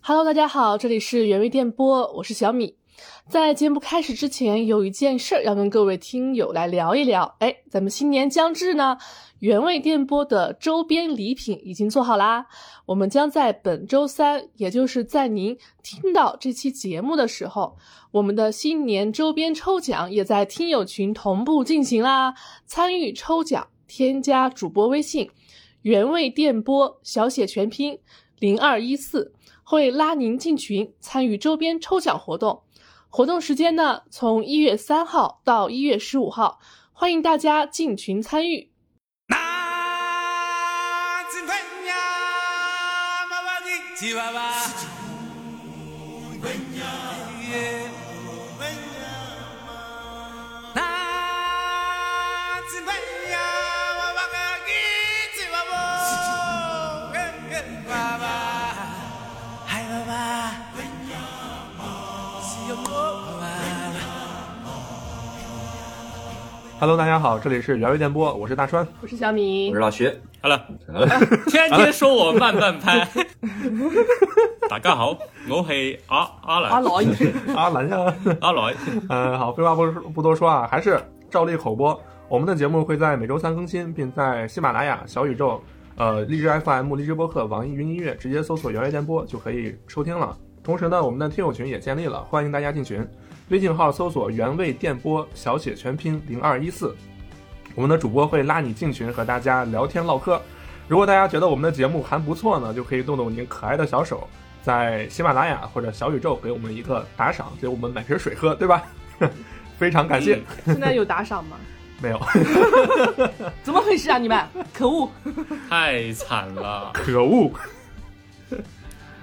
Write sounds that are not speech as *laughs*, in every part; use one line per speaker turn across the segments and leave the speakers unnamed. Hello，大家好，这里是原味电波，我是小米。在节目开始之前，有一件事儿要跟各位听友来聊一聊。哎，咱们新年将至呢，原味电波的周边礼品已经做好啦。我们将在本周三，也就是在您听到这期节目的时候，我们的新年周边抽奖也在听友群同步进行啦。参与抽奖，添加主播微信“原味电波”小写全拼零二一四，会拉您进群参与周边抽奖活动。活动时间呢，从一月三号到一月十五号，欢迎大家进群参与。
那吉玛吉娃娃，那吉玛吉娃娃，娃娃，嗨娃娃，西游娃娃。
Hello，大家好，这里是原味电波，我是大川。
我是小米
我是，老徐，
好了，天天说我慢半
*laughs*
拍。大家好，我系阿阿
阿
兰
老爷，
阿兰呀，
阿
*laughs*
来，
嗯，好，废话不不多说啊，还是照例口播。我们的节目会在每周三更新，并在喜马拉雅、小宇宙、呃荔枝 FM、荔枝播客、网易云音乐直接搜索“原味电波”就可以收听了。同时呢，我们的听友群也建立了，欢迎大家进群，微信号搜索“原味电波”小写全拼零二一四，我们的主播会拉你进群和大家聊天唠嗑。如果大家觉得我们的节目还不错呢，就可以动动您可爱的小手，在喜马拉雅或者小宇宙给我们一个打赏，给我们买瓶水喝，对吧？ *laughs* 非常感谢。
现在有打赏吗？ *laughs*
没有， *laughs*
怎么回事啊你们？可恶！
太惨了，
可恶！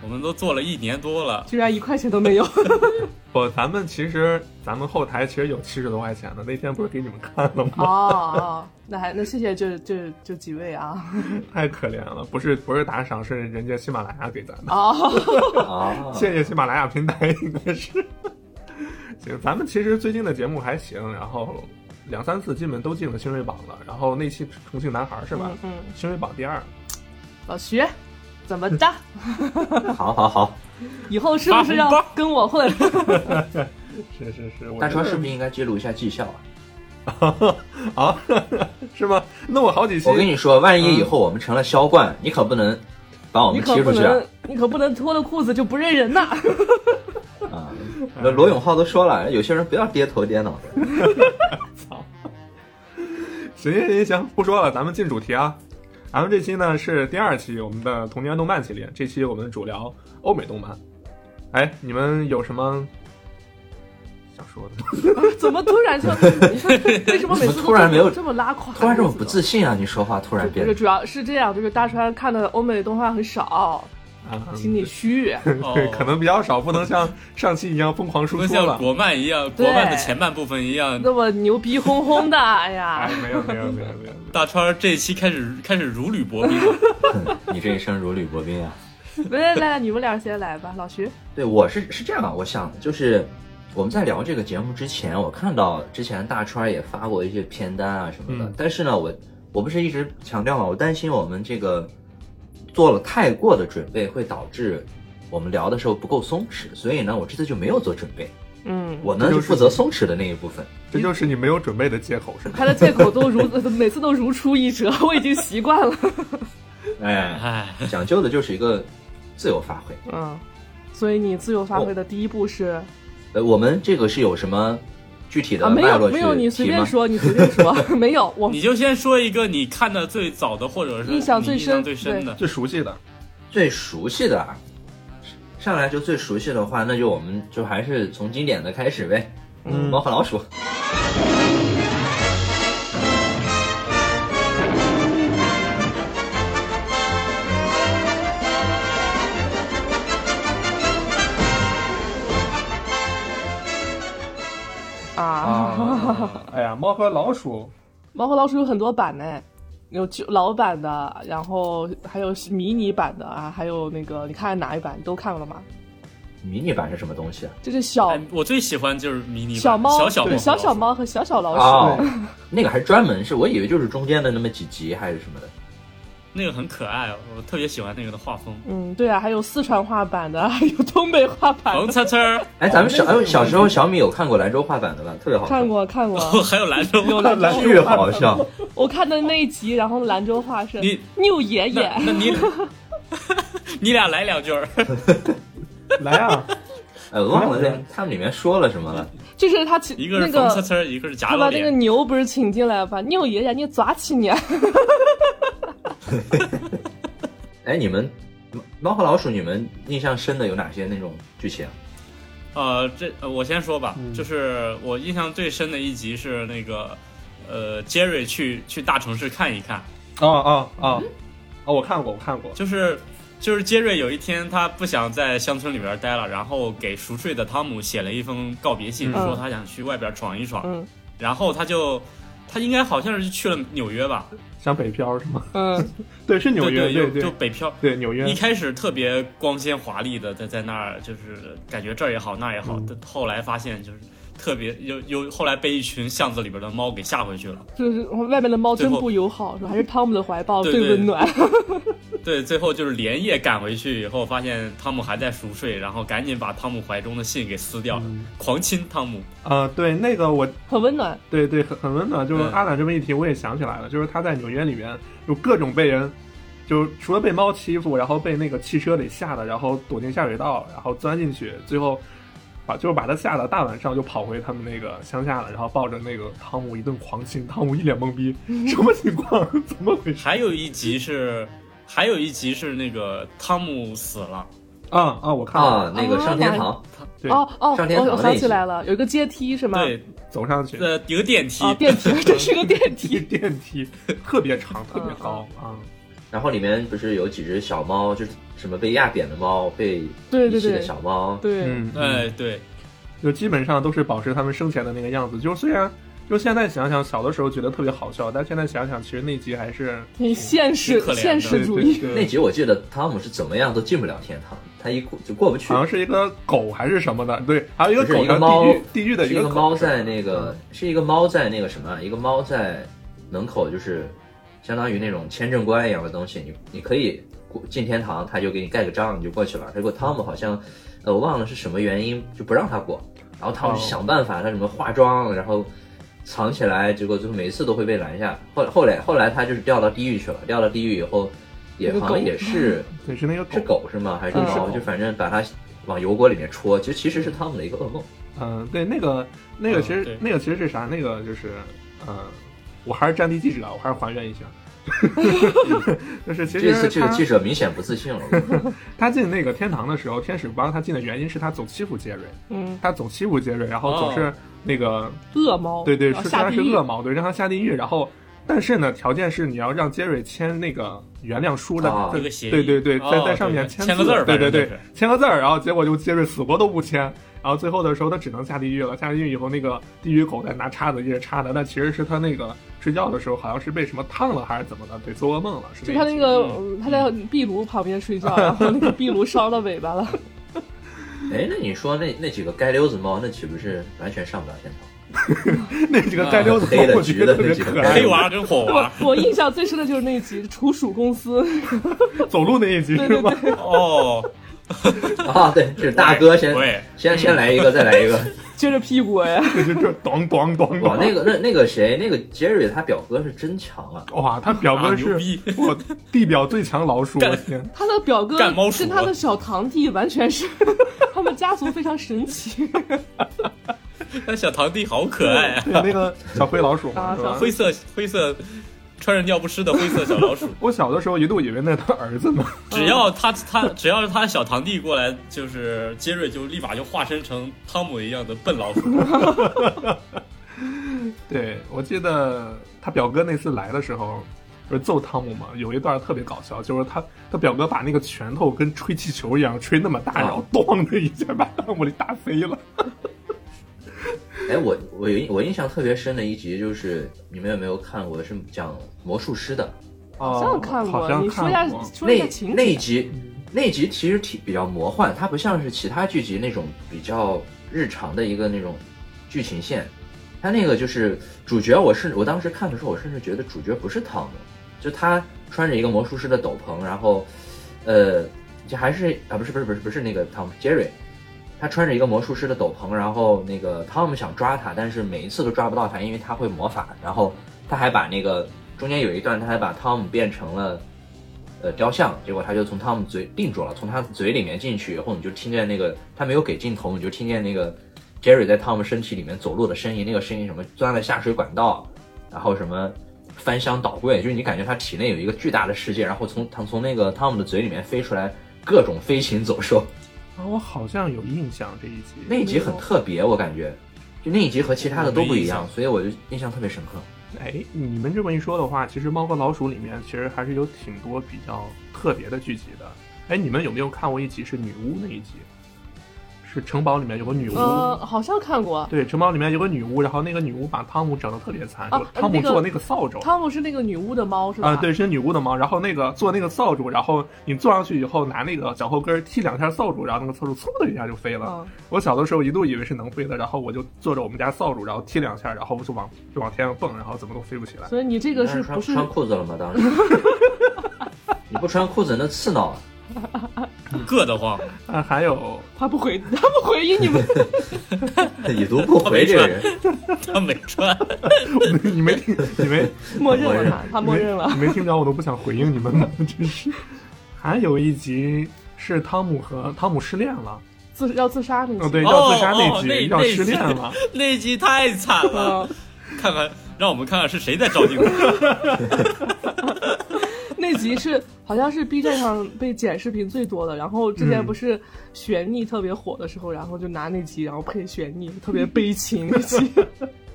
我们都做了一年多了，
居然一块钱都没有。
不，咱们其实咱们后台其实有七十多块钱的，那天不是给你们看了吗？
哦哦， *laughs* 那还那谢谢就就就几位啊。
太可怜了，不是不是打赏，是人家喜马拉雅给咱的， *laughs*
哦，
啊，
谢谢喜马拉雅平台，应该是。 *laughs* 行，咱们其实最近的节目还行，然后两三次基本都进了新锐榜了，然后那期重庆男孩是吧？
嗯嗯，
新锐榜第二，
老徐，怎么
*laughs*
着？
好好好，
以后是不是要
发
跟我混？
是是是，我
大
觉
川
得
是不是应该揭露一下绩效啊？
啊，是吗？那我好几期，
我跟你说，万一以后我们成了销冠，你可不能把我
你
们
可
踢
不
出去啊！
能，你可不能脱了裤子就不认人
*laughs*
呐！
啊，那罗永浩都说了，有些人不要跌头跌脑的。
行行行行，不说了，咱们进主题啊。咱们这期呢是第二期我们的童年动漫系列，这期我们主聊欧美动漫。哎，你们有什么想说的？
怎么突然就？
*laughs*
你说为什么每次都
怎么突然没有
这么拉垮？
突然这么不自信啊！你说话突然
就
*laughs* 变
是，主要是这样，就是大川看的欧美动画很少，
啊，
*laughs* 心里
*laughs*
虚。
哦
对，可能比较少，不能像上期一样疯狂输
跟
出
像
了。
国漫一样，
对
国漫的前半部分一样。
那么牛逼哄哄的，哎呀
哎，，没有没有没有没有，
大川儿这一期开始开始如履薄冰，
*laughs*
你这一生如履薄冰啊！
来来来，你们俩先来吧，老徐。
对，我是是这样啊，我想的就是我们在聊这个节目之前，我看到之前大川也发过一些片单啊什么的，
嗯
但是呢，我我不是一直强调嘛，我担心我们这个做了太过的准备，会导致我们聊的时候不够松弛，所以呢，我这次就没有做准备，
嗯，
我呢
这就
就是负责松弛的那一
*laughs*
部分。
这就是你没有准备的借口是吗？
他的借口都如 *laughs* 每次都如出一辙， *laughs* 我已经习惯了。
哎，
唉，
讲究的就是一个自由发挥。
嗯，所以你自由发挥的第一步是
呃，我们这个是有什么具体的
啊，没
脉
有
络去
没有，你随
提
便
吗？
说，你随便
*laughs*
说， *laughs* 没有我
你就先说一个你看的最早的，或者是
印象
你
最
印
深
象最深的。
最熟悉的，
最熟悉的，啊，上来就最熟悉的话，那就我们就还是从经典的开始呗。
嗯
猫和老鼠，哦
啊。
*laughs* 哎呀，猫和老鼠，
猫和老鼠有很多版呢，有旧老版的，然后还有迷你版的啊，还有那个你看哪一版都看了吗？
迷你版是什么东西啊？
就是小、
哎我最喜欢就是迷你版
小猫、
小小猫、
小小。猫和小小老鼠。
哦哦，那个还专门是我以为就是中间的那么几集还是什么的。
那个很可爱，我特别喜欢那个的画风。
嗯，对啊，还有四川话版的，还有东北话版
红
的，
车
*laughs*
车，
哎，咱们小哎小时候小米有看过兰州话版的吧？特别好
看，过看过，
哦，还有兰州
有
话。
兰州
巨好笑。
我看的那一集，然后兰州话是
你
牛爷爷
那，那你
*laughs*
你俩来两句儿，
*laughs* 来 *laughs* 啊，
哎，我忘了在他们里面说了什么了。
就是他请
一个
那
是冯车
个
车，一个是夹
他
老
把那个
脸。
牛不是请进来吧？牛爷爷，你抓起
*laughs*
你！啊
哎，你们《猫和老鼠》，你们印象深的有哪些那种剧情？
呃，这呃我先说吧，
嗯
就是我印象最深的一集是那个，呃，Jerry 去去大城市看一看，
啊啊啊！哦，我看过，我看过，
就是就是杰瑞有一天他不想在乡村里边待了，然后给熟睡的汤姆写了一封告别信，
嗯
说他想去外边闯一闯，
嗯
然后他就。他应该好像是去了纽约吧？
像北漂是吗？ *laughs*
嗯，
对，是纽约，
对对
对
有就
对
北漂。
对，纽约
一。开始特别光鲜华丽的，在在那儿就是感觉这儿也好那儿也好，
嗯
但后来发现就是特别又又后来被一群巷子里边的猫给吓回去了。
就是外面的猫真
最后
不友好，是吧？还是汤姆的怀抱
对
最
对
温暖。 *laughs*
对，最后就是连夜赶回去以后，发现汤姆还在熟睡，然后赶紧把汤姆怀中的信给撕掉，
嗯
狂亲汤姆。
啊，对，那个我
很温暖。
对对，很很温暖。就是
对
阿懒这么一提，我也想起来了，就是他在纽约里面有各种被人，就是除了被猫欺负，然后被那个汽车给吓的，然后躲进下水道，然后钻进去，最后把就是把他吓得大晚上就跑回他们那个乡下了，然后抱着那个汤姆一顿狂亲，汤姆一脸懵逼，
嗯
什么情况？ *laughs* 怎么回事？
还有一集是，还有一集是那个汤姆死了，
啊啊，我看了，
啊，那个上天堂，
对，
哦哦，
上天堂
我
那
我想
一
起
集
来了，有一个阶梯是吗？
对，
走上去，
呃，有个电梯，
啊，电梯， *laughs* 这是个电
一
梯。
电梯特别长，特别高
嗯
啊。
然后里面不是有几只小猫，就是什么被压扁的猫，被
对
遗
对
弃的
对
小猫，
对，
嗯，
哎，对，
就基本上都是保持他们生前的那个样子。就是虽然就现在想想，小的时候觉得特别好笑，但现在想想，其实那集还是
挺现实
可怜的
现实
对
主
对
义。
那
对，
集我记得汤姆是怎么样都进不了天堂，他一过就过不去
好。像是一个狗还是什么的，对，还有一个
不是
狗
一个
的
猫
地狱地狱的
是一
个
个
狗
猫
是吧
在那个是一个猫在那个什么，一个猫在门口就是相当于那种签证官一样的东西，你你可以过进天堂，他就给你盖个章，你就过去了。结果汤姆好像呃我忘了是什么原因就不让他过，然后汤姆
哦
想办法，他什么化妆，然后。藏起来，结果最后每一次都会被拦下。后后来后来他就是掉到地狱去了，掉到地狱以后，也
那个
好像
狗
也是
对是那个
是狗是吗？还是
嗯
猫？就反正把它往油锅里面戳，就其实是汤姆的一个噩梦。
嗯，对，那个那
嗯
个其实、
对
那个其实是啥？那个就是，嗯，我还是战地记者啊，我还是还原一下， *laughs* 就是其实
这次这个
他
记者明显不自信了。
他进那个天堂的时候，天使帮他进的原因是他总欺负杰瑞，
嗯，
他总欺负杰瑞，然后总是
哦
那个
恶猫，
对对，
然后
是
下
他
地
是
狱
恶。矛盾，让他下地狱。然后，但是呢，条件是你要让杰瑞签那个原谅书的
啊
在
一个协议
对对对，
哦
在在上面
对
签
签个字儿
对对
反正
对
就是，
签个字儿。然后结果就杰瑞死活都不签。然后最后的时候，他只能下地狱了。下地狱以后，那个地狱狗在拿叉子一直插他，但其实是他那个睡觉的时候，好像是被什么烫了还是怎么的，对，做噩梦了。是
就他
一
那
集
个，嗯他在壁炉旁边睡觉，然后那个壁炉烧到尾巴了。
哎，那你说那那几个街溜子猫，那岂不是完全上不了天堂？
*laughs* 那几个街溜子
啊黑，的
我觉得特
橘的
别
那几个
可
街
爱
黑
溜，
娃跟火娃。
*laughs*
我印象最深的就是那一集楚鼠公司， *laughs*
走路那一集
对
是
对
吗？
对，
哦，
啊，对，这是大哥先
对，
先先来一个，再来一个。
撅着屁股哎，
就就就咚咚咚
哇，
咚。
那个那那个谁，那个杰瑞他表哥是真强啊！
哇，他表
啊
哥
牛
是
逼
我地表最强老鼠，我天！
他的表哥
干猫鼠
跟他的小堂弟完全是， *laughs* 他们家族非常神奇。
那 *laughs* 小堂弟好可爱啊，
对，那个小灰老鼠嘛，
啊
是吧
小？
灰色灰色，穿着尿不湿的灰色小老 *laughs* 鼠。
我小的时候一度以为那是他儿子
*laughs*
呢。
只要他他只要是他小堂弟过来，就是杰瑞就立马就化身成汤姆一样的笨 *laughs* 老鼠。
对，我记得他表哥那次来的时候，就是揍汤姆嘛，有一段特别搞笑，就是他他表哥把那个拳头跟吹气球一样吹那么大，
啊
然后咣的一下把汤姆给打飞了。
哎，我我印我印象特别深的一集就是，你们有没有看过是讲魔术师的？
好
像看
哦
过，
好像
你说一下
看过。
说一下
那
情
那一
节。
集，那集其实挺比较魔幻，它不像是其他剧集那种比较日常的一个那种剧情线。它那个就是主角，我甚我当时看的时候，我甚至觉得主角不是汤姆，就他穿着一个魔术师的斗篷，然后，呃，就还是啊，不是不是不是不是那个汤姆 Jerry，他穿着一个魔术师的斗篷，然后那个汤姆想抓他，但是每一次都抓不到他，因为他会魔法。然后他还把那个中间有一段，他还把汤姆变成了呃雕像，结果他就从汤姆嘴定住了，从他嘴里面进去以后，你就听见那个他没有给镜头，你就听见那个 Jerry 在汤姆身体里面走路的声音，那个声音什么钻了下水管道，然后什么。翻箱倒柜，就是你感觉他体内有一个巨大的世界，然后从他从那个汤姆的嘴里面飞出来各种飞禽走兽，
啊，我好像有印象这一集。
那一集很特别，我感觉，就那一集和其他的都不一
我没
样
印，
所以我就印象特别深刻。
哎，你们这么一说的话，其实《猫和老鼠》里面其实还是有挺多比较特别的剧集的。哎，你们有没有看过一集是女巫那一集？是城堡里面有个女巫，
呃，好像看过。
对，城堡里面有个女巫，然后那个女巫把汤姆整的特别惨，
啊
就汤姆
那个
做那个扫帚。
汤姆是那个女巫的猫是吧？
啊，对，是女巫的猫，然后那个做那个扫帚，然后你坐上去以后，拿那个脚后跟儿踢两下扫帚，然后那个扫帚嗖的一下就飞了。
嗯，
我小的时候一度以为是能飞的，然后我就坐着我们家扫帚，然后踢两下，然后就往就往天上蹦，然后怎么都飞不起来。
所以你这
你
个
当
是
时穿
不是
穿裤子了吗？
*laughs*
当时你不穿裤子那刺挠啊！
硌得慌。
啊，还有
他不回他不回应你
*laughs*
们？
*laughs* 已读不回这个人，
他没穿， *laughs*
*laughs* 你没听，你没
默认了
默认
他，他默认了
你。没，你没听着，我都不想回应你们了，真是。还有一集是汤姆和汤姆失恋了，
自要自杀那
嗯，
集。
对，
哦
要自杀
哦
集，
那
要
那
失恋
集 *laughs*
了。
那集太惨了。
嗯，
看看，让我们看看是谁在照镜子。 *laughs*
那集是好像是 B 站上被剪视频最多的，然后之前
嗯
不是悬溺特别火的时候，然后就拿那集然后配悬溺，特别悲情那集。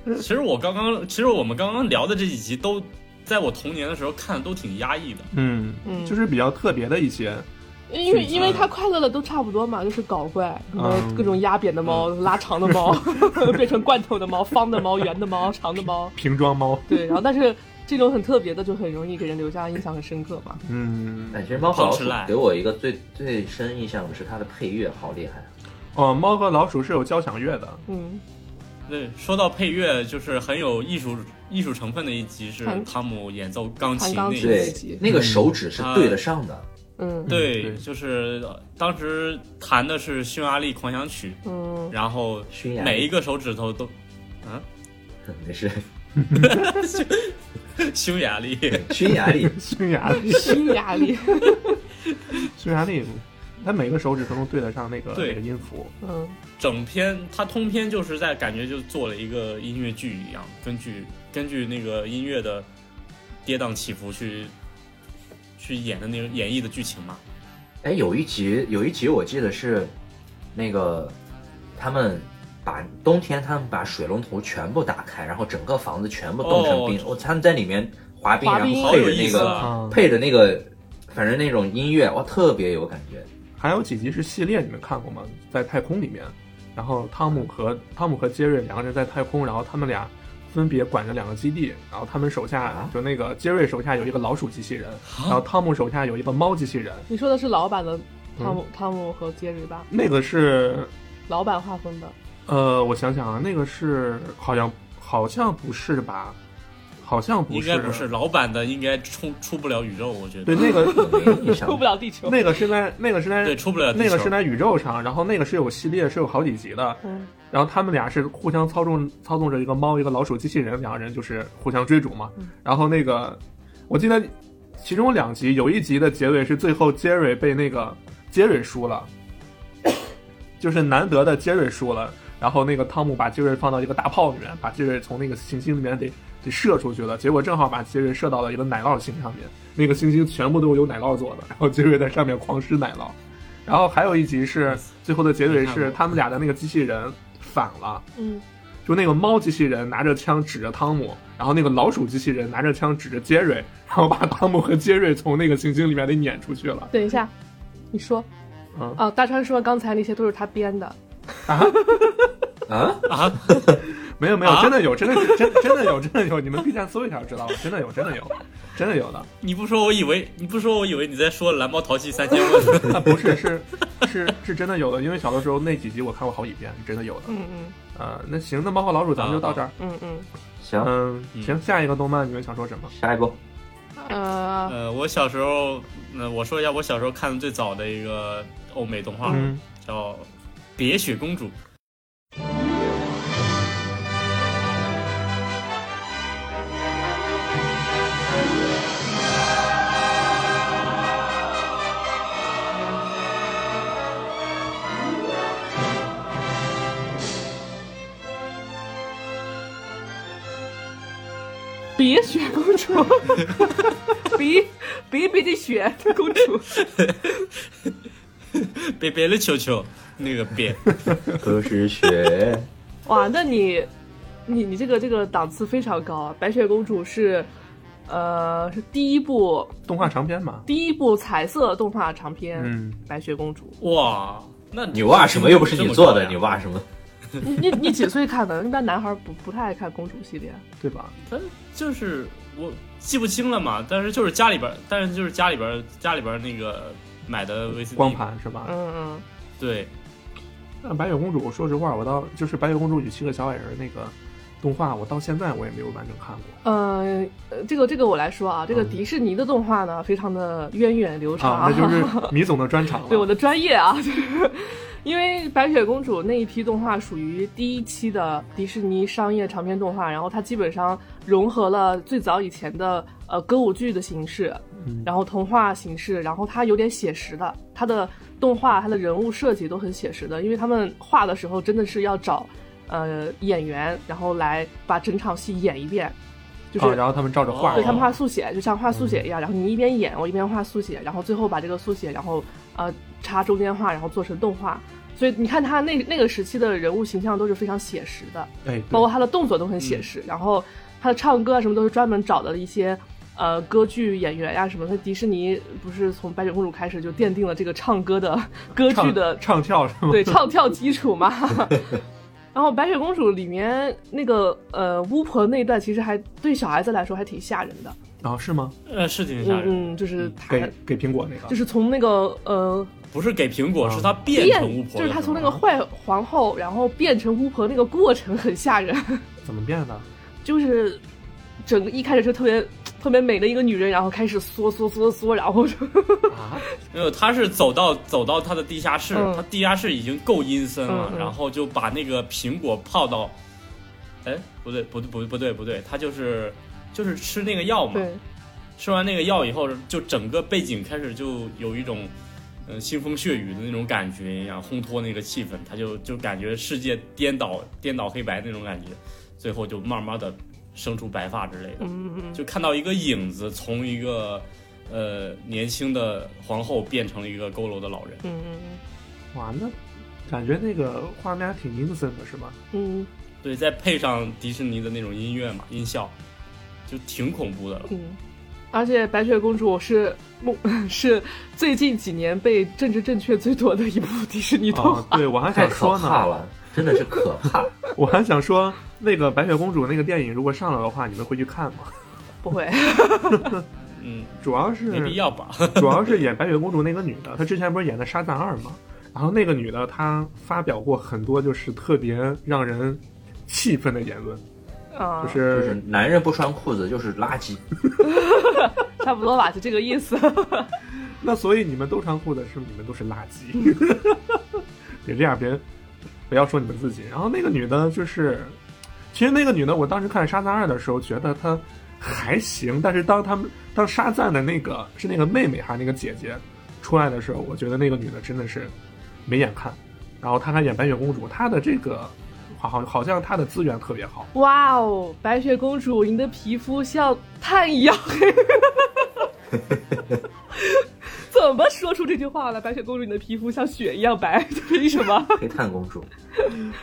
其实我刚刚，其实我们刚刚聊的这几集都，在我童年的时候看的都挺压抑的。
嗯，
嗯
就是比较特别的一些。
因为
挺惨的
因为他快乐的都差不多嘛，就是搞怪，什么
嗯
各种压扁的猫、拉长的猫，变成罐头的猫、方的猫、圆的猫、长的猫，
瓶装猫，
对，然后但是这种很特别的就很容易给人留下印象很深刻嘛。
嗯，
哎，其实猫和老
胖吃
鼠
懒
给我一个最最深印象的是它的配乐好厉害，
嗯
哦，猫和老鼠是有交响乐的，
嗯，
对，说到配乐，就是很有艺术艺术成分的一集是
弹
汤姆演奏钢琴
弹钢
那一
琴
集。
对
集，
那个手指是
嗯
对得上的，
嗯
对 *laughs*
对，就是呃当时弹的是《匈牙利狂想曲》，
嗯，
然后
熏牙 *laughs*
每一个手指头都 *laughs*
那是
匈牙利。
熏牙力。
匈
*laughs*
牙利，
新压力，
匈牙利，它每个手指头都对得上那个
对
那个音符。
嗯
整篇它通篇就是在感觉就做了一个音乐剧一样，根据根据那个音乐的跌宕起伏去去演的那个演绎的剧情嘛。
哎，有一集有一集我记得是那个他们把冬天他们把水龙头全部打开，然后整个房子全部冻成冰，哦、他们在里面滑冰，
滑
然后
冰
配着那
好有意思
个、
啊
嗯，
配着那个，反正那种音乐哇，特别有感觉。
还有几集是系列，你们看过吗？在太空里面，然后汤姆和汤姆和杰瑞两个人在太空，然后他们俩分别管着两个基地，然后他们手下
啊
就那个杰瑞手下有一个老鼠机器人，
啊
然后汤姆手下有一个猫机器人。
你说的是老版的汤姆、汤姆和杰瑞吧？
那个是
老版画风的，
呃，我想想啊，那个是好像好像不是吧？好像不
应
是，
该不是老版的，应该出出不了宇宙，我觉得
对，。那个
我没印
*laughs*
象
出不了地球。
那个是在那个是在
对，出不了地
那个
球
是在宇宙上，然后那个是有系列，是有好几集的。
嗯
然后他们俩是互相操纵操纵着一个猫一个老鼠机器人，两个人就是互相追逐嘛。然后那个我记得其中两集有一集的结尾是最后杰瑞被那个杰瑞输了，就是难得的杰瑞输了。然后那个汤姆把杰瑞放到一个大炮里面，把杰瑞从那个行星里面得得射出去了，结果正好把杰瑞射到了一个奶酪星上面，那个星星全部都是由奶酪做的，然后杰瑞在上面狂吃奶酪。然后还有一集是最后的结尾是他们俩的那个机器人反了，
嗯，
就那个猫机器人拿着枪指着汤姆，然后那个老鼠机器人拿着枪指着杰瑞，然后把汤姆和杰瑞从那个行星里面给撵出去了。
等一下，你说
嗯
啊？大川说刚才那些都是他编的，
啊，
啊，
没有没有，
啊
真的有，真的有真真的有，真的有，你们 B 站搜一下就知道了，真的有，真的有，真的有的。
你不说我以为你不说我以为你在说蓝猫淘气三千问，
啊，不是，是是是真的有的，因为小的时候那几集我看过好几遍，是真的有的。
嗯嗯
呃，那行，啊那猫和老鼠咱们就到这儿。
嗯嗯，
行，
嗯，行，下一个动漫你们想说什么？
下一步
呃，
呃，我小时候，嗯、我说一下我小时候看的最早的一个欧美动画，
嗯，
叫《喋血公主》。
别雪公 *laughs* 主，比比比的雪 *laughs* 公主，
别别了，球球，那个别，
都是雪，
哇，那你你你这个这个档次非常高啊！白雪公主是呃是第一部
动画长篇嘛，
第一部彩色动画长片《
嗯，
白雪公主
哇，那
你哇什么又不是你做的，
这
你
么高呀
哇什么？》
你。你你几岁看的？一 *laughs* 般男孩不不太爱看公主系列。
对吧？
但就是我记不清了嘛，但是就是家里边儿，但是就是家里边儿家里边儿那个买的 VCD
光，盘是吧？
嗯嗯，
对，
但白雪公主，说实话，我到就是白雪公主与七个小矮人那个动画，我到现在我也没有完整看过
呃，呃这个这个我来说啊，这个
嗯
迪士尼的动画呢，非常的源远流长，
啊，那就是米总的专场
对我
了。
的专业啊， *laughs* 就是因为白雪公主那一批动画属于第一期的迪士尼商业长篇动画，然后它基本上融合了最早以前的呃歌舞剧的形式，
嗯
然后童话形式，然后它有点写实的，它的动画、它的人物设计都很写实的，因为他们画的时候真的是要找呃演员，然后来把整场戏演一遍，就是、
啊，然后他们照着画
哦
对他们画速写，就像画速写一样，然后你一边演，我一边画速写，然后最后把这个速写，然后呃插中间话，然后做成动画。所以你看他那那个时期的人物形象都是非常写实的，
哎，
包括
对，
他的动作都很写实，然后他的唱歌啊什么都是专门找的一些呃歌剧演员呀、什么的。迪士尼不是从白雪公主开始就奠定了这个唱歌的 *laughs* 歌剧
唱
的
唱跳是吗？
对唱跳基础嘛。 *laughs* 然后《白雪公主》里面那个呃巫婆那一段，其实还对小孩子来说还挺吓人的。
啊，是吗？
呃，是挺吓人的，
嗯嗯，就是他
给给苹果那个，
就是从那个呃
不是给苹果，
啊
是他变
变
成巫，婆的时候，
就是他从那个坏皇后，然后变成巫婆那个过程很吓人，
怎么变的？
就是整个一开始就特别特别美的一个女人，然后开始缩缩缩缩，然后就
啊，
没有，他是走到走到他的地下室，
嗯
他地下室已经够阴森了，
嗯嗯
然后就把那个苹果泡到，哎，不对，不对，不对，不对，不对，他就是就是吃那个药嘛，
对
吃完那个药以后，就整个背景开始就有一种。嗯，腥风血雨的那种感觉一样，烘托那个气氛，他就就感觉世界颠倒颠倒黑白那种感觉，最后就慢慢的生出白发之类的。
嗯嗯
就看到一个影子从一个呃年轻的皇后变成了一个佝偻的老人。
嗯
哇，那感觉那个画面还挺阴森的，是吧？
嗯嗯
对，再配上迪士尼的那种音乐嘛，音效就挺恐怖的了。
嗯，而且白雪公主是目 *laughs* 是最近几年被政治正确最多的一部迪士尼动画
哦
啊，，对我还
太
想
可
说呢
怕，了，真的是可 *laughs* 怕。
我还想说，那个白雪公主那个电影如果上了的话，你们会去看吗？
不会，
嗯，
主要是
没必要吧？ *laughs*
主要是演白雪公主那个女的，她之前不是演的《沙赞二》吗？然后那个女的她发表过很多就是特别让人气愤的言论，
啊， *laughs*
就是、
就是男人不穿裤子就是垃圾，
差不多吧，就这个意思。
*laughs* 那所以你们都穿裤子，是不是你们都是垃圾？ *laughs* 别这样，别不要说你们自己。然后那个女的，就是其实那个女的，我当时看《沙赞二》的时候，觉得她还行，但是当他们当沙赞的那个是那个妹妹还是那个姐姐出来的时候，我觉得那个女的真的是没眼看。然后她还演白雪公主，她的这个好好像她的资源特别好，
哇哦，白雪公主，你的皮肤像炭一样黑。 *laughs* 怎么说出这句话来？白雪公主，你的皮肤像雪一样白， *laughs* 凭什么？
黑炭公主。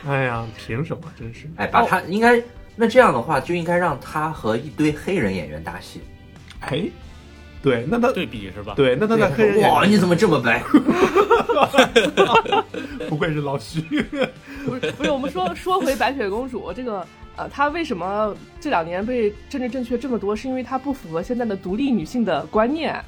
哎呀，凭什么？真是
*laughs* 哎，把她应该那这样的话，就应该让她和一堆黑人演员搭戏。
哎，对，那她
对比是吧？，
对那她在黑人演
哇，你怎么这么白？
*laughs* 不愧是老徐。
不是，不是，我们说说回白雪公主这个，呃，她为什么这两年被政治正确这么多？是因为她不符合现在的独立女性的观念。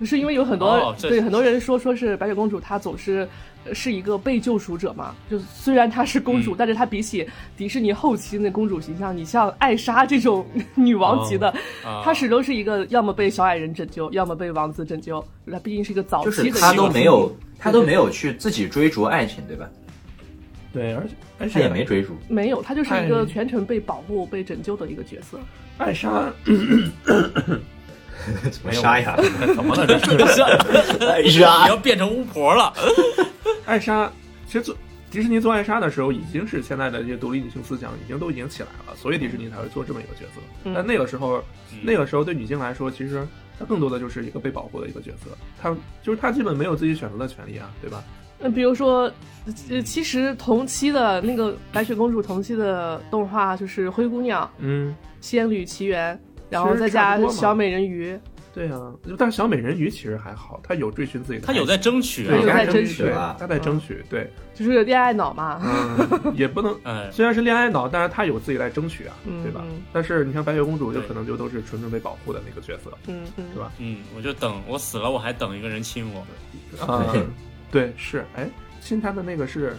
就是因为有很多、
哦这
对
是
很多人说说是白雪公主，她总是呃是一个被救赎者嘛。就是虽然她是公主，
嗯
但是她比起迪士尼后期那公主形象，你像艾莎这种女王级的，
哦
啊
她始终是一个要么被小矮人拯救，要么被王子拯救。她毕竟是一个早
就
期的
是
一个
他都没有
经历，
他都没有去自己追逐爱情，对吧？
对，而且而
他也
且
没追逐，
没有，她就是一个
哎
全程被保护、被拯救的一个角色。
艾莎
怎么沙哑？
*laughs* 怎么了？这是
*laughs* 哎
你
呀，
要变成巫婆了？
艾莎，其实做迪士尼做艾莎的时候，已经是现在的这些独立女性思想已经都已经起来了，所以迪士尼才会做这么一个角色。
嗯
但那个时候，
嗯
那个时候对女性来说，其实她更多的就是一个被保护的一个角色，她就是她基本没有自己选择的权利啊，对吧？
那比如说，呃，
嗯
其实同期的那个白雪公主同期的动画就是《灰姑娘》
嗯，
《仙女奇缘》，然后
其实
再
差
加
不多嘛
小美人鱼，
对啊。但是小美人鱼其实还好，她有追寻自己的，
她有在争取啊
对，
有
她
在
在
争
取
取嗯
啊，
她在争取，对，
就是恋爱脑嘛。
嗯，也不能。
哎，
虽然是恋爱脑，但是她有自己在争取啊，
嗯
对吧
嗯？
但是你像白雪公主，就
对
可能就都是纯纯被保护的那个角色，
嗯嗯
是吧
嗯，我就等我死了，我还等一个人亲我。
啊、对，是，哎，亲他的那个是，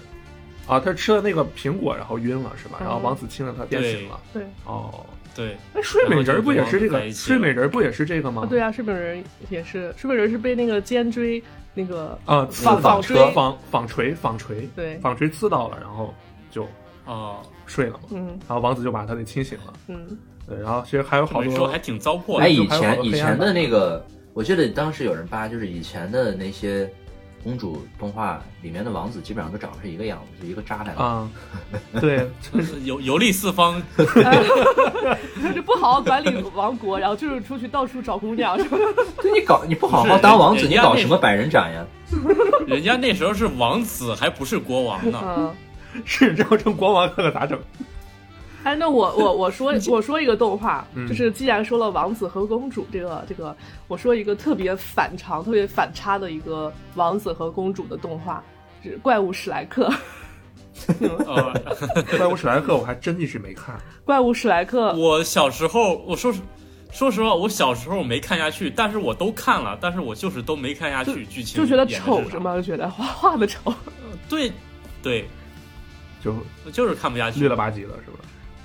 啊，他吃了那个苹果，然后晕了是吧？然后王子亲了他，变醒了。
嗯对，
哦，
对，
哎，睡美人不也
然后就跟王
是这
子在
个？
一起
睡美人不也是这个吗
啊？对啊，睡美人也是，睡美人是被那个尖锥那个
啊，
纺
纺
锥
车
纺纺锤，纺锤，
对
纺锤刺到了，然后就
哦，
睡了嘛。
嗯
然后王子就把他给清醒了。
嗯 *laughs*
对，然后其实还有好
没说
多
还，挺糟粕
哎
的。
以
就还有好
前
多
以
黑暗
前
版
的那个，我记得当时有人扒，就是以前的那些公主动画里面的王子，基本上都长得是一个样子，就一个渣男。
啊，对， *laughs*
游游历四方，
就是不好好管理王国，然后就是出去到处找姑娘，是吧？
*laughs* 对你搞，你不
不
好好
是
呃
当王子，
人
你
家
搞
那
什么百人斩呀？
人家那时候是王子，还不是国王
*laughs*
呢。
嗯。
是 *laughs* 这要成国王可可咋整？
哎，那我我我说我说一个动画，
嗯
就是既然说了王子和公主这个这个，我说一个特别反常、特别反差的一个王子和公主的动画，是《怪物史莱克》。
呃，
怪物史莱克我还真一直没看。
怪物史莱 *laughs* 克，
我小时候，我说实说实话，我小时候没看下去，但是我都看了，但是我就是都没看下去剧情，
就觉得丑是？吗？就觉得画画的丑。
对，对，
就
我就是看不下去
绿了吧唧了，是吧？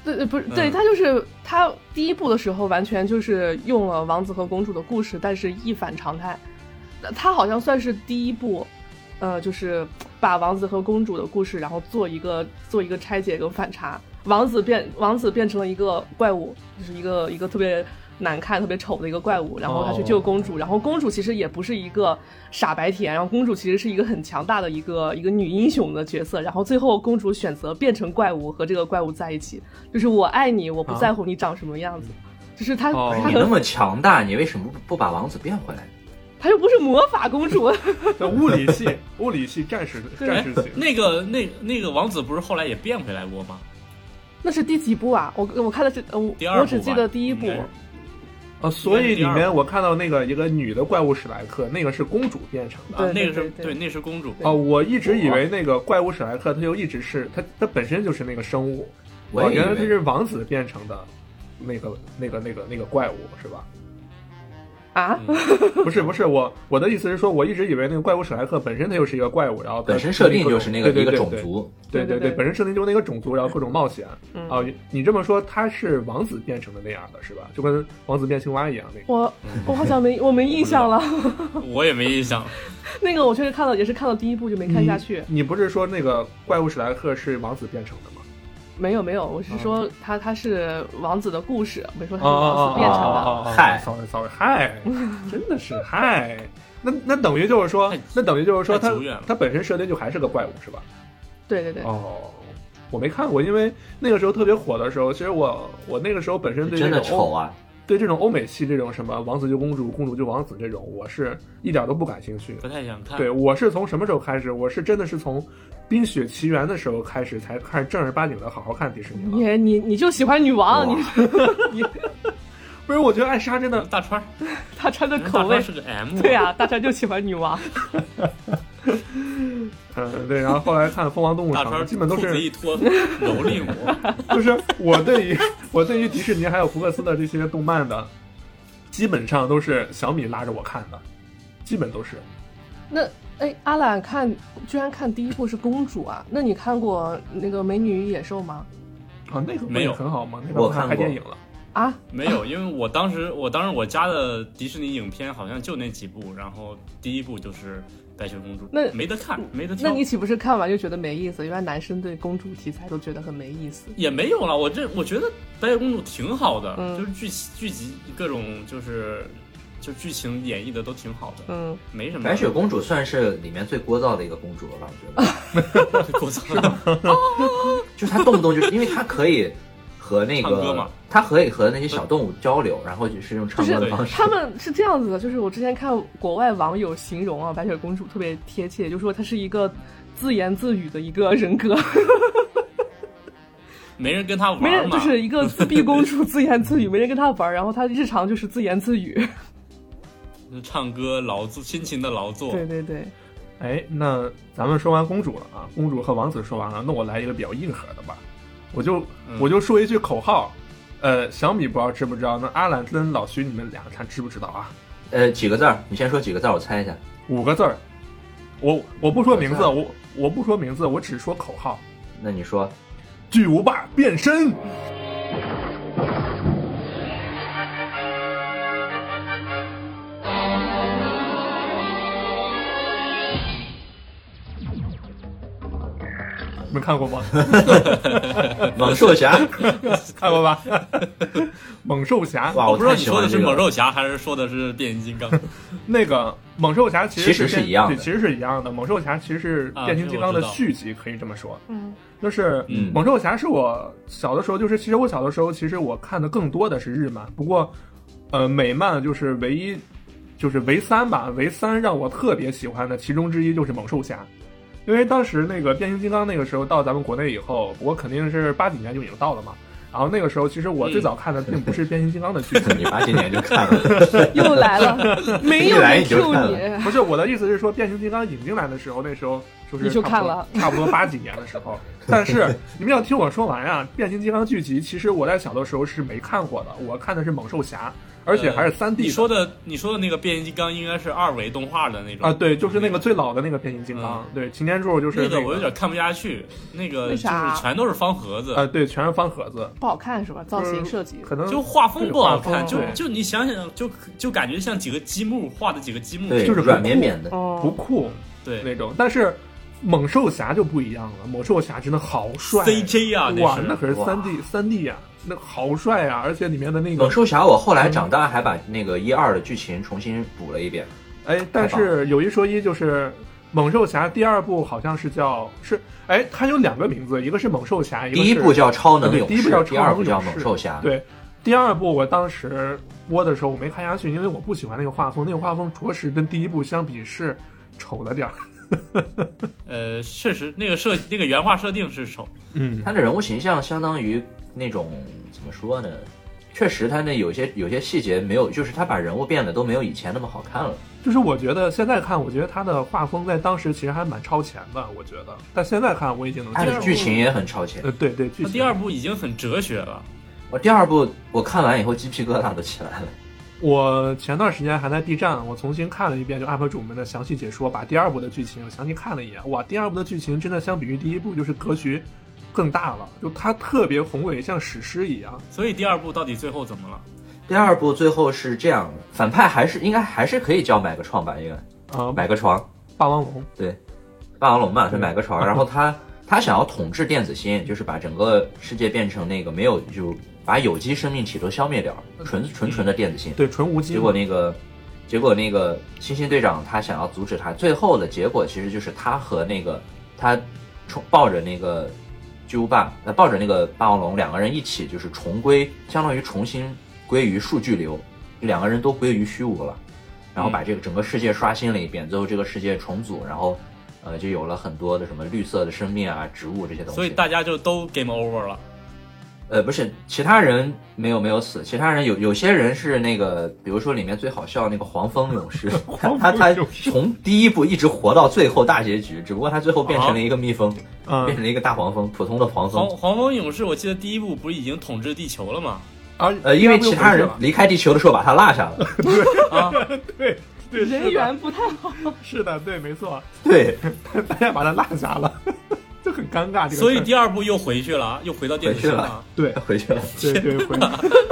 对，呃对不是，对
嗯
他就是他第一部的时候，完全就是用了王子和公主的故事，但是一反常态。他好像算是第一部，呃，就是把王子和公主的故事，然后做一个做一个拆解跟反差。王子变王子变成了一个怪物，就是一个一个特别难看、特别丑的一个怪物，然后他去救公主，然后公主其实也不是一个傻白甜，然后公主其实是一个很强大的一个一个女英雄的角色，然后最后公主选择变成怪物和这个怪物在一起，就是我爱你，我不在乎你长什么样子，就是她
哦
她
你
很
那么强大，你为什么不不把王子变回来？
她又不是魔法公主， *laughs*
那物理系，物理系战士，战士型。
那个那那个王子不是后来也变回来过吗？
那是第几部啊？我我看的是呃我
第二部
我只记得第一部
应，该是
啊，所以里
第
面
二
我看到那个一个女的怪物史莱克，那个是公主变成的。
对
啊那个是
对对
那是公主。 *laughs*
啊，我一直以为那个怪物史莱克，它就一直是它，它本身就是那个生物。
我
哦
也以
原来它
为
是王子变成的，那个那个那个那个怪物是吧？
啊，
不是不是，我我的意思是说，我一直以为那个怪物史莱克本身它就是一个怪物，然后它
本身设定就是那个
对对
一个
对
种
对
族，
对
对对
对，
对
本身设定就是那个种族，然后各种冒险。
嗯
哦
啊，你这么说，它是王子变成的那样的是吧？就跟王子变青蛙一样那个。
我我好像没我没印象了，
嗯我也没印象，
*laughs* 那个我确实看了，也是看了第一部就没看下去。
你不是说那个怪物史莱克是王子变成的吗？
没有没有，我是说他他是王子的故事，没说他
哦
是王子变
变
成
成
的。
了嗨
，sorry sorry，嗨，真的是嗨，那那等于就是说
太，
那等于就是说
太
他
久远了
他本身设定就还是个怪物是吧？
对对对，
哦，我没看过，因为那个时候特别火的时候，其实我我那个时候本身对这
真的
种
丑
欧
啊！
对这种欧美系这种什么王子救公主、公主救王子这种，我是一点都不感兴趣。
不太想看。
对，我是从什么时候开始？我是真的是从《冰雪奇缘》的时候开始才开始正儿八经的好好看迪士尼了。
你你你就喜欢女王，
哦
哇
你
不是，我觉得艾莎真的
大川儿，
他穿的
人家嗯
口
大川
味
儿是。个 M，
对啊，大家就喜欢女王。
嗯，对，然后后来看《疯狂动物
大
城
川》，儿
基本都
裤子一
是
脱蹂躏我。
就是我对于我对于迪士尼还有福克斯的这些动漫的，基本上都是小米拉着我看的。基本都是。
那哎，阿懒看居然看第一部是公主啊？那你看过那个《美女与野兽》吗？
啊，那个不
没
也
有
很好吗？那个
我
不是
看
拍
过
电影了。
啊，
没有，因为我当时我当时我家的迪士尼影片好像就那几部，然后第一部就是《白雪公主》，
那
没得看，没得挑。
那你岂不是看完就觉得没意思？原来男生对公主题材都觉得很没意思。
也没有了，我这我觉得《白雪公主》挺好的，
嗯
就是剧剧集各种就是就剧情演绎的都挺好的，
嗯，
没什么。
白雪公主算是里面最聒噪的一个公主了吧？我觉得，
我
*laughs*
操，
就是她动不动就，因为她可以和那
唱歌
个
嘛，
她可以和那些小动物交流，然后就是用
就
唱歌
是
的方式。
他们是这样子的，就是我之前看国外网友形容啊，白雪公主特别贴切，就说她是一个自言自语的一个人 *laughs* 格，
没人跟她
没
玩
人
嘛，
就是一个自闭公主自言自语，没人跟她玩儿，然后她日常就是自言自语。
唱歌劳作，辛勤的劳作。
*laughs* 对对对，
哎，那咱们说完公主了啊，公主和王子说完了，那我来一个比较硬核的吧，我就、
嗯
我就说一句口号，呃，小米不知道知不知道，那阿兰跟老徐你们俩看知不知道啊？
呃，几个字儿，你先说几个字儿，我猜一下。
五个字儿，我我不说名字，
五
我我不说名字，我只说口号，
那你说，
巨无霸变身。没看过
*laughs*
吗？呃
猛兽侠，
看过吧？ *laughs* 猛兽侠，
哇，
我不知道
太
你
喜
说
欢
的
这
是
个
猛兽侠还是说的是变形金
*laughs*
刚，
那个猛兽侠其实
其实是
变
一样的
对，其实是一样的。猛兽侠其实是
啊
变形金刚的
这个我知
续集，可以这么说。
嗯，
就是
嗯
猛兽侠是我小的时候，就是其实我小的时候，其实我看的更多的是日漫，不过，呃，美漫就是唯一，就是唯三吧，唯三让我特别喜欢的其中之一就是猛兽侠，因为当时那个变形金刚那个时候到咱们国内以后，我肯定是八几年就已经到了嘛。然后那个时候，其实我最早看的并不是变形金刚的剧情，
你八几年就
*laughs*
看了，
又来了， *laughs* 没有
一来
人
你就
Q
看
你。
不是我的意思是说，变形金刚引进来的时候，那时候就是
你就
差
看
不多
了
差不多八几年的时
*laughs*
候。但是你们要听我说完啊，变形金刚剧集其实我在小的时候是没看过的，我看的是猛兽侠，而且还是三 D
呃你说的你说的那个变形金刚应该是二维动画的那种
啊，对，就是那个最老的那个变形金刚，对，擎天柱就是
嗯那
个
个我有点看不下去，那个
为
就
啥
是全都是方盒子，
啊，对，全是方盒子，
不好看是吧？造型设计，
可能
就画风不好看，
对
就
画风
就你想想，就就感觉像几个积木画的几个积木，
对，
就是
软绵绵
*laughs*
的。
哦，
不酷
对
那种，但是。猛兽侠就不一样了，猛兽侠真的好帅
，CJ 啊，
哇，那
那是
可是
哇
三 D 三 D 呀，那好帅啊！而且里面的那个
猛兽侠，我后来长大还把那个一二的剧情重新补了一遍。
哎，但是有一说一，就是《猛兽侠》第二部好像是叫是，哎，它有两个名字，一个是《猛兽侠》，一个
第
是
一部叫超能
啊对
勇
第一部
士
叫，
第
超
二
能
部叫
勇士
猛兽侠。
对。第二部我当时播的时候我没看下去，因为我不喜欢那个画风，那个画风着实跟第一部相比是丑了点儿。
呃，确实那个设那个原画设定是丑，
嗯，
他的人物形象相当于那种怎么说呢？确实，他那有些有些细节没有，就是他把人物变得都没有以前那么好看了。
*laughs* 就是我觉得现在看，我觉得它的画风在当时其实还蛮超前的，我觉得。但现在看我已经能
他
接
的
受。
剧情也很超前。
呃，对对，剧
那
情。
哦第二部已经很哲学了，
我第二部我看完以后鸡皮疙瘩都起来了。
我前段时间还在 B 站，我重新看了一遍就 UP 主们的详细解说，把第二部的剧情我详细看了一眼。哇，第二部的剧情真的相比于第一部就是格局更大了，就它特别宏伟，像史诗一样。
所以第二部到底最后怎么了？
第二部最后是这样的，反派还是应该还是可以叫买个创吧，应该
啊、
买个床，
霸王龙，
霸王龙嘛，是买个床，然后他他想要统治电子星，就是把整个世界变成那个没有就把有机生命体都消灭掉，纯纯纯的电子星。
对，纯无机
结。果那个，结果那个星星队长他想要阻止他，最后的结果其实就是他和那个他冲抱着那个巨无霸，呃，抱着那个霸王龙，两个人一起就是重归，相当于重新归于数据流，就两个人都归于虚无了，
嗯
然后把这个整个世界刷新了一遍，最后这个世界重组，然后呃就有了很多的什么绿色的生命啊、植物这些东西。
所以大家就都 game over 了，
呃，不是，其他人没有没有死，其他人有有些人是那个，比如说里面最好笑那个黄蜂勇士，他他他从第一部一直活到最后大结局，只不过他最后变成了一个蜜蜂，变
嗯，
成了一个大黄蜂，普通的黄
黄
蜂。
黄蜂勇士，我记得第一部不是已经统治地球了吗？
而
呃，因为其他
第二
人
部又回去了
离开地球的时候把他落下了，
啊，
对，对，是
人
的
缘不太好。
是的，对，没错，
*laughs* 对，
大家把他落下了， *laughs* 就很尴尬。这个事儿
所以第二部又回去了，又回到电子城
回去
了。
对
回去了。
对对回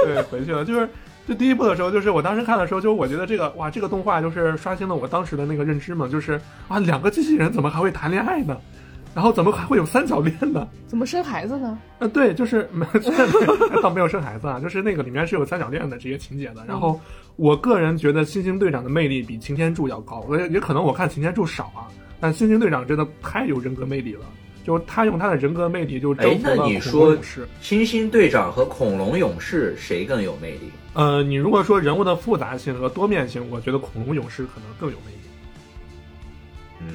对回去了，就是就第一部的时候，就是我当时看的时候，就是我觉得这个哇，这个动画就是刷新了我当时的那个认知嘛，就是啊，两个机器人怎么还会谈恋爱呢？然后怎么还会有三角恋呢？
怎么生孩子呢？
啊，对，就是没倒没有生孩子啊，就是那个里面是有三角恋的这些情节的。然后我个人觉得星星队长的魅力比擎天柱要高，我也也可能我看擎天柱少啊，但星星队长真的太有人格魅力了，就他用他的人格魅力就征
哎，
服
那
了
你
恐龙
说
勇士。
星星队长和恐龙勇士谁更有魅力？
呃，你如果说人物的复杂性和多面性，我觉得恐龙勇士可能更有魅力，
嗯，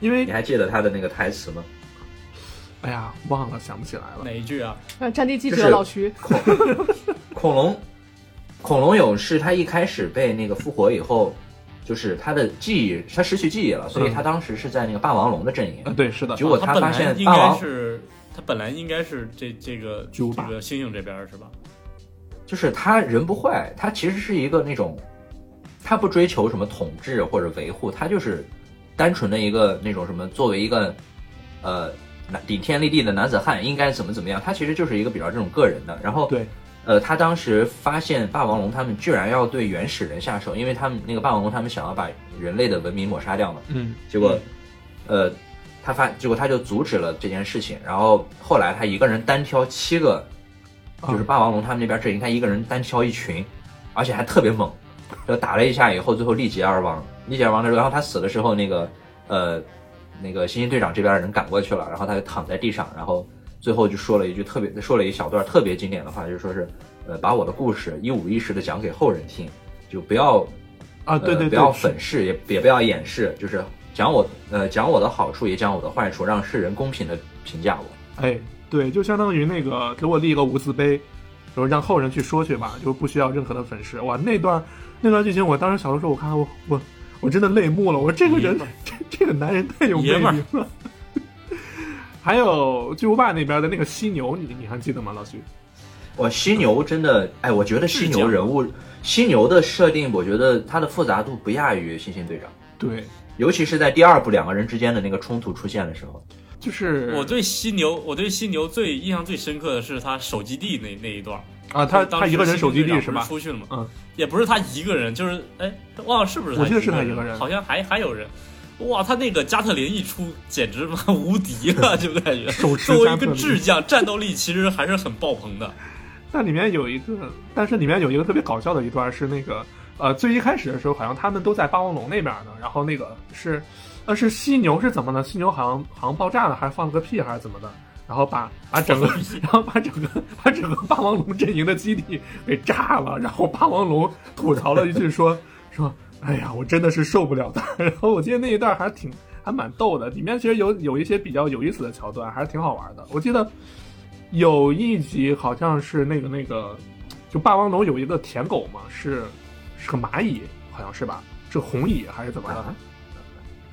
因
你
为
还记得他的那个台词吗？
哎呀忘了想不起来了
哪。一句啊？
让呃战地记
就
者
是
老徐，
恐恐龙恐龙勇士他一开始被那个复活以后，就是他的记忆，他失去记忆了，所以他当时是在那个霸王龙的阵营。
啊，嗯对，是的
结，果
他本
发
来
现
应
霸
该
王
是他本来应该是这这个
巨无霸
这个星星这边儿是吧？
就是他人不坏，他其实是一个那种，他不追求什么统治或者维护，他就是单纯的一个那种什么，作为一个呃男顶天立地的男子汉应该怎么怎么样，他其实就是一个比较这种个人的。然后
对，
呃，他当时发现霸王龙他们居然要对原始人下手，因为他们那个霸王龙他们想要把人类的文明抹杀掉嘛。
嗯，
结果，呃，他发结果他就阻止了这件事情。然后后来他一个人单挑七个，
啊
就是霸王龙他们那边阵营，他一个人单挑一群，而且还特别猛。就打了一下以后，最后力竭而亡。力竭而亡的时候，然后他死的时候，那个呃，那个星星队长这边的人赶过去了，然后他就躺在地上，然后最后就说了一句特别，说了一小段特别经典的话，就说是呃，把我的故事一五一十的讲给后人听，就不要
啊，对
呃
对
不
对，
要
是
粉饰，也也不要掩饰，就是讲我呃讲我的好处，也讲我的坏处，让世人公平的评价我。
哎，对，就相当于那个给我立一个无字碑，然后让后人去说去吧，就不需要任何的粉饰。哇，那段那段剧情，我当时小的时候，我看我我我真的泪目了。我这个人
爷们儿，
这 *laughs* 这个男人太有魅
爷们
力了。 *laughs* 还有巨无霸那边的那个犀牛，你你还记得吗，老徐？
哇，犀牛真的，哎，我觉得犀
是这
牛
样
人物，犀牛的设定，我觉得它的复杂度不亚于猩猩队长，
对，
尤其是在第二部两个人之间的那个冲突出现的时候，
就是
我对犀牛，我对犀牛最印象最深刻的是他守基地那那一段儿。
啊，他
就是当
他
时
一个人守基
星
地
星队长
是
不
吧？
出去了吗？
嗯，
也不是他一个人，就是哎，忘了是不是？
我记得是他
一
一个人
好像还还有人。哇，他那个加特林一出，简直妈 *laughs* 无敌了，就感觉。
手持
作为
加
一
特
个
林
智。将，战斗力其实还是很爆棚的。
那里面有一个，但是里面有一个特别搞笑的一段是那个，呃，最一开始的时候好像他们都在霸王龙那边呢，然后那个是，呃，是犀牛是怎么呢？犀牛好像好像爆炸了，还是放了个屁还是怎么的？然后把把整个，然后把整个把整个霸王龙阵营的基地给炸了，然后霸王龙吐槽了一句说说，哎呀，我真的是 *laughs* 受不了他。然后我记得那一段还挺还蛮逗的，里面其实有有一些比较有意思的桥段，还是挺好玩的。我记得有一集好像是那个那个，就霸王龙有一个舔狗嘛，是是个蚂蚁，好像是吧？是红蚁还是怎么的？
啊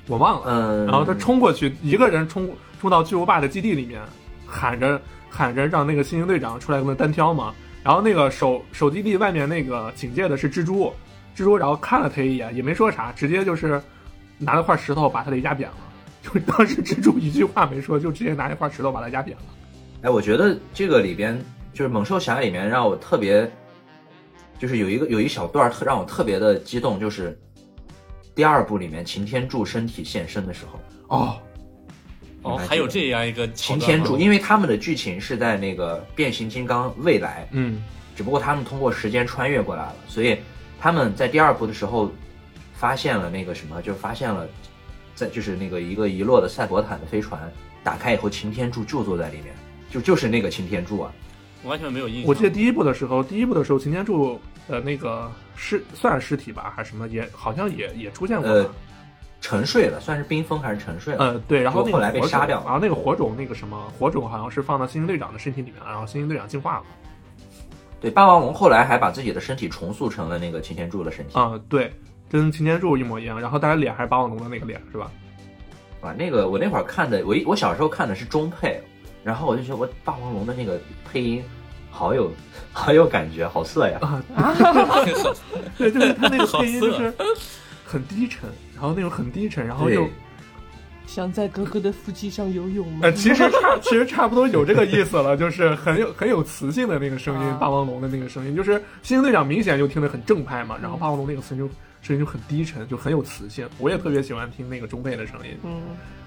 我忘了。
嗯，
然后他冲过去，一个人冲冲到巨无霸的基地里面，喊着喊着让那个新星队长出来跟他单挑嘛。然后那个守守基地外面那个警戒的是蜘蛛，蜘蛛然后看了他一眼，也没说啥，直接就是拿了块石头把他给压扁了。就当时蜘蛛一句话没说，就直接拿一块石头把他压扁了。
哎，我觉得这个里边就是《猛兽侠》里面让我特别，就是有一个有一小段儿特让我特别的激动，就是第二部里面擎天柱身体现身的时候，
哦，
哦
你还记，得
还有这样一个桥
擎
段嗯
天
吗
柱，因为他们的剧情是在那个变形金刚未来，
嗯，
只不过他们通过时间穿越过来了，所以他们在第二部的时候发现了那个什么，就发现了在就是那个一个遗落的赛博坦的飞船，打开以后擎天柱就坐在里面，就就是那个擎天柱啊。
我完全没有印象。
我记得第一部的时候，第一部的时候擎天柱的那个尸算是尸体吧，还是什么，也好像也也出现
嗯
过吧。
呃沉睡了，算是冰封还是沉 *laughs* 睡了？
呃，对，然后那个
后来被
火种
杀掉了
然后那个火种那个什么火种好像是放到猩猩队长的身体里面，然后猩猩队长进化了。
对，呃霸王龙后来还把自己的身体重塑成了那个擎天柱的身体。
啊、对，跟擎天柱一模一样。然后大家脸还是霸王龙的那个脸是吧？
啊，那个我那会儿看的，我一我小时候看的是中配，然后我就觉得我霸王龙的那个配音好有
哦
好有感觉，好色呀！
*laughs* 对，就是他那个配音就是
好色
很低沉，然后那种很低沉，然后
*laughs*
又
对，
想在哥哥的腹肌上游泳吗
呃，？其实差其实差不多有这个意思了，就是很有很有磁性的那个声音
啊，
霸王龙的那个声音，就是新星队长明显就听得很正派嘛，然
嗯
后霸王龙那个声音就声音就很低沉，就很有磁性，我也特别喜欢听那个中配的声音，
嗯，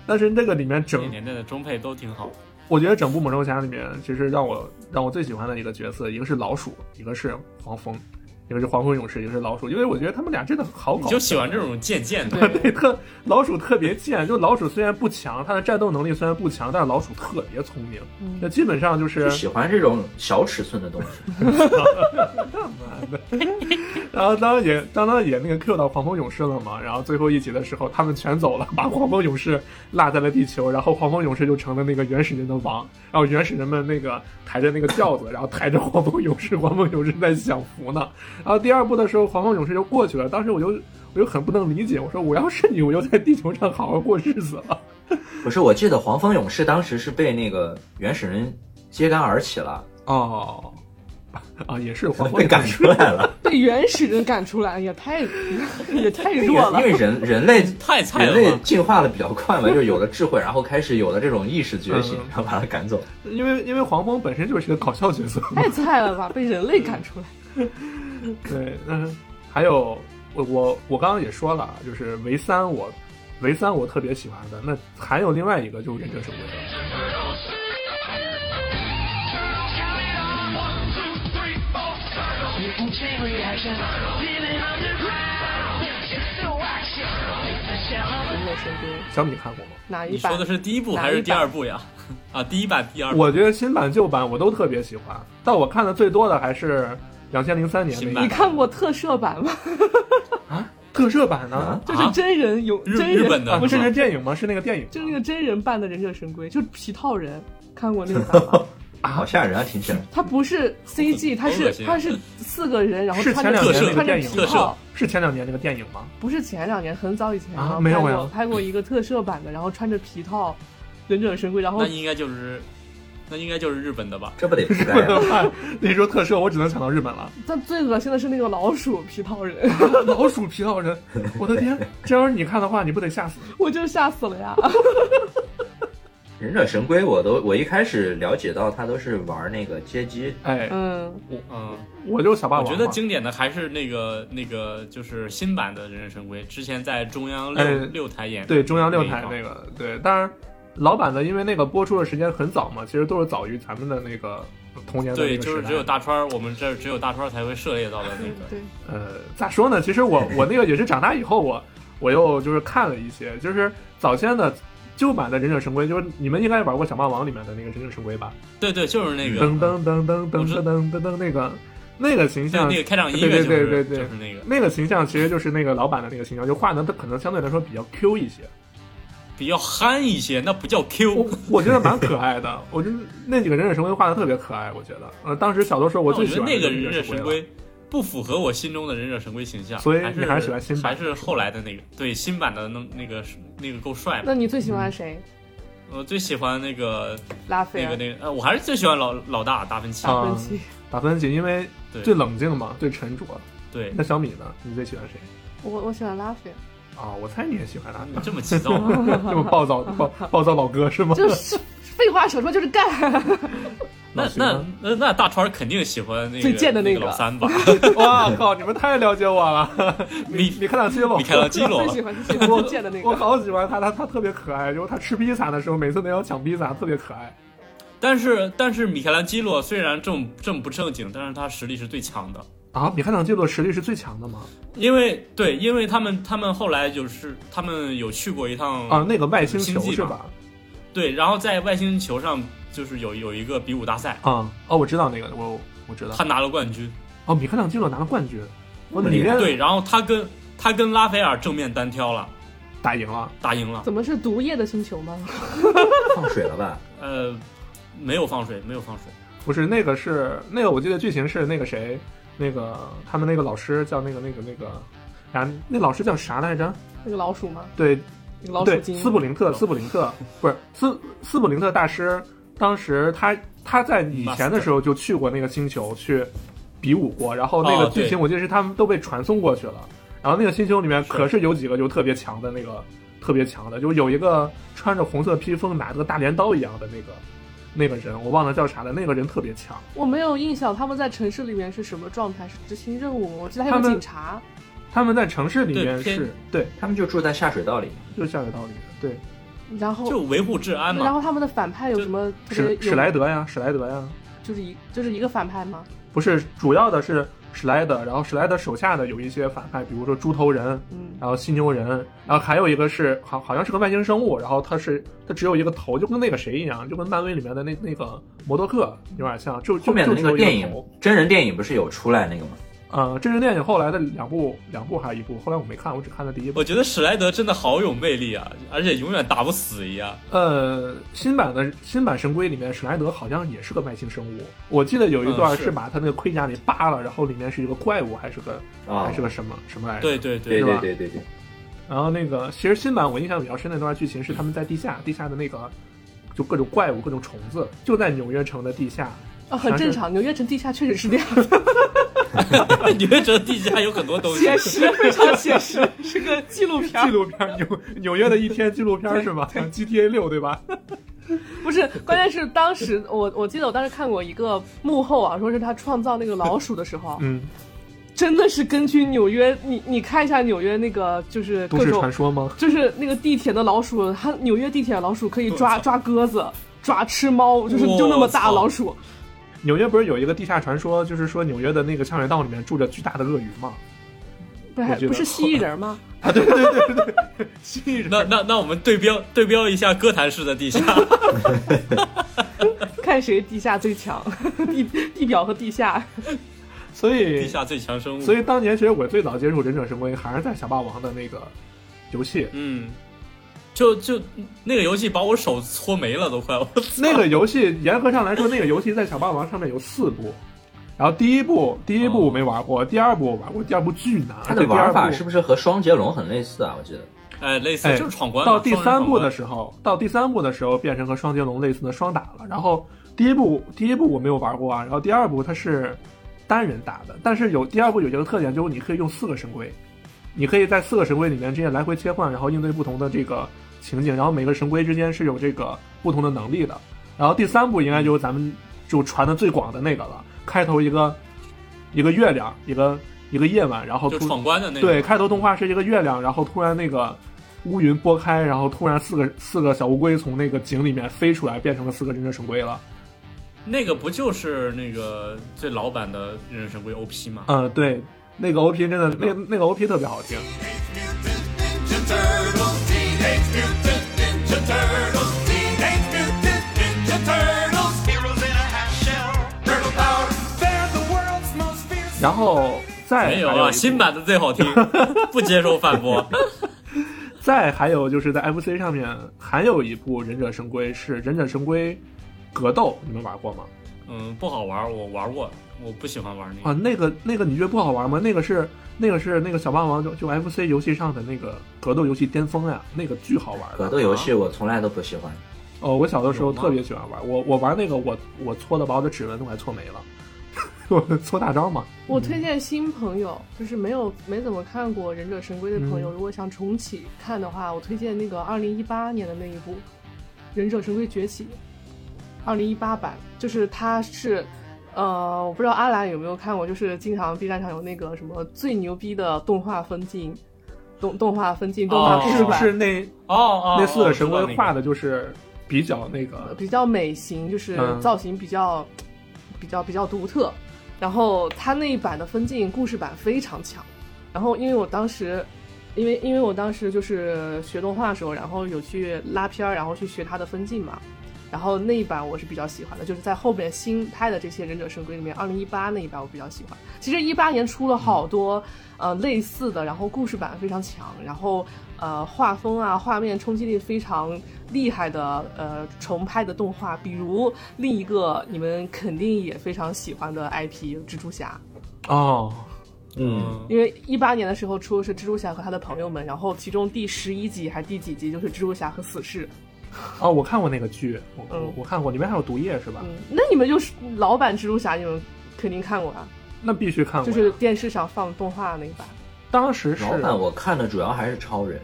但是那个里面整
那年代的中配都挺好。
我觉得整部《猛兽侠》里面，其实让我让我最喜欢的一个角色，一个是老鼠，一个是黄蜂，一个是黄昏勇士，一个是老鼠，因为我觉得他们俩真的好
你
搞
就。喜欢这种贱贱的，
*laughs*
对，
对，特老鼠特别贱，就老鼠虽然不强，它的战斗能力虽然不强，但是老鼠特别聪明，那基本上嗯就是
就喜欢这种小尺寸的东西。
然后当然也当然也那个 Q 到黄蜂勇士了嘛，然后最后一集的时候他们全走了，把黄蜂勇士落在了地球，然后黄蜂勇士就成了那个原始人的王，然后原始人们那个抬着那个轿子，然后抬着黄蜂勇士，黄蜂勇士在享福呢。然后第二部的时候黄蜂勇士就过去了，当时我就我就很不能理解，我说我要是你，我就在地球上好好过日子了。
不是，我记得黄蜂勇士当时是被那个原始人揭竿而起了，
哦，啊也是黄蜂
被
勇
赶
士
出来了。
*laughs*
被原始人赶出来也太也太
因
弱了
为因为。人人
*laughs*
类
太菜
人
了
类
吧？
进化的比较快嘛，就有了智慧，然后开始有了这种意识觉醒
嗯，
然后把他赶走。
因为因为黄蜂本身就是一个搞笑角色嘛，
太菜了吧！被人类赶出来，
对，嗯，还有我我我刚刚也说了啊，就是维三我维三我特别喜欢的，那还有另外一个就是忍者神龟了。
人类神龟
小米看过吗？
哪一
你
版？
说的是第一部还是第二部呀？ *laughs* 啊，第一版、第二部。
我觉得新版旧版我都特别喜欢，但我看的最多的还是两千零三年的
新
一
版
你
个
看过特摄版吗？
特摄版呢。
啊
就是真人有
日
真人
日本的
啊，不是
是吗
那电影吗？是那个电影
就那个真人扮的忍者神龟，就皮套人，看过那个版
*laughs*
吗？
好吓人啊！
*laughs*
听起来，
它不是 CG，它
多
是
恶心
它是四个人，然后
是
穿
前两
着
年那个
穿着
电影
皮
特
套
摄，
是前两年那个电影吗？
不是前两年，很早以前
啊
然后
没有
拍
没
过
有
拍过一个特摄版的，然后穿着皮套忍者神龟，然后
那应该就是，那应该就是日本的吧？
这不得
*laughs*
不在啊
那时候特摄，我只能想到日本了。 *laughs*
但最恶心的是那个老鼠皮套人，
老鼠皮套人，我的天！这要是你看的话，你不得吓死？
我就吓死了呀！
忍者神龟，我都我一开始了解到他都是玩那个街机，
哎，
嗯，
嗯，
我就是小霸
我
王嘛。
觉得经典的还是那个那个，就是新版的《人人神龟》，之前在中央
哎
六六台演。
对中央六台
那
那
个。
个，对，当然老版的因为那个播出的时间很早嘛，其实都是早于咱们的那个童年的那
对，
个
就
时
是
代。
只有大川儿，我们这儿只有大川儿才会涉猎到的那个。
对，
呃，咋说呢？其实我我那个也是长大以后我我又就是看了一些，就是早先的旧版的忍者神龟，就是你们应该玩过小霸王里面的那个忍者神龟吧？
对对，就是那个，
噔噔噔噔噔噔噔噔噔那个那个形
对
象
那个开场音乐就
对对对
是
对
就
对
是那个
那个形象其实就是那个老版的那个形象，就画的可能相对来说比较 Q 一些，
比较憨一些，那不叫 Q
我。我觉得蛮可爱的，我觉得那几个忍者神龟画的特别可爱，我觉得。呃，当时小的时候我
但我
最
觉
喜
得
欢
那个
忍
忍者神
神了。
龟不符合我心中的忍者神龟形象，
所以
还
你还是喜欢新版
还是后来的那个，对新版的那那个那个够帅嘛。
那你最喜欢谁？
我最喜欢那个
拉斐
那
尔
个、那个，呃，我还是最喜欢老老大达芬奇。
啊
达芬奇。
打分几，因为
对
最冷静嘛，最沉着。
对，
那小米呢？你最喜欢谁？
我我喜欢拉斐尔，
啊， *laughs* 我猜你也喜欢他，
你这么急躁吗，
*laughs* 这么暴躁
*laughs*
暴暴躁老哥是吗？
就是 *laughs* 废话少说就是干。
那
老徐
那
呢
那那大川儿肯定喜欢那个
最贱的那
*laughs* 那
个
老三
*laughs*
吧？
哇靠，你们太了解我了。
米
米开朗基罗，
米开朗
*laughs*
基罗
最喜欢 *laughs* 最喜欢
我
最贱的那
我
个。
好喜欢他，他他特别可爱，就是他吃披萨的时候，每次都要抢披萨，特别可爱。
但是但是米开朗基罗虽然正正不正经，但是他实力是最强的。
啊，米开朗基罗实力是最强的吗？
因为对，因为他们他们后来就是他们有去过一趟
啊，那个外星
嗯星
球
际
是
嘛
吧？
对，然后在外星球上就是有有一个比武大赛，
啊，哦，我知道那个，我我知道
他。拿了冠军。
哦，米开朗基罗拿了冠军，我
么
里
厉害
面
对，然后他跟他跟拉斐尔正面单挑了，
打赢了。
打赢了。
怎么是毒液的星球吗？
放水了吧？ *laughs*
呃，没有放水，没有放水。
不是那个是那个，我记得剧情是那个谁，那个他们那个老师叫那个那个那个，然后那老师叫啥来着？
那个老鼠吗？
对
那个老鼠
对，
精
斯。普林特，斯普林特不是斯斯普林特大师，当时他他在以前的时候就去过那个星球去比武过，然后那个
哦对
剧情我记得是他们都被传送过去了。然后那个新秀里面可是有几个就特别强的那个，特别强的，就有一个穿着红色披风拿着个大镰刀一样的那个那个人，我忘了叫啥了，那个人特别强。
我没有印象他们在城市里面是什么状态，是执行任务吗？我记得还
他
有
们
警察。
他们在城市里面
对偏
是对，
他们就住在下水道里，
就是下水道里面，对，
然
哦
后
就维护治安
然
嘛。
后他们的反派有什么特别
史
有？
史莱德呀，史莱德呀，
就是一就是一个反派吗？
不是主要的是史莱德，然后史莱德手下的有一些反派，比如说猪头人，
嗯，
然后犀牛人，然后还有一个是好好像是个外星生物，然后它是它只有一个头，就跟那个谁一样，就跟漫威里面的那那个摩托克有点像，就就
后面的
就
那
只有
个
一
电
头
影。真人电影不是有出来那个吗？
呃，真人电影后来的两部两部还有一部，后来我没看，我只看了第一部
我。觉得史莱德真的好有魅力啊，而且永远打不死一样。
呃，新版的新版神龟里面史莱德好像也是个外星生物，我记得有一段
嗯
是
是
把他那个盔甲给扒了，然后里面是一个怪物还是个
啊
还，是个什么什么来着？
对对对
对
是
对
吧
对对对，
然后那个，其实新版我印象比较深的那段剧情是他们在地下，地下的那个就各种怪物、各种虫子，就在纽约城的地下。
啊，很
反正
正常。纽约城地下确实是这样，
*laughs* 你会觉得地下有很多
*laughs*
东西。
写实非常写实，是个纪录片
纪
儿。
录片《纽纽约的一天》纪录片是吧？GTA 六对吧？
不是，关键是当时 *laughs* 我我记得我当时看过一个幕后啊，说是他创造那个老鼠的时候， *laughs*
嗯，
真的是根据纽约，你你看一下纽约那个就是
都
各
市
种
传说吗？
就是那个地铁的老鼠，它纽约地铁的老鼠可以抓
我操
抓鸽子、抓吃猫，就是
我
就那么大
操
老鼠。
纽约不是有一个地下传说，就是说纽约的那个下水道里面住着巨大的鳄鱼吗？
不
我
是
觉得
不是蜥蜴人吗？
啊，对对对对对，蜥蜴人。
那那那我们对标对标一下哥谭市的地下，
*laughs*
看谁地下最强， *laughs* 地地表和地下。
所以
地下最强生物。
所以当年其实我最早接触忍者神龟还是在小霸王的那个游戏，
嗯，就就那个游戏把我手搓没了都快，我
那个游戏严格上来说，那个游戏在小霸王上面有四部，然后第一部第一部我没玩过，第二部我玩过，第二部巨难，
哦它
而
的
且第
玩
二
法
部
是不是和双截龙很类似啊？我记得
哎类似
哎
就是闯关嘛。
到第三部的
时
时候，到第三部的时候变成和双截龙类似的双打了。然后第一部第一部我没有玩过啊，然后第二部它是单人打的，但是有第二部有一个特点就是你可以用四个神龟，你可以在四个神龟里面之间来回切换，然后应对不同的这个情景，然后每个神龟之间是有这个不同的能力的。然后第三部应该就是咱们就传的最广的那个了，开头一个一个月亮，一个一个夜晚，然后
就
突
闯关的那个
哦对，开头动画是一个月亮，然后突然那个乌云拨开，然后突然四个四个小乌龟从那个井里面飞出来，变成了四个忍者神龟了。
那个不就是那个最老版的《忍者神龟》OP 吗？
嗯，对，那个 OP 真的，那那个 OP 特别好听。然后再
没有
哎还一
啊，
部
新版的最
*laughs*
好听，不接受反驳。
再还有就是在 FC 上面还有一部忍者神龟是忍者神龟格斗，你们玩过吗？
嗯，不好玩，我玩过，我不喜欢玩那
啊，
个。
那个那个你觉得不好玩吗？那个是那个是那个小霸王就就 FC 游戏上的那个格斗游戏巅峰呀，那个巨好玩的。
格斗游
啊
戏我从来都不喜欢，
哦，我小的时候
有吗
特别喜欢玩，我我玩那个我我搓的把我的指纹都快搓没了， *laughs* 我搓大招嘛。
我推荐新朋友，就是没有没怎么看过《忍者神龟》的朋友，如果想重启看的话，我推荐那个二零一八年的那一部《忍者神龟崛起》，二零一八版，就是它是。呃，我不知道阿兰有没有看过，就是经常 B 站上有那个什么最牛逼的动画分镜，动动画分镜动画
哦
故事
是不
版
是那
哦哦，
那四
哦
个神龟画，
我知道那
的就是比较那
呃
个？
比较美型，就是
嗯
造型比较、比较比较独特。然后他那一版的分镜故事版非常强。然后因为我当时，因为因为我当时就是学动画的时候，然后有去拉片儿，然后去学他的分镜嘛。然后那一版我是比较喜欢的，就是在后面新拍的这些《忍者神龟》里面，二零一八那一版我比较喜欢。其实一八年出了好多、呃类似的，然后故事版非常强，然后呃画风啊画面冲击力非常厉害的呃重拍的动画，比如另一个你们肯定也非常喜欢的 IP《蜘蛛侠》。
哦，
个
嗯，
嗯
因为一八年的时候出的是蜘蛛侠和他的朋友们，然后其中第十一集还是第几集就是蜘蛛侠和死侍。
哦，我看过那个剧，我我
嗯
我看过，里面还有毒液是吧？
嗯，那你们就是老版蜘蛛侠，你们肯定看过啊，
那必须看过呀。
就是电视上放动画那一版。
当时是
老板，我看的主要还是超人，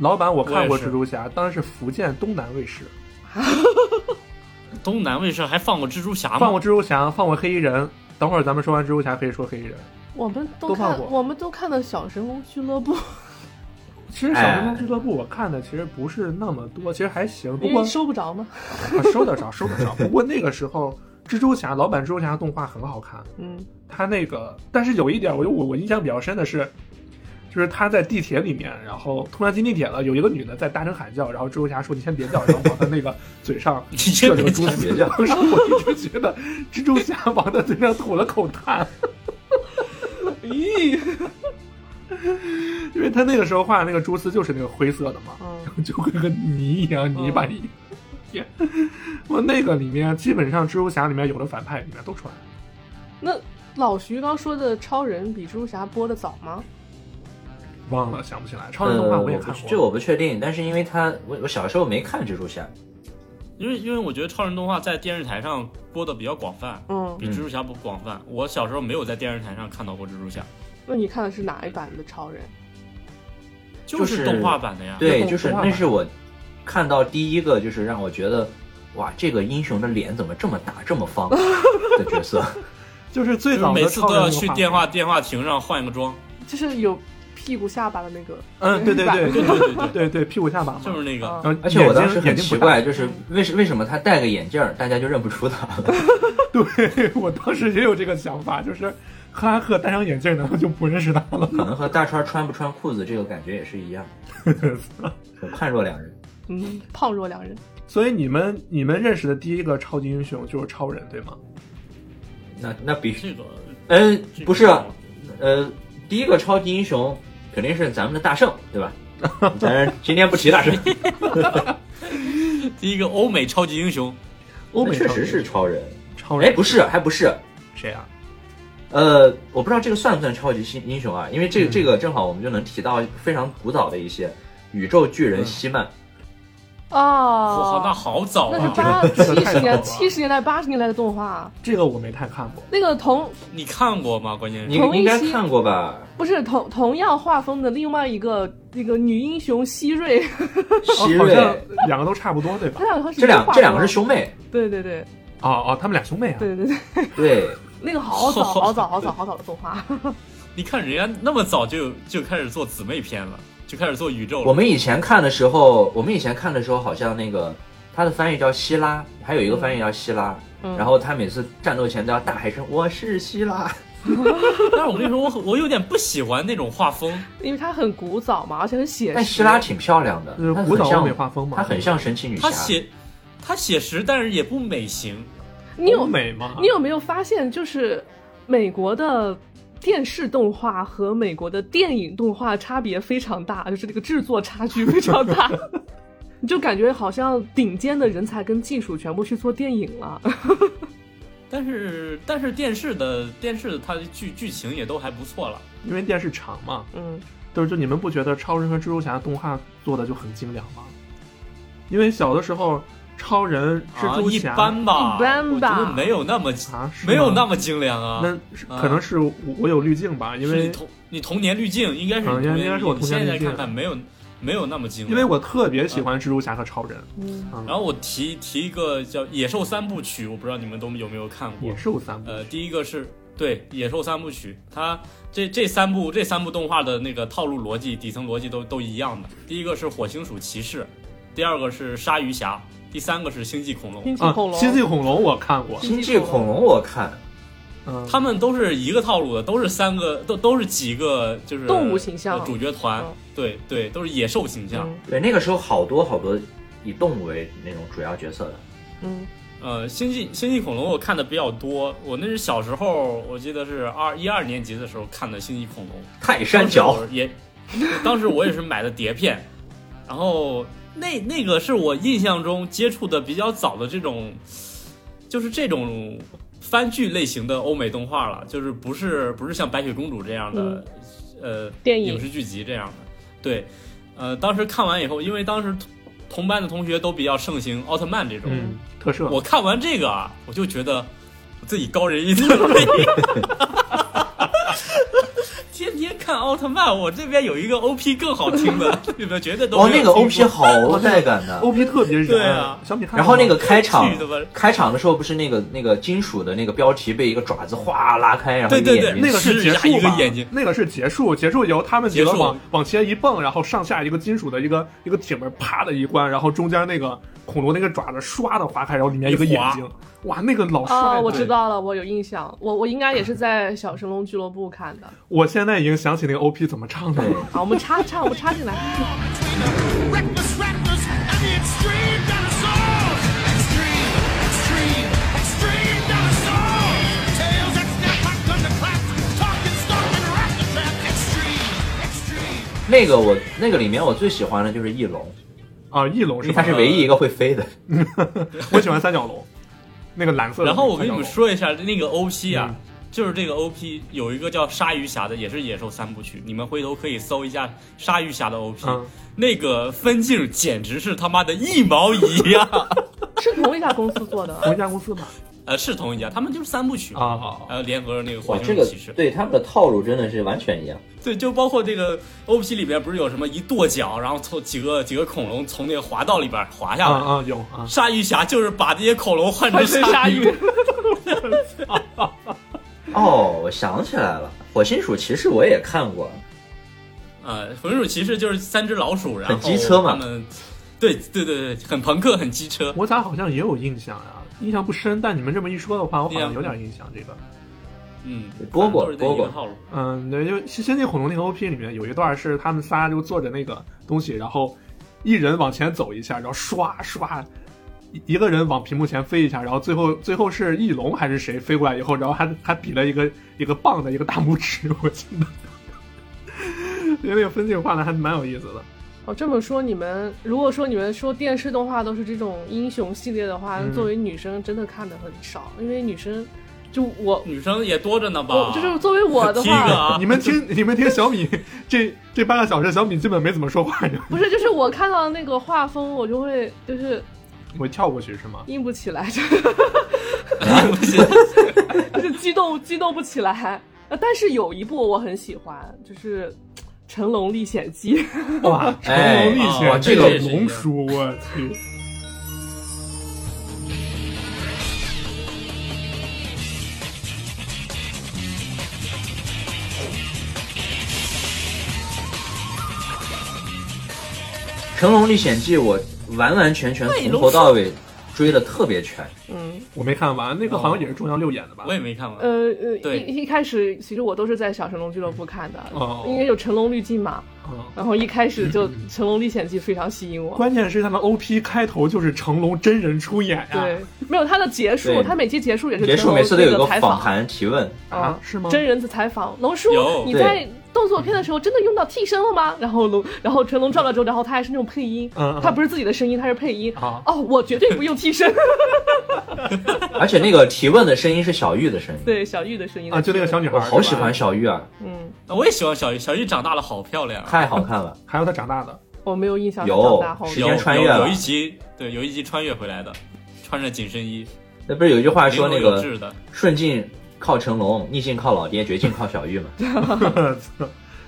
老板我看过
我也是
蜘蛛侠，当然是福建东南卫视
东南卫视还放过蜘蛛侠吗？
放过蜘蛛侠，放过黑衣人。等会儿咱们说完蜘蛛侠可以说黑衣人。
我们都
都放
看，
过
我们都看的《小神功俱乐部》，
其实小神龙俱乐部我看的其实不是那么多，其实还行，不
因
过
为
哎
收不着嘛。
啊收得少，收得少。不过那个时候蜘蛛侠老版蜘蛛侠动画很好看，
嗯，
他那个，但是有一点我就我我印象比较深的是，就是他在地铁里面，然后突然进地铁了，有一个女的在大声喊叫，然后蜘蛛侠说你先别叫，然后往他那个嘴上
*laughs* 你这
射
个
了个珠
别
子
叫。
当时我一直觉得蜘蛛侠往他嘴上吐了口痰，咦，因为他那个时候画的那个蛛丝就是那个灰色的嘛，
嗯，
就跟个泥一样，泥巴一样。天，我那个里面基本上蜘蛛侠里面有的反派里面都出来了，
那老徐刚说的超人比蜘蛛侠播的早吗？
忘了想不起来。超人动画
呃
我也看
不
过，
这我不确定，但是因为他我我小时候没看蜘蛛
啊
侠，
因为因为我觉得超人动画在电视台上播的比较广泛，
嗯，
比蜘蛛侠不广泛。我小时候没有在电视台上看到过蜘蛛侠，
那你看的是哪一版的超人？
就是动画版的呀。
对，
动
就是
动画
那
版
是我看到第一个，就是让我觉得哇，这个英雄的脸怎么这么大这
*laughs*
么方的角色，
就是最
就是
早的
每次
超
都
人
要
动
去
画
电话电话亭上换个装，
就是有屁股下巴的那个，
嗯，对对对
对对对对，
*laughs* 对对，屁股下巴嘛。
就是那个
嗯
然后
而且我当
眼
时
睛
很
眼睛
奇
不大
怪，就是为什为什么他戴个眼镜儿，大家就认不出他了？
对我当时也有这个想法，就是克拉克戴上眼镜，然后就不认识他了。
可能和大川穿不穿裤子这个感觉也是一
*laughs*
样，很判若两人。
*laughs* 嗯，胖若两人。
所以你们你们认识的第一个超级英雄就是超人，对吗？
那那必须，
这个
嗯
这，个
不是，呃，第一个超级英雄肯定是咱们的大圣，
*laughs*
对吧？咱今天不提大圣，
第一个欧美超级英雄，
欧
那
美
确
超
实
人
是超人。
超
哎，
人，
不是，还不是，
谁啊？
呃，我不知道这个算不算超级新英雄啊？因为这
嗯
个、这个正好我们就能提到非常古早的一些宇宙巨人希曼，
我靠，那
哦，
好早
那是
啊！
八
这个
七
太
十
早
年
了
七十年代八十年代的动画，啊
这个我没太看过。
那个同
你看过吗？关键
嗯
是
你
同一
应该
期
看过吧？
不是同同样画风的另外一个那个女英雄希
*laughs*
瑞，
希
*laughs* 哦好
瑞，
像两个都差不多，对吧
他？两个是
这
一个
两
画
这两个
风
是兄妹，
对对对
哦哦，他们俩兄妹啊。
对对对，
对，
那个好早好早好早好早的动
*laughs*
画，啊
你看人家那么早就就开始做姊妹篇了，就开始做宇宙了。
我们以前看的时候，我们以前看的时候好像那个他的翻译叫希拉，还有一个翻译叫希拉，
嗯
然后他每次战斗前都要大喊一声“我是
*laughs*
希拉
但是我跟你说，我我有点不喜欢那种画风，
因为它很古早嘛，而且很”，写
但
实
希。拉挺漂亮的
就是，
她
呃古
很
早欧美
像，
画风嘛。
她很像神奇女侠
他。写他写实，但是也不美型。
你有
欧美嘛？
你有没有发现，就是美国的电视动画和美国的电影动画差别非常大，就是这个制作差距非常 *laughs* 大。你就感觉好像顶尖的人才跟技术全部去做电影了，
但是但是电视的电视的它的剧剧情也都还不错了。
因为电视长嘛，
嗯，
就是就你们不觉得超人和蜘蛛侠动画做的就很精良吗？因为小的时候，超人、蜘
啊，
蛛
一
侠
般吧，
一般吧
我觉得没有那么
啊是吗
没有那么精良啊。
那是
啊
可能是我我有滤镜吧，因
是你
为
童你童年滤镜应该是你
嗯
童年滤镜，
应该是我
你
童年
现在
滤镜
看看没有没有那么精良。
因为我特别喜欢蜘蛛侠和超人，
嗯
嗯，
然后我提提一个叫《野兽三部曲》，我不知道你们都有没有看过
野。兽三部
呃，第一个是对《野兽三部曲》，它这这三部这三部动画的那个套路逻辑、底层逻辑都都一样的。第一个是火星鼠骑士，第二个是鲨鱼侠，第三个是星际恐龙。
星际
啊
恐，龙，
星际恐龙我看过，
星际恐龙我看，
嗯，
他们都是一个套路的，都是三个，都都是几个，就是
动物形象
呃主角团，
嗯
对对，都是野兽形象。
嗯
对，那个时候好多好多以动物为那种主要角色的。
嗯
呃，星际星际恐龙我看的比较多，我那是小时候，我记得是二一二年级的时候看的星际恐龙，
泰山
当
脚
时我也，当时我也是买的碟片，然后那那个是我印象中接触的比较早的这种，就是这种番剧类型的欧美动画了，就是不是不是像白雪公主这样的，呃，
电影
影视剧集这样的，对，呃，当时看完以后，因为当时同同班的同学都比较盛行奥特曼这种，
嗯特摄
我看完这个啊，我就觉得我自己高人一等了。 *laughs* 天天看奥特曼，我这边有一个 OP 更好听的，你们绝对都
哦，
没有
那个
听过哦
OP 好带
*laughs*
感的。
，OP 特别燃，
对啊
小米看过吗
然后那个开场
去的吧，
开场的时候不是那个那个金属的那个标题被一个爪子哗拉开，然后
对对对
一眼睛
那个是结束
是呀
吧
一个眼睛
那个是结束，结束以后他们几个
结束
往往前一蹦，然后上下一个金属的一个一个铁门啪的一关，然后中间那个恐龙那个爪子唰的划开，然后里面一个
一
眼
划 *laughs*
睛，哇，那个老帅
啊、
了。
我知道了，我有印象，我我应该也是在小神龙俱乐部看的。
我现在已经想起那个 OP 怎么唱了。
对
好，我们插插，我们插进来。
Reckless rappers and the extreme dinosaurs. Extreme, extreme, extreme dinosaurs. Tails that snap like thunderclaps. Talking, stalking, racket trap. Extreme, extreme.
那个我那个里面我最喜欢的就是翼龙，
啊，翼龙
因
是
为
吧
它
*laughs*
是唯一一个会飞的。
我喜欢三角龙，那个蓝色的。
然后我跟你
三
们
角龙，
说一下，那个 OP 啊，
嗯
就是这个 OP 有一个叫《鲨鱼侠》的，也是《野兽三部曲》，你们回头可以搜一下《鲨鱼侠》的 OP，、
嗯
那个分镜简直是他妈的一毛一样。 *laughs*
是同一家公司做的，
同一家公司吧？
呃，是同一家，他们就是三部曲
啊，，好
还有联合那个火
哇，
星
这个
骑士，
对他们的套路真的是完全一样。
对，就包括这个 OP 里边不是有什么一跺脚，然后从几个几个恐龙从那个滑道里边滑下
啊
来。
啊有啊，
鲨鱼侠就是把这些恐龙换成鲨鱼，
哦，我想起来了，火星鼠骑士我也看过，
呃，魂属骑士就是三只老鼠，然后
很机车嘛
他们对对对对，很朋克，很机车。
我咋好像也有印象啊？印象不深，但你们这么一说的话，我好像
对啊
有点印象。这个，
嗯，
蝈蝈
都是这一
蝈
个
蝈
套路。
嗯，对，就《仙境恐龙》那个 OP 里面有一段是他们仨就坐着那个东西，然后一人往前走一下，然后唰唰，一一个人往屏幕前飞一下，然后最后最后是翼龙还是谁飞过来以后，然后还还比了一个一个棒的一个大拇指， *laughs* 我记得。因为那个分镜画的还蛮有意思的，
哦，这么说你们，如果说你们说电视动画都是这种英雄系列的话，
嗯
作为女生真的看的很少，因为女生就我，
女生也多着呢
我
啊
吧？
就是作为我哦的
踢一个
话，
啊 *laughs*
你，们听，你们听小米这这半个小时，小米基本没怎么说话，就
不是就是我看到那个画风，我就会就是
我跳过去是吗？
硬不起来， *laughs* 就
不行，
就是激动激动不起来。呃但是有一部我很喜欢，就是《成龙历险记》。
*laughs* 哇，成龙历
哎
险
哇
这
这
个
个
龙叔，我去，
《成龙历险记》我完完全全从头到尾追的特别全。
嗯，
我没看完，那个好像也是中央六演的吧
我？也没看完。
呃呃，
对
一一开始其实我都是在小神龙俱乐部看的，
哦
因为有成龙滤镜嘛。
嗯，
然后一开始就
*laughs*
《成龙历险记》非常吸引我。
关键是他们 OP 开头就是成龙真人出演呀，
对，没有他的结束，
啊对
他每期结束也是
结
成
束
龙
每次都有
那
一
个
个
采
访
访
谈提问，
啊，是吗？
真人的采访。龙叔
有，
你
对
在动作片的时候真的用到替身了吗？然后龙，然后成龙照了之后，然后他还是那种配音
嗯嗯，
他不是自己的声音，他是配音。
啊
哦，我绝对不用替身。 *laughs*
而且那个提问的声音是小玉的声音，
*laughs* 对，小玉的声音
啊，就那个小女孩
我
儿，
好喜
是吧
欢，小玉啊，
嗯，
我也喜欢小鱼，小鱼长大了好漂亮啊。
太好看了。
还有她长大的， *laughs*
我没有印象他长
有
大后
时
有
间
有
穿越了
有一集对，有一集穿越回来的，穿着紧身衣，
那不是有一句话说那
灵活有
个
致的。
顺境靠成龙，逆境靠老爹，绝境靠小玉嘛？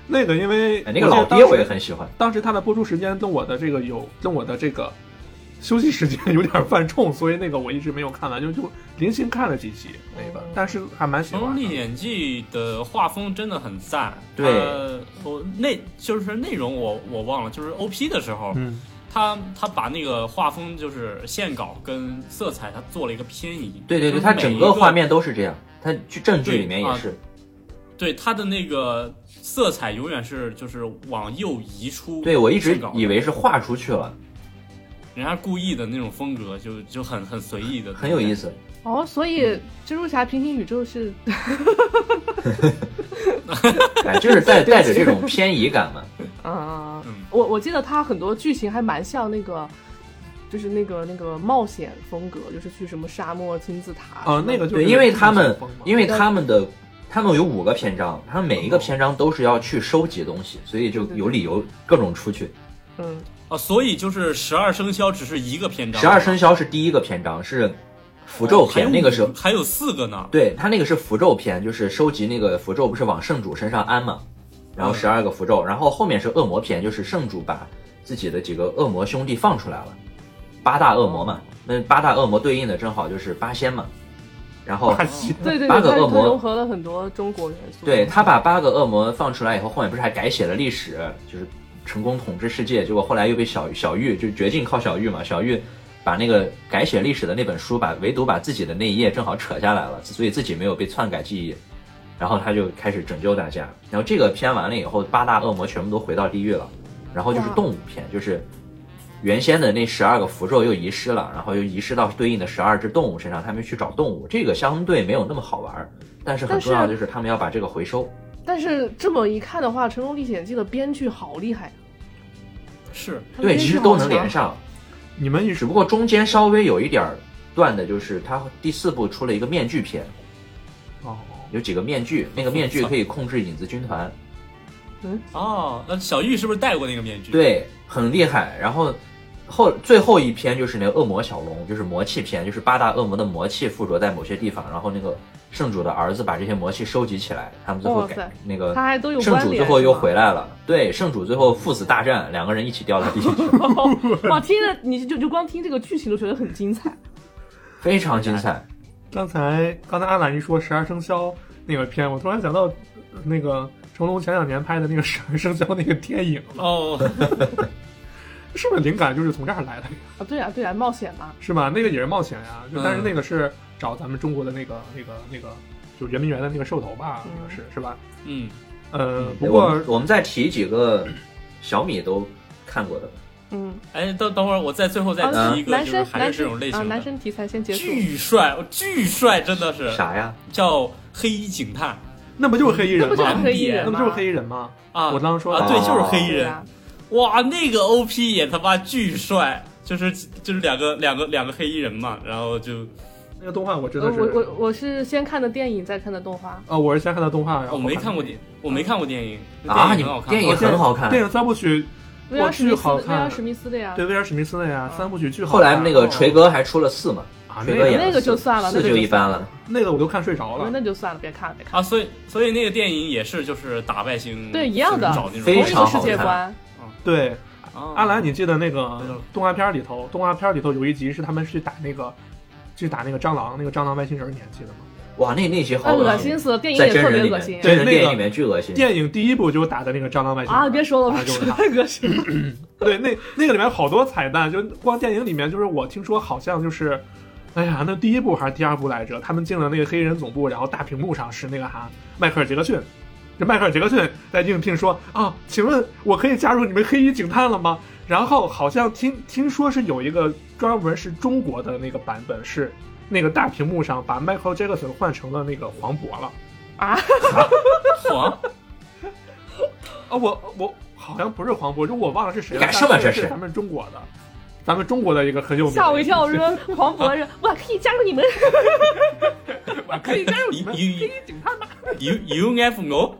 那个因为
哎，那个老爹我
记得当时
也很喜欢。
当时它的播出时间跟我的这个有跟我的这个休息时间有点犯冲，所以那个我一直没有看完，就就零星看了几集那个，但是还蛮喜
成龙
欢
历
的。
险记》的画风真的很赞，
对
呃我内就是内容我我忘了，就是 O P 的时候，
嗯，
他他把那个画风就是线稿跟色彩，他做了一个偏移。
对对对，
就是
它
每
整
一
个
个
画面都是这样，它剧正剧里
对
面也
啊
是。
对他的那个色彩永远是就是往右移出。
对我一直
线稿
以为是画出去了，
人家故意的那种风格就，就很很随意的，
很有意。思。
哦，所以蜘蛛侠平行宇宙是
哎，就是
*laughs*
带带着这种偏移感嘛。
啊
嗯，
我我记得他很多剧情还蛮像那个，就是那个那个冒险风格，就是去什么沙漠金字塔
啊，那个就是
对，因为他们
风嘛
因为他们的他们有五个篇章，他们每一个篇章都是要去收集东西，所以就有理由各种出去。
嗯，
哦，所以就是十二生肖只是一个篇章，
十二生肖是第一个篇章，是符咒
哦还有
篇，那个时候
还有四个呢。
对他那个是符咒篇，就是收集那个符咒不是往圣主身上安嘛，
嗯
然后十二个符咒，然后后面是恶魔篇，就是圣主把自己的几个恶魔兄弟放出来了，八大恶魔嘛，那八大恶魔对应的正好就是八仙嘛，然后
八仙
对对
嗯八
对，
个
它
恶魔
它融合了很多中国元素。
对他把八个恶魔放出来以后，后面不是还改写了历史，就是成功统治世界。结果后来又被小小玉就绝境靠小玉嘛，小玉把那个改写历史的那本书，把唯独把自己的那一页正好扯下来了，所以自己没有被篡改记忆。然后他就开始拯救大家。然后这个篇完了以后，八大恶魔全部都回到地狱了。然后就是
哇
动物篇，就是原先的那十二个符咒又遗失了，然后又遗失到对应的十二只动物身上，他们去找动物。这个相对没有那么好玩儿，但是很
但是
重要的就是他们要把这个回收。
但是这么一看的话，《成龙历险记》的编剧好厉害，
是
他们
对，
编
其
剧
实
好
都能
强
连。上，
你们一
只不过中间稍微有一点儿断的，就是它第四部出了一个面具篇，
哦，
有几个面具，那个面具可以控制影子军团，
哦，那小玉是不是戴过那个面具？，
对，很厉害。然后后最后一篇就是那个恶魔小龙，就是魔气篇，就是八大恶魔的魔气附着在某些地方，然后那个圣主的儿子把这些魔气收集起来，他们最后
哇
改
塞
那个
他还都有
呃圣
关
主最
联
后
是
又
吧
回来了，对，圣主最后父子大战，两个人一起掉到地
*laughs*
狱。
哇，听着你就就光听这个剧情都觉得很精彩。
非常精彩，
刚才刚才阿兰一说十二生肖那个片，我突然想到呃那个成龙前两年拍的那个十二生肖那个电影，
哦，
是不是灵感就是从这儿来的？
啊，对啊，对啊，冒险嘛，
是吧？那个也是冒险呀、就
嗯
但是那个是找咱们中国的那个那个那个，就圆明园的那个兽头吧，
嗯
那个是是吧？
嗯，
呃，不
我
过
们我们再提几个小米都看过的，
嗯。
哎，等等会儿，我再最后再
好的
提一个，
男
就是
生
还
男
是这种类
生啊，
型
男
的，
生题材先结束。
巨帅，我巨帅，真的是
啥呀？
叫《黑衣警探
那不就是黑衣人
*laughs* 那不就是
吗？
黑衣人
那
吗？
不就是黑衣人吗？》
啊，
我刚刚说
啊，
了
对，就是黑衣
对
人，
啊，
哇，那个 OP 也他妈巨帅，就是就是两个两个两个黑衣人嘛，然后就
那个动画我真
呃
的是，
我我我是先看的电影，再看的动画。
呃，我是先看的动画，然后
我没看
看
过电，我没看过电影，
啊
电影很好看，
你电影很好看
电影三部曲，
威尔
哇，
史密
巨
斯，
好
威尔
看。
史密
啊
斯的呀。
对，威尔史密斯的呀，三部曲巨好
后
看。哦
来那个锤哥还出了四嘛，
啊，那
锤哥
个
演了
那个
四
就算了
四
那个
就
就
一般了。
那个我都看睡着了。
那就算了，别看了，别看了。
啊，所以所以那个电影也是就是打败星，
对一样的
找那种
同
非
一个
常好
世界
看
观，
对，
啊
阿兰，你记得那个
没有
动画片里头，动画片里头有一集是他们去打那个，去打那个蟑螂，那个蟑螂外星人，你还记得吗？
哇，那那集好
那
恶
恶
心
心，死了，电影
在
也
真
特别
人里
恶
面，
心。
真
对
人
那
电影
个
里面巨恶心。
电影第一部就打的那个蟑螂外星人
啊，别说了，
打
吧，
的就是
说
他
太恶心了。
*laughs* 对，那那个里面好多彩蛋，就光电影里面，就是我听说好像就是，哎呀，那第一部还是第二部来着？他们进了那个黑人总部，然后大屏幕上是那个哈迈克尔杰克逊，这迈克尔杰克逊在应聘说啊，请问我可以加入你们黑衣警探了吗？然后好像听听说是有一个专门是中国的那个版本是。那个大屏幕上把 Michael Jackson 换成了那个黄渤了
啊
黄
啊！我我好像不是黄渤，就我忘了是谁了。
干什么
但
这是
是咱们中国的，咱们中国的一个很有名的
吓我一跳，我
明星
说黄渤说，我可以加入你们。
我可以加入你们。
U U U F O，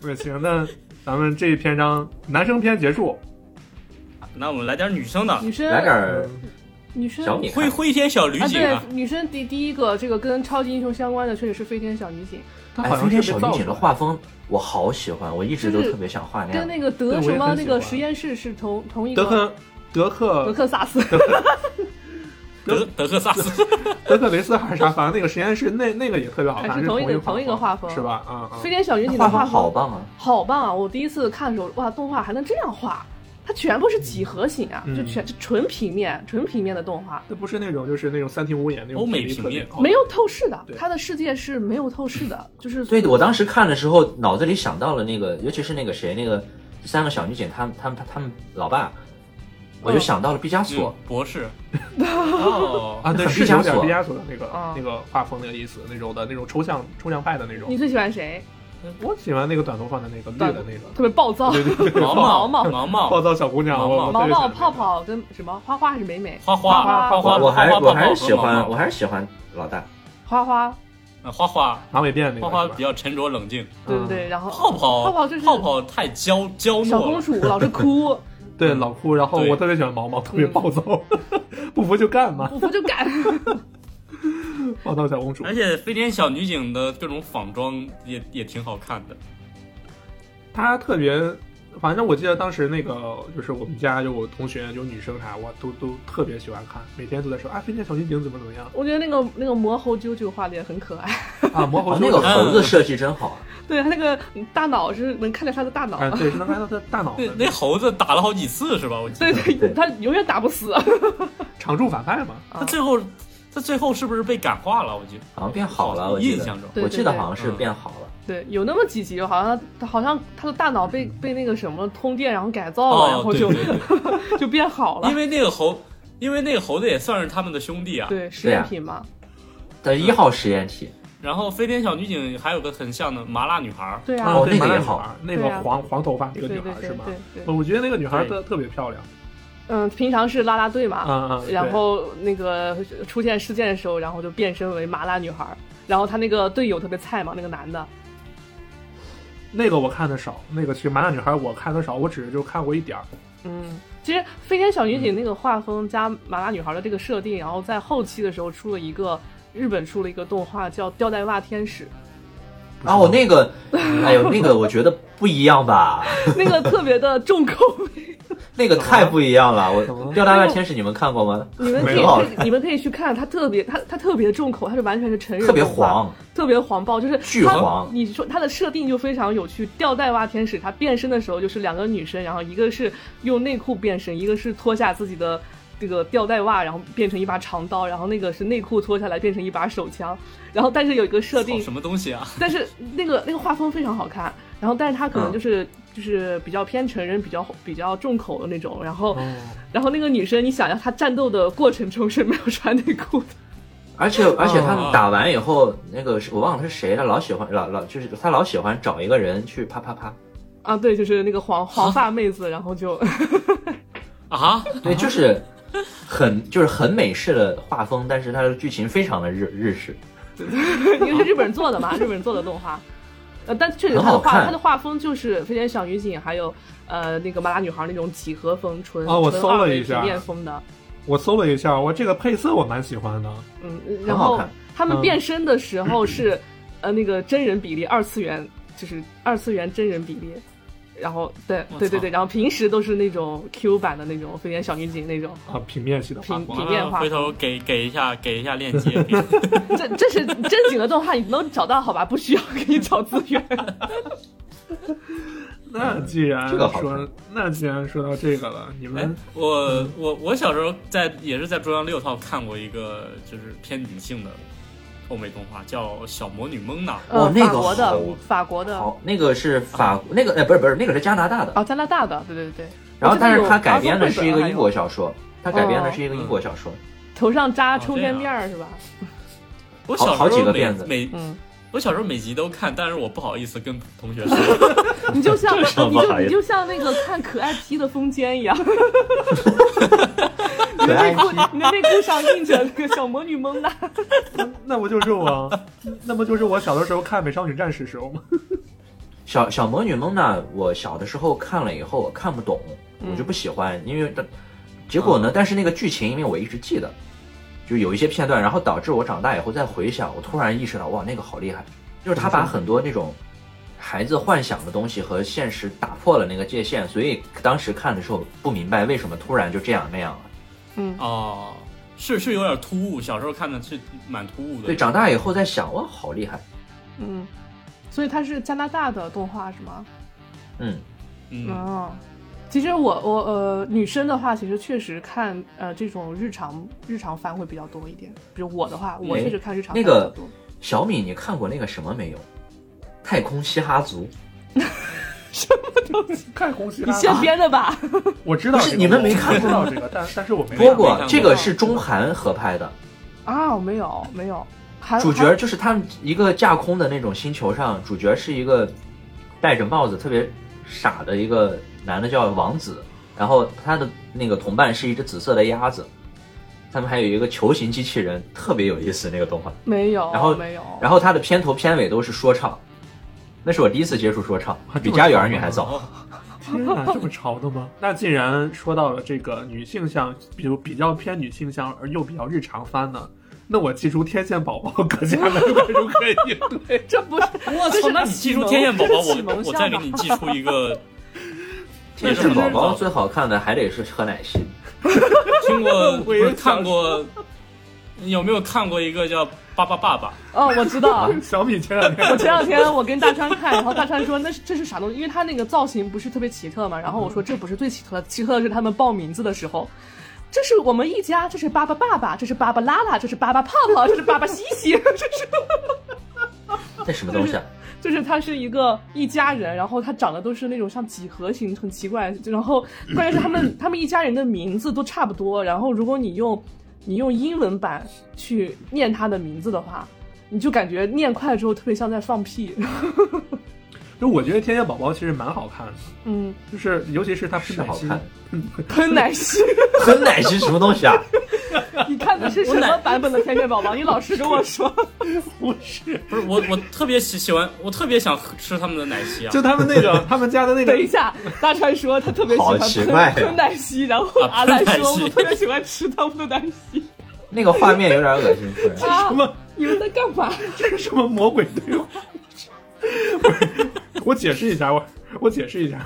对，行， *laughs* 那咱们这一篇章男生篇结束，
那我们来点女生的，
*laughs* 女生，
来点儿
嗯
女生
小米看
挥挥天小驴
啊，
警
对
啊，，
女生第第一个这个跟超级英雄相关的，确实是飞天小女警，
他
哎，
好
飞
像
天
是
小
被造
女警的
出来
画风我好喜欢，我一直都特别想画那
跟
样。
那个
对
德
我也
什么
很
那
喜
个
欢
实验室是同同一
德
个。
克德
德
克
克萨斯，
德德克萨
*laughs*
斯，
德克雷斯还是啥，反正那个实验室那那个也特别好
还
看，
是
是
同一个
一
同一个画风
是吧？啊啊
飞，天小女警
画
的
风
画
*laughs* 好
风
棒啊！
好棒啊！我第一次看的时候，哇，动画还能这样画，它全部是几何形啊，
嗯
就全就纯平面、纯平面的动画，
那不是那种就是那种三庭五眼那种
欧美
比例
平
特别
面
高
没有透视的
对，
它的世界是没有透视的，就是
对，我当时看的时候，脑子里想到了那个，尤其是那个谁，那个三个小女警，他们他们他们老爸，我就想到了毕加索
嗯。博士，哦，
啊，对，
很
是
毕加
有点
索
毕加索的那个
啊
那个画风那个意思，那种的那种抽象抽象派的那
你
种。
最喜欢谁？
我喜欢那个短头发的那个绿
短
的那个
特别暴躁，
对对对
毛
毛
毛
毛
毛
暴
毛，
躁小姑娘，
毛
我
哦毛
我特别
毛
喜
毛、
欢那个
泡泡跟什么花花还是美美？
花花花
嗯
花，
我还
花花
我还是喜
泡泡
欢
和毛
我
毛
还是喜欢老大。
花花，
呃花花
马尾辫那个
花
是
花
吧
比较沉着冷静，
对对对，然后
泡泡
泡泡就是
泡泡太娇娇
小
糯
公
了，
主老是哭，
对老哭，然后
对
我特别喜欢毛毛，特别暴躁， *laughs* 不服就干嘛，
我不就敢。
暴躁小公主
哎而。且飞天小女警的各种仿妆也也挺好看的，
他特别，反正我记得当时那个就是我们家有同学有女生啥，我都都特别喜欢看，每天都在说啊飞天小精灵怎么怎么样
*laughs* 我觉得那个那个魔猴啾啾画的也很可爱， *laughs*
啊魔猴
哦
啾
那个
啾
猴子设计真好啊，
对他那个大脑是能看见他的大脑，
*laughs*
*laughs*
啊对是能看到他大脑
那
的
那猴子打了好几次是吧？我记
对
得
对，
对
他永远打不死。 *laughs*
常驻反派嘛，
他最后他最后是不是被感化了？我记得
好像变好了，我记
印
得
象中
对
我记得好像
嗯
是变好了。
对，有那么几集，好像他好像他的大脑被被那个什么通电，然后改造了，
哦
然后
对
就
对
就变好了
因。为那个猴，因为那个猴子也算是他们的兄弟啊。
对，实验品嘛，
但一号实验体，
然后飞天小女警还有个很像的麻辣女孩儿，
对
啊
啊，
哦
对
那个
麻辣
也
女孩
好
那个
对啊
黄黄头发那
对
个
对
女
对
孩
对
是吗？
对对，
我觉得那个女孩
对
特特别漂亮，
嗯，平常是啦啦队嘛，
啊啊，对
然后那个出现事件的时候，然后就变身为麻辣女孩儿，然后他那个队友特别菜嘛，那个男的，
那个我看的少，那个其实麻辣女孩我看的少，我只是就看过一点儿，
嗯，其实《飞天小女警》那个画风加麻辣女孩的这个设定，然后在后期的时候出了一个日本出了一个动画叫《吊带袜天使
不知道
哦，那个，
*laughs*
哎呦，那个我觉得不一样吧，》，
那个特别的重口味，
那个太不一样了。我
么了
《吊带外天使》你们看过吗？
*laughs* 你们可
没有
以你们可以去看，它特别它它特别重口，它是完全是成人
特别
动画
黄，
特别黄暴，就是
巨
它
黄
你说它的设定就非常有趣，吊带袜天使它变身的时候就是两个女生，然后一个是用内裤变身，一个是脱下自己的这个吊带袜，然后变成一把长刀，然后那个是内裤脱下来变成一把手枪，然后但是有一个设
搞
定
什，么东
*laughs*
西啊？
但是那个那个画风非常好看，然后但是它可能就是、就是比较偏成人，比较比较重口的那种，然后、
哦
然后那个女生你想要她战斗的过程中是没有穿内裤的，
而且
啊
而且他
哦
打完以后，那个是我忘了是谁了，老喜欢老老就是他老喜欢找一个人去啪啪啪，
啊对，就是那个黄黄发妹子，然后就。
啊，
对，就是
啊
很就是很美式的画风，但是它的剧情非常的日日式。
因为是日本人做的嘛，日本人做的动画。呃，但确实他
很
的
好
画，
看
他的画风就是《飞天小女警》还有呃那个麻辣女孩那种几何风纯
哦我
纯
搜了
二维
一下
平面风的，
我搜了一下，我这个配色我蛮喜欢的，
嗯，然
好
后
看
他们
嗯
变身的时
*clears throat*
候是、呃那个真人比例，二次元就是二次元真人比例，然后对
我
对对
操
对，然后平时都是那种 Q 版的那种《飞天小女警》那种，
啊，平面系的画
平
风
平面化
回头给给一下给一下链
*laughs*
接，给
这这是正经的动画，你能找到好吧？不需要给你找资源。
那既然
这个好
说
看，
那既然说到这个了，你
哎
*laughs*
们，
我我我小时候在也是在中央六套看过一个就是偏女性的欧美动画，叫《小魔女蒙娜》。
呃，
哦那个
法国
好
的，法国的，
好，那个是法那个哎不是不是那个是加拿大的，
哦，加拿大的，对对对。
然后
我记得
但是
哦有
它改编的
儿童绘
是一
本
个
还
英
有
国小说，它改编的是一个英国小说。
头上扎
哦
充
这
电
样
面儿是 *laughs* 吧？
我
好
小
好
时
几
候
个
每
辫子
每
嗯，
我小时候每集都看，但是我不好意思跟同学说。
你就像
这什么
你就
玩意儿
你就像那个看可爱 P 的风间一样，
可爱
你的内裤上印着那个小魔女蒙娜。 *laughs*
那不就是我，那不就是我小的时候看《美少女战士》时候吗？ *laughs*
小小魔女蒙娜，我小的时候看了以后，我看不懂，我就不喜欢，因为它结果呢，但是那个剧情，因为我一直记得，就有一些片段，然后导致我长大以后再回想，我突然意识到，哇，那个好厉害，就是他把很多那种孩子幻想的东西和现实打破了那个界限，所以当时看的时候不明白为什么突然就这样那样了。
嗯，
哦，是是有点突兀，小时候看的是蛮突兀的。
对，长大以后再想，哇，好厉害，
嗯，所以它是加拿大的动画是吗？
嗯，
*laughs* 嗯，
嗯。其实我我呃女生的话，其实确实看呃这种日常日常番会比较多一点。比如我的话，我
哎
确实看日常番
那
比较
个
多。
小米，你看过那个什么没有？太空嘻哈族。
看红旗
你
拉
现编的吧？
我知道
不是
这个
你们没
我
看过
知道这个，但但是我没
播
看
过
没看过，
这个是中韩合拍的，
啊，我没有没有。还
主
还
角就是他们一个架空的那种星球上，主角是一个戴着帽子特别傻的一个男的叫王子，然后他的那个同伴是一只紫色的鸭子，他们还有一个球形机器人，特别有意思那个动画。
没有，
然后
没有。
然后它的片头片尾都是说唱，那是我第一次接触说唱，比《家有儿女》还早。
天哪，这么潮的吗？ *laughs* 那既然说到了这个女性向，比如比较偏女性向而又比较日常番呢，那我记住天线宝宝搁下来该如何应对？
*laughs* 这不是
我
这
操！
是
那你寄
启
出
蒙
天线宝宝，
这是启
我
蒙
我
项
再给
吗
你寄出一个。
天
是
线宝宝
最
最好看的还得是喝奶昔，
听过不
我也
是
想
看过，有没有看过一个叫《爸爸爸爸
哦，我知
啊
道。
小米前两
我
天
前两天我跟大川看，然后大川说那是这是啥东西？因为他那个造型不是特别奇特嘛。然后我说这不是最奇特的，奇特的是他们报名字的时候，这是我们一家，这是爸爸爸爸，这是爸爸拉拉，这是爸爸泡泡，这是爸爸西西，这是
那什么东西啊？
就是他是一个一家人，然后他长得都是那种像几何形，很奇怪。就然后关键是他们他们一家人的名字都差不多，然后如果你用你用英文版去念他的名字的话，你就感觉念快了之后特别像在放屁。
就我觉得天线宝宝其实蛮好看的，
嗯，
就是尤其是它
是
奶
好
昔，
看，
喷奶昔。
喝奶昔什么东西啊？ *laughs*
你看的是什么版本的《天线宝宝》？你老实跟我
*laughs*
说，
*laughs* 不是，》？
不是我，我特别喜喜欢，我特别想喝吃他们的奶昔啊
就！他们那个他们家的那 *laughs* 个
等一下，大川说他特别喜欢
好
喷
奇怪呀
喷奶昔，然后阿兰
啊喷奶
说
昔
我特别喜欢吃他们的奶
*laughs*
昔。
那个画面有点恶心，突然。
啊
什，么 *laughs*
你们在干嘛？
这是什么魔鬼对 *laughs* 话？不是，我解释一下，我我解释一下，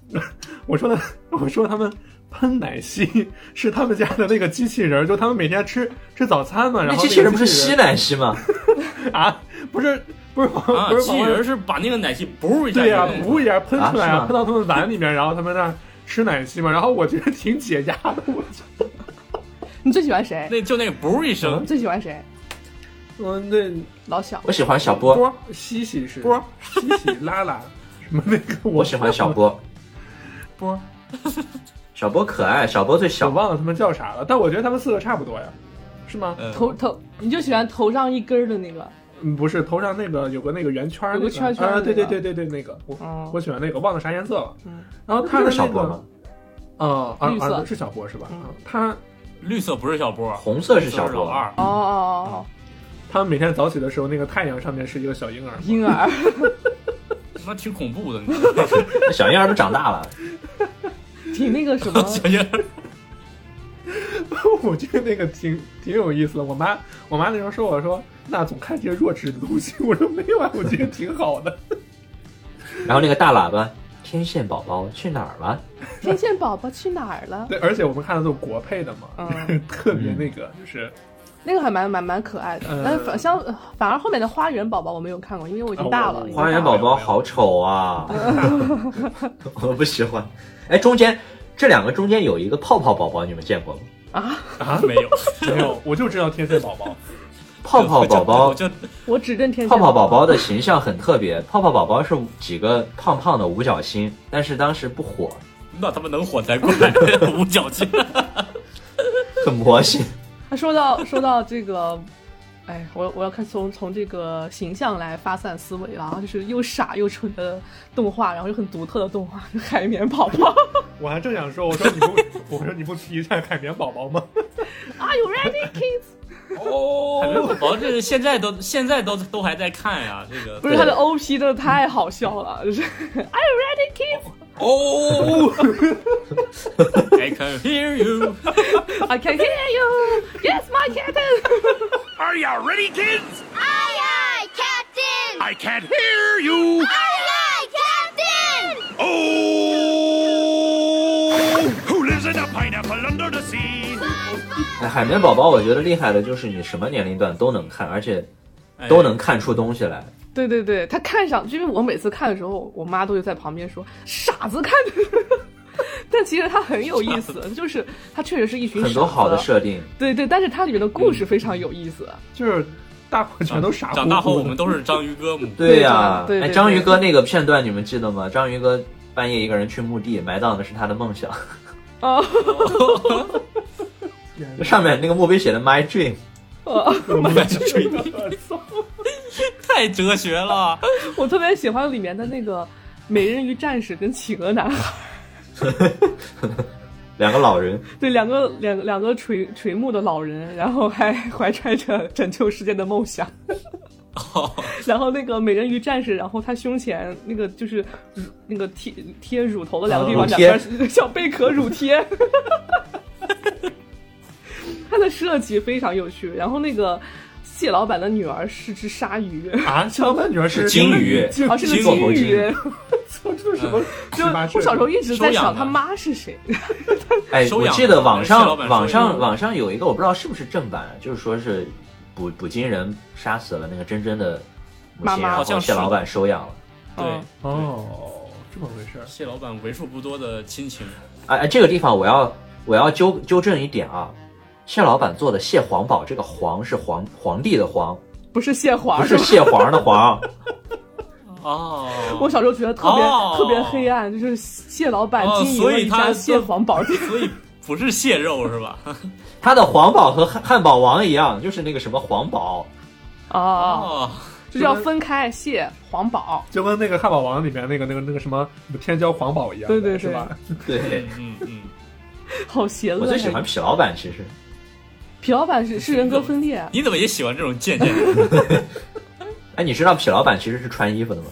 *laughs* 我说的，我说他们喷奶昔是他们家的那个机器人儿，就他们每天吃吃早餐嘛，然
那
后那
机
个
器人不是
机器
吸
人
奶昔吗？
啊？不是不是不
啊，
是
机器人是把那个奶昔噗一下
对
就
呀、
弄出来，
噗一下喷出来
啊是
啊，
吗
喷到他们碗里面，然后他们那儿吃奶昔嘛，然后我觉得挺解压的，我觉得
你最喜欢谁？
那就那个噗一声
你，最喜欢谁？
嗯那
老小
我喜欢小波，
波西西是波西西拉拉 *laughs* 什么那个我，
我喜欢小波，
波。
小波可爱，小波最
我
小。
忘了他们叫啥了，但我觉得他们四个差不多呀，是吗？
嗯
呃
头头，你就喜欢头上一根儿的那个。
嗯，不是，头上那个有个那个圆圈儿那，
有个圈圈儿
啊，
那个
对对对对对，那个我、
哦
我喜欢那个，忘了啥颜色了。
嗯
然后他
他
的
是小
那
波吗
个，？呃，啊
绿色
啊，是小波是吧？
嗯
啊他
绿色不是小波，
红色是
绿色
小
是老
波，
二
哦，哦哦，
他们每天早起的时候，那个太阳上面是一个小婴儿 *laughs*
哦，婴
*laughs*
儿。
那挺恐怖的。你知道吗，
那小婴儿都长大了，
挺那个什么
*laughs* 小燕儿
我觉得那个挺挺有意思的。我妈我妈那时候说我说那总看这些弱智的东西， *laughs* 我说没有啊，我觉得挺好的。
然后那个大喇叭，天线宝宝去哪儿了？
天线宝宝去哪儿了？
对，而且我们看的都是国配的嘛，
嗯
*laughs* 特别那个就是
那个还蛮蛮蛮可爱的，
呃
但是反相反而后面的花园宝宝我没有看过，因为我已经大了。
哦
已经大
花园
了
宝宝好丑啊， *laughs* 我不喜欢。哎，中间这两个中间有一个泡泡宝宝，你们见过吗？
啊，
啊，
没有，
没有， *laughs* 我就知道天线宝宝。
泡泡宝宝
我，就
我只认天线
泡泡宝宝的形象很特别。泡泡宝宝是几个胖胖的五角星，但是当时不火，
那他们能火才怪， *laughs* 五角星。
很魔性。
那说到说到这个，哎，我我要看从从这个形象来发散思维啊，就是又傻又蠢的动画，然后又很独特的动画，就海绵宝宝
我还正想说，我说你不，我说你不提一下海绵宝宝吗？
*laughs* ，Are you ready, kids？
哦，海绵宝宝这个现在都现在都都还在看呀，这个
不是他的 OP 真的太好笑了，就是 Are you ready, *laughs* kids？I
哦，I can hear you。
can hear you. Yes, my captain.
Are you ready, kids?
Aye, aye, Captain!
I can't hear you.
Aye, aye, Captain!
Oh! Who lives in a pineapple under the sea?
哎，海绵宝宝，我觉得厉害的就是你什么年龄段都能看，而且
哎
都能看出东西来。
*laughs* 对对对，他看上，因为我每次看的时候，我妈都会在旁边说傻子看的， *laughs* 但其实他很有意思，就是他确实是一群
很多
傻
好的嗯
子
设定，
对对，但是它里面的故事非常有意思。啊
就是大伙全都傻乎乎的。
长大后我们都是章鱼哥 *laughs* 母。
对
呀、
对对
哎，
对
章鱼哥那个片段你们记得吗？章鱼哥半夜一个人去墓地，埋葬的是他的梦想。
哦，
*laughs* 上面那个墓碑写的 My Dream，
我们就这一个
*laughs* 太哲学了，
我特别喜欢里面的那个美人鱼战士跟企鹅男孩，
两个老人，
对，两个两两个垂垂暮的老人，然后还怀揣着拯救世界的梦想。然后那个美人鱼战士，然后他胸前那个就是乳那个贴贴乳头的两个地方，
嗯
两边是 *laughs* 像贝壳乳贴。他它的设计非常有趣。然后那个蟹老板的女儿是只鲨鱼，
啊，小板女儿是
金鱼
*laughs*
啊，是个
金鱼
金鱼。操，这是什么？就我小时候一直在
收
想
养
他
的
妈是谁。
哎，
收
我
养
记
的
得网
谢
上
老板说
网
有
上网上有一个，我不知道是不是正版，就是说是捕捕鲸人杀死了那个真真的母
妈
亲，
妈
然
好
后
像
蟹
是
老板收养了。
对
嗯，
哦，这么回事儿。
蟹老板为数不多的亲情，
哎哎，这个地方我要我要纠纠正一点啊，蟹老板做的蟹黄堡，这个黄是皇皇帝的皇，
不是蟹黄
不是
吧？
蟹黄的黄。
哦，
我小时候觉得特别、
哦
特别黑暗，就是蟹老板
哦
经营
所
了
以
一
他
家蟹黄堡
*laughs*
店。
所以不是蟹肉是吧？
他的皇堡和汉汉堡王一样，就是那个什么皇堡，
哦，
哦，
就是要分开蟹黄堡。
就跟那个汉堡王里面那个那个那个什么天骄皇堡一样的，
对对对
是吧？ *laughs*
对。
嗯嗯嗯，
好邪恶呀！
我最喜欢痞老板，其实
皮老板是是人格分裂，
你怎么也喜欢这种贱贱的？
哎，你知道痞老板其实是穿衣服的吗？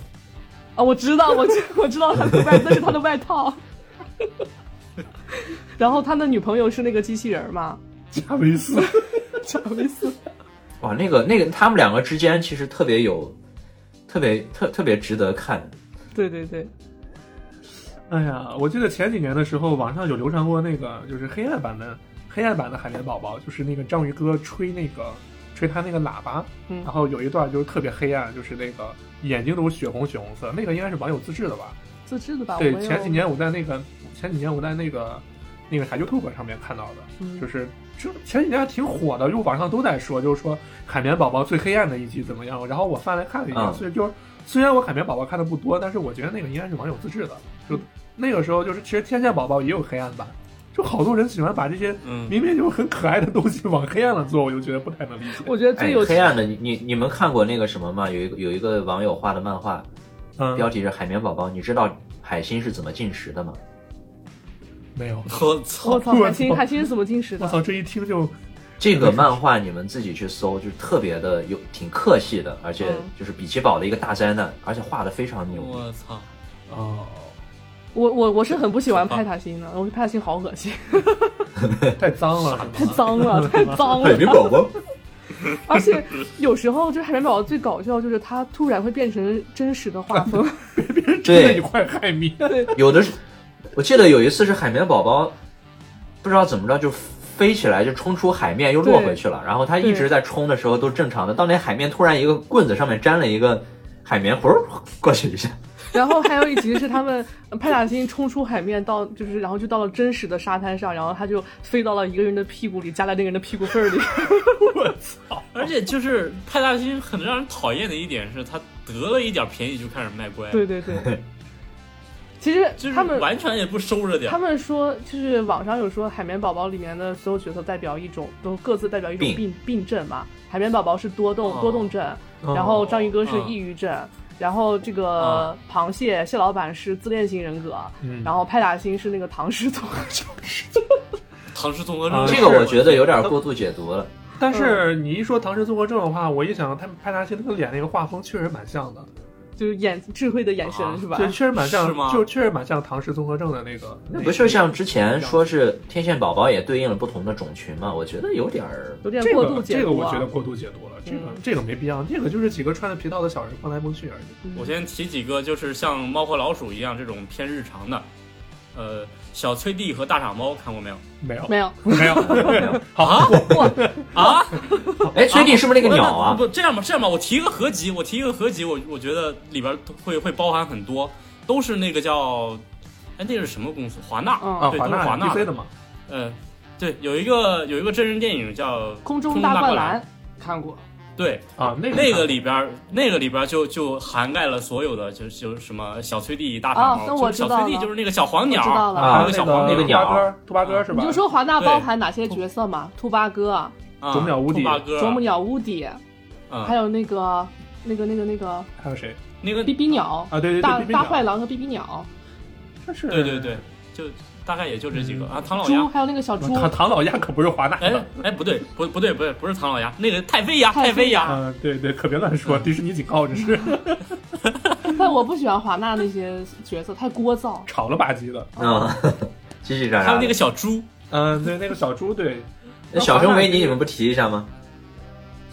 啊，我知道，我知我知道他的外，那是他的外套。然后他的女朋友是那个机器人嘛，
加维斯，
查维斯。
哇，那个那个，他们两个之间其实特别有，特别特特别值得看。
对对对，
哎呀，我记得前几年的时候，网上有流传过那个就是黑暗版的黑暗版的海绵宝宝，就是那个章鱼哥吹那个吹他那个喇叭，
嗯
然后有一段就是特别黑暗，就是那个眼睛都是血红血红色，那个应该是网友自制的吧？
自制的吧？
对
啊我，有
前几年我在那个前几年我在那个那个台球 t u 上面看到的，
嗯
就是这前几年还挺火的，就网上都在说，就是说海绵宝宝最黑暗的一集怎么样？然后我翻来看了一下，
嗯
所以就是虽然我海绵宝宝看的不多，但是我觉得那个应该是网友自制的。
嗯
就那个时候就是其实天线宝宝也有黑暗版，就好多人喜欢把这些
嗯
明明就是很可爱的东西往黑暗了做，我就觉得不太能理解。
我觉得最
哎
有，
黑暗的，你你你们看过那个什么吗？有一个有一个网友画的漫画，
嗯，
标题是《海绵宝宝》，你知道海星是怎么进食的吗？
没有，
我
我
操！
*laughs*
操，海清海清是怎么进食
我
的？
操，这一听就
这个漫画你们自己去搜，就是特别的有挺客气的，而且
嗯
就是比奇堡的一个大灾难，而且画的非常牛
*laughs*
逼。
我操！
哦，
我我我是很不喜欢派塔星的，我觉得派塔星好恶
*laughs*
心，
太脏了，
太脏了，太
*laughs*
脏了。 *laughs*
宝宝，
而且有时候就是海绵宝宝最搞笑，就是它突然会变成真实的画
*laughs*
风。
这一
对，
块海绵。
*laughs* 有的是，我记得有一次是海绵宝宝，不知道怎么着就飞起来，就冲出海面又落回去了。然后它一直在冲的时候都正常的，到那海面突然一个棍子上面粘了一个海绵，呼儿过去一下。
然后还有一集是他们呃派塔星冲出海面到，就是然后就到了真实的沙滩上，然后他就飞到了一个人的屁股里，夹在那个人的屁股缝
*laughs*
儿里。
而且就是派大星很让人讨厌的一点是，他得了一点便宜就开始卖乖，
对对对，其实
就是
他们
完全也不收着点
他。们说，就是网上有说海绵宝宝里面的所有角色代表一种，都各自代表一种
病
病病症嘛。海绵宝宝是多动、
哦
多动症，
哦
然后章鱼哥是
嗯
抑郁症，然后这个
哦
螃蟹蟹老板是自恋型人格，
嗯
然后派大星是那个唐氏综合症。
唐氏综合
啊
症，
这个我觉得有点过度解读了。
但是你一说唐氏综合症的话，我一想他们派大星那个脸那个画风确实蛮像的，
*laughs* 就是眼智慧的眼神、
啊
是吧？
对，确实蛮像，
是吗
就确实蛮像唐氏综合症的那个。
那不是像之前说是天线宝宝也对应了不同的种群嘛？我觉得有点 *laughs* 儿
有点
这
过
个
度解
这个
读
我
啊。
觉得过度解读了，这个
嗯
这个没必要，这个就是几个穿着皮套的小人蹦来蹦去而已。
我先提几个，就是像《猫和老鼠》一样这种偏日常的。呃，小崔弟和大傻猫看过没有？
没有，
没有，
没有，
没有。
啊啊！
*laughs*
哎，崔弟是不是那个鸟啊？
不，这样吧，这样吧，我提一个合集，我提一个合集，我我觉得里边会会包含很多，都是那个叫，哎，那是什么公司？华纳，
嗯
啊，
对，
华
都是华
纳
纳
DC 的嘛，
呃，对，有一个有一个真人电影叫《
空中
中
大
灌
灌篮看过，
对，
啊，那个
那个里边儿那个里边儿就就涵盖了所有的，就就什么小崔弟、大
啊
傻猫，
那我
就是
知道
小崔弟
了
就是那个小黄
我知
鸟，
道了。
啊
还
还
有
有
小
那
黄
个
那个
兔
鸟
八哥，兔八哥是
你
吧
就？说华纳
对
包含哪些角色嘛？兔八哥、
啊
啄木鸟屋
兔
顶
八哥，啊
啄木鸟屋底，还
嗯，
有那个、那个、那个、那个
还有谁
那个
比比鸟、
啊？对对对，
大
冰冰
大
鸟
坏，狼和比比鸟、
但是嗯
对对对，，就大概也就这几个啊。唐老
猪，
鸭，
还有那个小猪。
唐唐老鸭可不是华纳
哎
的，
哎，不对，不不对，不对，不是唐老鸭，那个太妃鸭，
太妃
太妃鸭，
啊，对对，可别乱说，迪士尼警告这是
但我不喜欢华纳那些角色，太聒噪。
吵了吧唧的。
嗯，叽叽喳
还有
喳
那个
的。
小猪，
嗯，对，那个小猪，对，
那小熊维尼你们不提一下吗？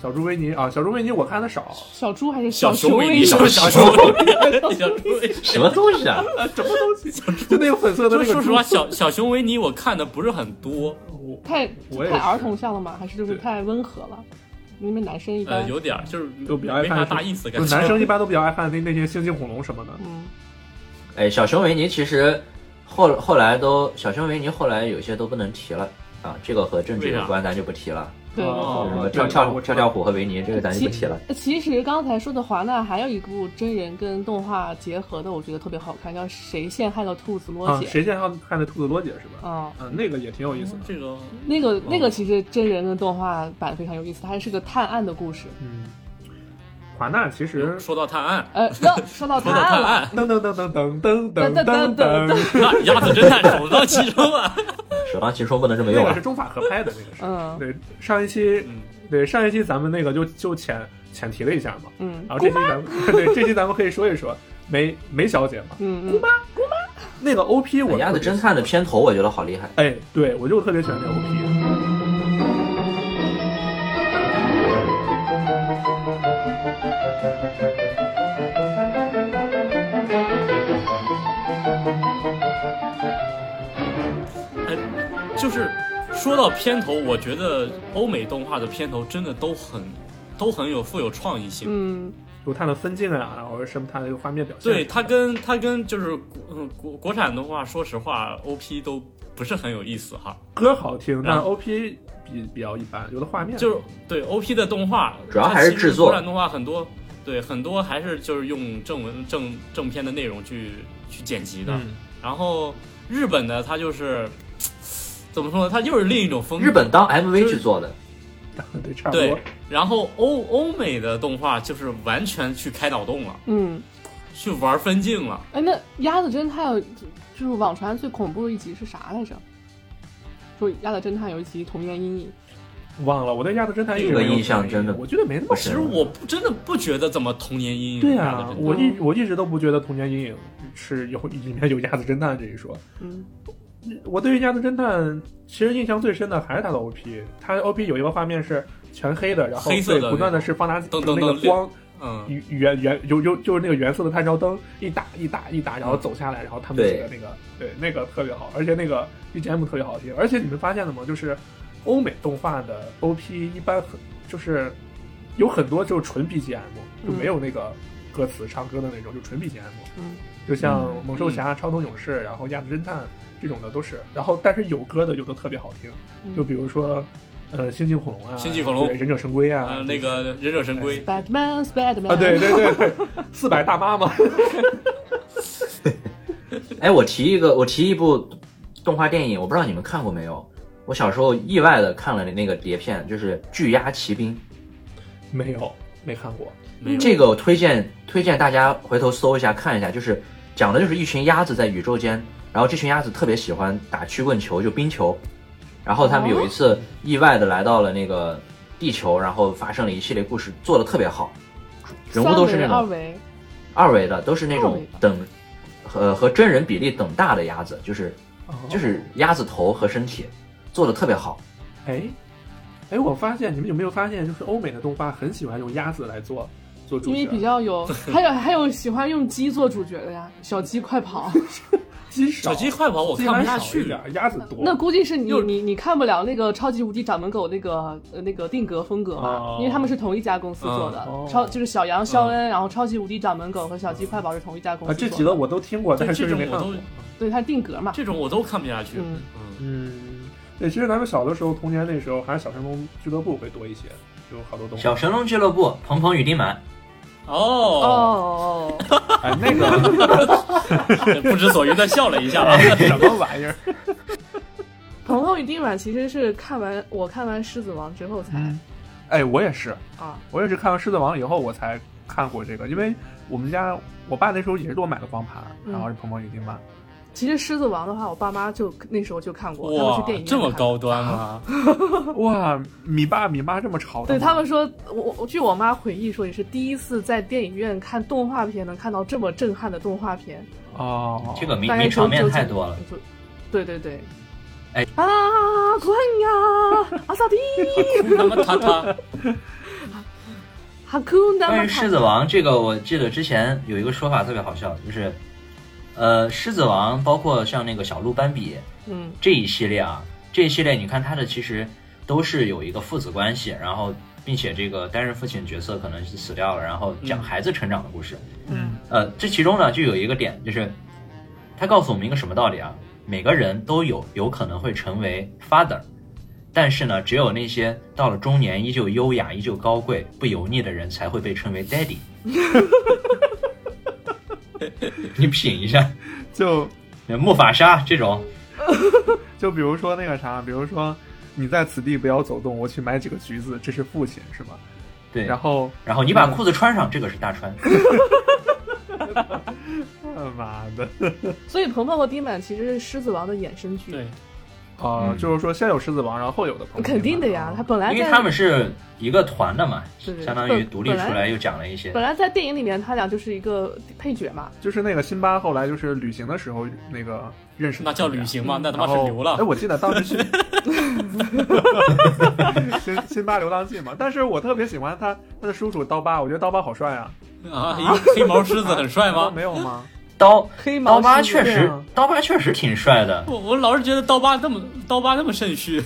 小猪维尼啊，小猪维尼我看
*laughs*
的少，
小猪还是
小
熊
熊维
尼？
尼，小小熊维尼，小熊
*laughs*
维尼。
什么东西啊？
啊，什么东西？就那个粉色的
就
那个
说
猪
实，话，小小熊维尼我看的不是很多，
我
太
我也
太
是
儿童向了吗？还是就是
对
太温和了？因为男生一
呃，
般
有点儿就是
都嗯比较爱
没
看
啥大意思，感
就
觉
是男生一般都比较爱看那那些猩猩恐龙什么的。
嗯，
哎，小熊维尼其实后后来都小熊维尼后来有些都不能提了啊，这个和政治
为啥
有关，咱就不提了。
对。
哦
就
没
是
错
什
我知道我
么跳跳
知
跳
道
跳虎和维尼，这个咱就不提了。
其实刚才说的华纳还有一部真人跟动画结合的，我觉得特别好看，叫《谁陷害了兔子罗
啊，
姐》
谁见看看的兔子罗姐是吧？
啊、
嗯，那个也挺有意思的。
这个
那
哦
个那个其实真人跟动画版非常有意思，它还是个探案的故事。
嗯，华纳其实哎
说到探案，
呃，那说到
说
探
到
案
探
*laughs*
了，
案，
噔噔噔噔噔
嗯噔
噔
噔噔
噔
噔
噔，
那鸭子侦探首当其冲啊！
首当其冲不能这么
那
用
个
啊
是！中法合拍的那个是。
嗯
对，上一期
嗯，
对上一期咱们那个就就浅浅提了一下嘛，
嗯
然后这期咱们 *laughs* 对这期咱们可以说一说梅梅小姐嘛，
嗯嗯，
那个 OP 我
鸭子
特别
哎侦探的片头我觉得好厉害，
哎，对我就特别喜欢那个 OP。
哎，就是说到片头，我觉得欧美动画的片头真的都很都很有富有创意性。
嗯
有它的分镜啊，然后什么它的一个画面表现，
对它跟它跟就是国嗯国国产动画，说实话，OP 都不是很有意思哈。
歌好听，但
然
是
嗯
后
OP 比比较一般，有的画面
就是对 OP 的动画，
主要
它
还是
其实
制作
国产动画很多，对很多还是就是用正文正正片的内容去去剪辑的。
嗯，
然后日本的它就是怎么说呢？它又是另一种风格。
日本当 MV
就
去
是
做的，
*laughs* 对，差不
对
多。，
然后欧欧美的动画就是完全去开脑洞了，
嗯，
去玩分镜了。
哎，那鸭子侦探有就是网传最恐怖的一集是啥来着？说鸭子侦探有一集童年阴影，
忘了，我对《亚瑟侦探》一直
这个
没有
印象
什么
真的
我觉得没那么
不
其
是
实我不真的不觉得怎么童年阴影。
对
啥的
啊
真，的
我一我一直都不觉得《童年阴影》是有里面有鸭子侦探这一说。
嗯
我对于鸭子侦探其实印象最深的还是他的 OP，他 OP 有一个画面是全黑的，然后
黑色的
对
那
不断的
种
是放大镜
噔
就
噔
是那个
噔
光
嗯，
原原有有就是那个原色的探照灯一打一打一打，
嗯
然后走下来，然后他们几个那个对那个特别好，而且那个 BGM 特别好听，而且你们发现了吗？就是欧美动画的 OP 一般很就是有很多就是纯 BGM，就没有那个歌词唱歌的那种，就纯 BGM。
嗯，
就像
嗯
猛兽侠、超能勇士，然后鸭子侦探这种的都是，然后但是有歌的有的特别好听，
嗯
就比如说呃星际恐龙啊，
星际恐龙
对忍者神龟啊
呃，，那个忍者神龟，
，Batman Batman
啊，对，对对对，
*laughs*
四百大妈嘛，
哎，我提一个，我提一部动画电影，我不知道你们看过没有？我小时候意外的看了那个碟片，就是《巨鸭奇兵
*laughs* 没有，没看过。
嗯
没》，有
这个我推荐推荐大家回头搜一下看一下，就是讲的就是一群鸭子在宇宙间，然后这群鸭子特别喜欢打曲棍球，就冰球，然后他们有一
哦
次意外的来到了那个地球，然后发生了一系列故事，做的特别好，人物都是那
三
种
维
二维的，都是那
二维
种
的
等和和真人比例等大的鸭子，就是
哦
就是鸭子头和身体做的特别好。
哎，哎，我发现你们有没有发现，就是欧美的动画很喜欢用鸭子来做做
二维，因
主
为比
角，*laughs*
较有，还有还有喜欢用鸡做主角的呀，小鸡快跑，
鸡少，
小鸡快跑我
鸡
看不
还
下
少
去
一点鸭子多。
那估计是你
又
你你看不了那个超级无敌掌门狗那个呃那个定格风格嘛，
哦
因为他们是同一家公司做的，
嗯哦
超就是小羊肖恩，然后超级无敌掌门狗和小鸡快跑是同一家公
啊，
司做
这
的。
几个我都听过，
对
但是确实
这种
没看
我
过
都。
对它定格嘛，
这种我都看不下去。
嗯
嗯，
嗯，对，其实咱们小的时候，童年那时候还是小神龙俱乐部会多一些，有好多东西。
神龙俱乐部，鹏鹏与丁满。
哦，
哦，
哎，那个
不知所云的笑了一下啊。
什么玩意儿？
鹏鹏与丁满其实是看完我看完《狮子王》之后才、
哎，我也是，
啊，
我也是看完《狮子王》以后，我才看过这个，因为我们家我爸那时候也是给我买的光盘，
嗯
然后是《鹏鹏与丁满》。
其实《狮子王》的话，我爸妈就那时候就
*laughs*
看过，他们
哇
哦去电影，院
这么
看
高端啊
*laughs*
吗？
啊 *laughs* 哇，米爸米妈这么潮的
对
吗，
他们说，我我据我妈回忆说，也是第一次在电影院看动画片，能看到这么震撼的动画片。
哦，
这个名
大概
名
就
场面
就
太多了。
就对对对，啊，滚呀，阿萨迪，
那么他
*laughs*
他
哈库纳
关
马
于狮
塔
子王这个，我记得之前有一个说法特别好笑，就是，呃，狮子王包括像那个小鹿斑比
嗯
这一系列啊，这一系列你看它的其实都是有一个父子关系，然后并且这个担任父亲角色可能是死掉了，然后讲孩子成长的故事。
嗯
呃，这其中呢就有一个点，就是他告诉我们一个什么道理啊？每个人都有有可能会成为 father，但是呢，只有那些到了中年依旧优雅、依旧高贵、不油腻的人才会被称
*laughs*
为 daddy。你品一下，
嗯
就
木法沙这种，
就比如说那个啥，比如说你在此地不要走动，我去买几个橘子，这是父亲是吧？
对，
然后，嗯
然后你把裤子穿上，这个是大川。
他呃妈
*laughs*
的
所以鹏鹏和丁满其实是狮子王的衍生剧，
对，
啊，
嗯
就是说先有狮子王，然后后有的朋友，啊
肯定的呀，他本来
因为
在
他们是一个团的嘛，
对对
相当于
本
独立
本来
出来又讲了一些
本。来在电影里面他俩就是一个配角嘛，
就是那个辛巴后来就是旅行的时候那个认识的啊
那叫旅行
嗯
吗？那他妈是
然后
流浪
哎，。我记得当时
*laughs*
是辛辛巴流浪记嘛，但是我特别喜欢他他的叔叔刀疤，我觉得刀疤好帅啊。
啊，一黑毛狮子很帅
刀疤
*laughs*
吗？
没有吗？
刀
黑毛
刀疤
狮子
确
对
实
啊，
刀疤确实挺帅的。
我我老是觉得刀疤那么刀疤那么肾虚，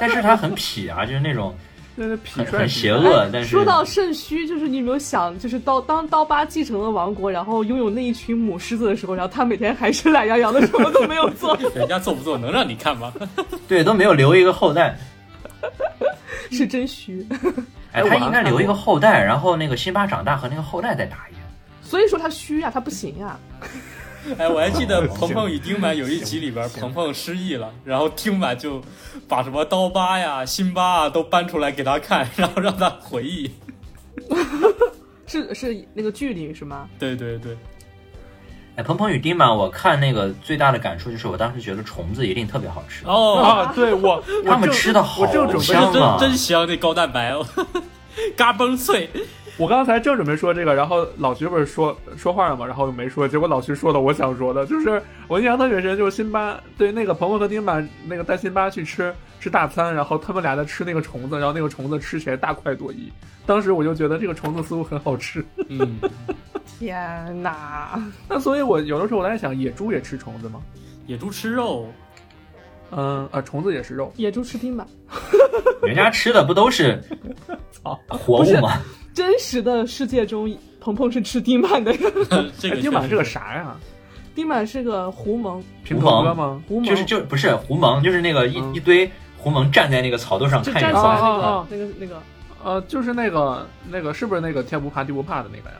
但是他很痞啊， *laughs* 就是那种
那是痞
很
帅
很
痞
邪恶，但是
哎说到肾虚，就是你有没有想，就是刀当刀疤继承了王国，然后拥有那一群母狮子的时候，然后他每天还是懒洋洋的，什么都没有做，
人家做不做能让你看吗？
对都没有留一个后代，
是真虚。
哎，
我
他
还
应该留一个后代，然后那个辛巴长大和那个后代再打一架。
所以说他虚啊呀、他不行呀、
哎，我还记得鹏鹏与丁满有一集里边，鹏鹏失忆了，然后丁满就把什么刀疤呀、辛巴啊都搬出来给他看，然后让他回忆。 *laughs*
是是那个剧里是吗？
对对对，
哎，鹏鹏与丁满，我看那个最大的感触就是，我当时觉得虫子一定特别好吃，
哦，
啊！对我，我
他们
正
吃的好
我正准
不是
备，
香啊
真真香，那高蛋白哦， *laughs* 嘎嘣脆。
我刚才正准备说这个，然后老徐不是说说话了嘛，然后没说，结果老徐说了我想说的，就是我印象特别深，就是辛巴对那个鹏鹏和丁满那个带辛巴去吃吃大餐，然后他们俩在吃那个虫子，然后那个虫子吃起来大快朵颐，当时我就觉得这个虫子似乎很好吃。
嗯，
天哪！
*laughs* 那所以，我有的时候我在想，野猪也吃虫子吗？
野猪吃肉， *laughs*
嗯啊，虫子也是肉。
野猪吃钉吧，
人家吃的不
*laughs*
都是
操
活物吗？
真实的世界中，鹏鹏是吃钉板的。
这
哎
个
丁满
确实
是个？啥呀？
钉板是个狐獴，
平头哥吗？
狐獴
就是就不是狐獴，就是那个一、
嗯
一堆狐獴站在那个草垛上
就
看
站
远
起来
啊
方，
那个、
哦哦
那个那个，
呃，就是那个那个，是不是那个天不怕地不怕的那个呀？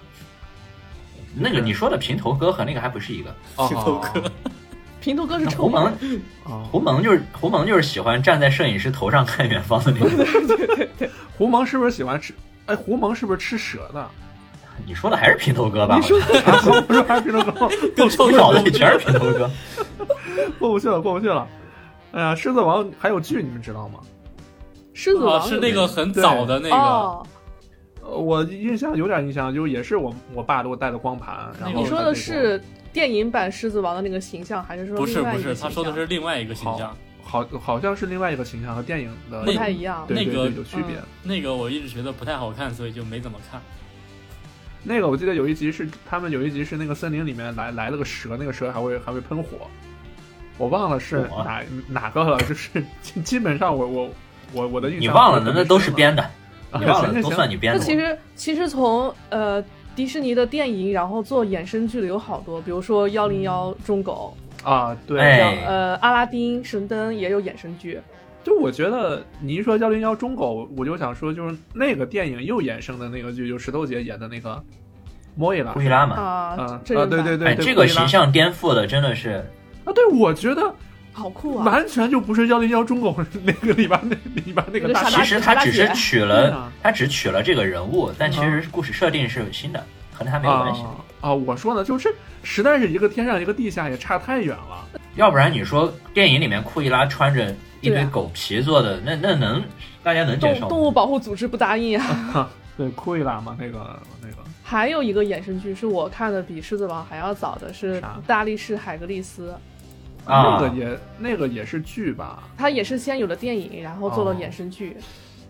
嗯那个你说的平头哥和那个还不是一个。
哦
平头哥
平头哥是臭
狐獴
獴，
哦，
狐獴就是狐獴就是喜欢站在摄影师头上看远方的那个。
哦狐獴是不是喜欢吃？哎，狐獴是不是吃蛇的？
你说的还是平头哥吧？
你说
啊不不是，还是平头哥吗？
更臭
我
的
脑子里全是平头
*laughs*
哥。
过不去了，过不去了。哎呀，狮子王还有剧，你们知道吗？
狮子王
啊，
有
是那个很早的那个，
哦，
呃我印象有点印象，就是也是我我爸给我带的光盘，然后
你说
在
的
美国
是电影版狮子王的那个形象，还是说
不是
另外
不
一个
是，
形象
他说的是另外一个形象。
好好像是另外一个形象和电影的
不太一样？
对对
那个
对有区别。
嗯
那个我一直觉得不太好看，所以就没怎么看。 *laughs*
那个我记得有一集是他们有一集是那个森林里面来来了个蛇，那个蛇还会还会喷火，我忘了是
火
哪哪个了，就是 *laughs* 基基本上我我我我的印象
你忘了呢？那都是
*laughs*
编的，
啊
你忘
行
了
行
都
行
算你编
那
的。
其实其实从呃迪士尼的电影，然后做衍生剧的有好多，比如说幺零幺中狗，
啊，对，
哎
像呃阿拉丁神灯也有衍生剧，
就我觉得你一说幺零幺中狗，我就想说就是那个电影又衍生的那个剧，就石头姐演的那个莫伊拉
呼。吁拉嘛，
啊、
啊啊！对
真人版
对对
哎，
对，
这个
莫伊拉
形象颠覆的真的是，
啊，对，我觉得
好酷啊！
完全就不是幺零幺中狗 *laughs* 那个里边那里边那个大
那个傻
其
大
实
傻
他
大
只
姐嗯
是取
对
了
啊，
他只取了这个人物，但其实故事设定是新的，和他没有关系。
哦
啊啊！我说呢，就是实在是一个天上一个地下，也差太远了。
要不然你说电影里面库伊拉穿着一
对
堆
啊
狗皮做的，那那能大家能接
动
受
动
吗？
物保护组织不答应啊！ *laughs*
对，库伊拉嘛，那个那个
还有一个衍生剧是我看的比《狮子王》还要早的，是
啥
大力士海格力斯，
啊
那个也那个也是剧吧？
他也是先有了电影，然后做
哦
了衍生剧。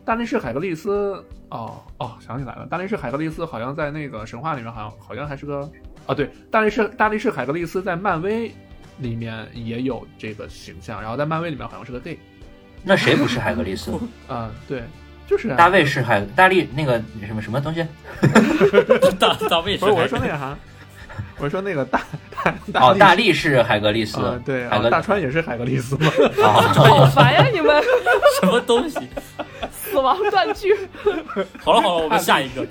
大力士海格力斯，哦哦，想起来了，大力士海格力斯好像在那个神话里面，好像好像还是个啊，对，大力士大力士海格力斯在漫威里面也有这个形象，然后在漫威里面好像是个 gay，
那谁不是海格力斯？
啊、对，就是啊
大卫是海大力那个什么什么东西？
大大卫
不是我是说那个啥，我是说那个大大大
哦，
力
大力是海格力斯
士，啊，对，然
海
哦
后
格
大川也是海格力斯嘛，
啊，
好烦呀、你们
什么东西？
死亡断句。 *laughs*
好了好了，我们下一个。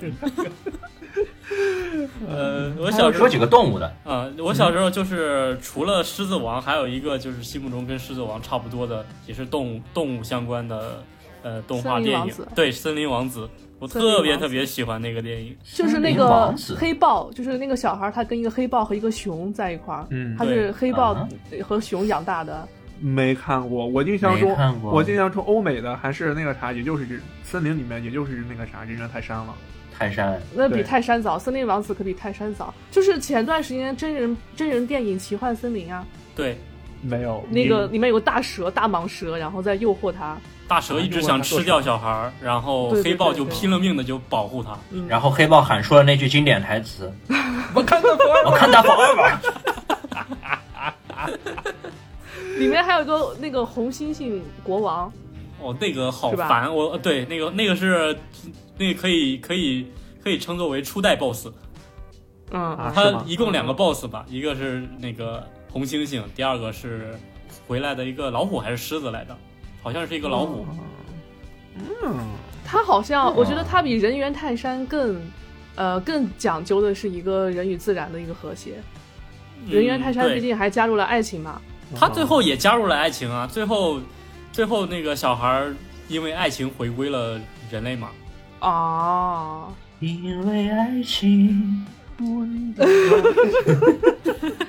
呃，我小时候
说几个动物的，
呃，我小时候就是除了狮子王，还有一个就是心目中跟狮子王差不多的，也是动物动物相关的呃动画
森林
电
王
影
子。
对，《森林王子》，我
森林
特别
王子
特别喜欢那个电影。
就是那
森
嗯
林
个
王子
黑豹，就是那个小孩，他跟一个黑豹和一个熊在一块儿，
嗯
他是黑豹
啊
和熊养大的，
没看过，我印象中
没看过
我印象中欧美的还是那个啥，也就是森林里面，也就是那个啥人猿泰山了，
泰山
那比
对
泰山早，《森林王子》可比泰山早。就是前段时间真人真人电影《奇幻森林》啊，
对，
没有
那个
你
里面有个大蛇、大蟒蛇，然后再诱惑他，
大蛇一直想吃掉小孩儿，然后
对对
黑豹就
对对
拼了命的就保护他。
然后黑豹喊出了那句经典台词
我看到：“
*laughs* 我看他 forever。
里面还有个那个红猩猩国王，
哦，那个好
是吧
烦，我呃对那个那个是那个可以可以可以称作为初代 BOSS，
嗯，
啊，是
它
吗？
一共两个 BOSS 吧，一个是那个红猩猩，第二个是回来的一个老虎还是狮子来着，好像是一个老
哦
虎。
嗯。
他好像我觉得他比人猿泰山更，呃，更讲究的是一个人与自然的一个和谐。
嗯
人猿泰山
对
毕竟还加入了爱情嘛，
他最后也加入了爱情啊，最后最后那个小孩儿因为爱情回归了人类嘛。
哦，”
因为爱情，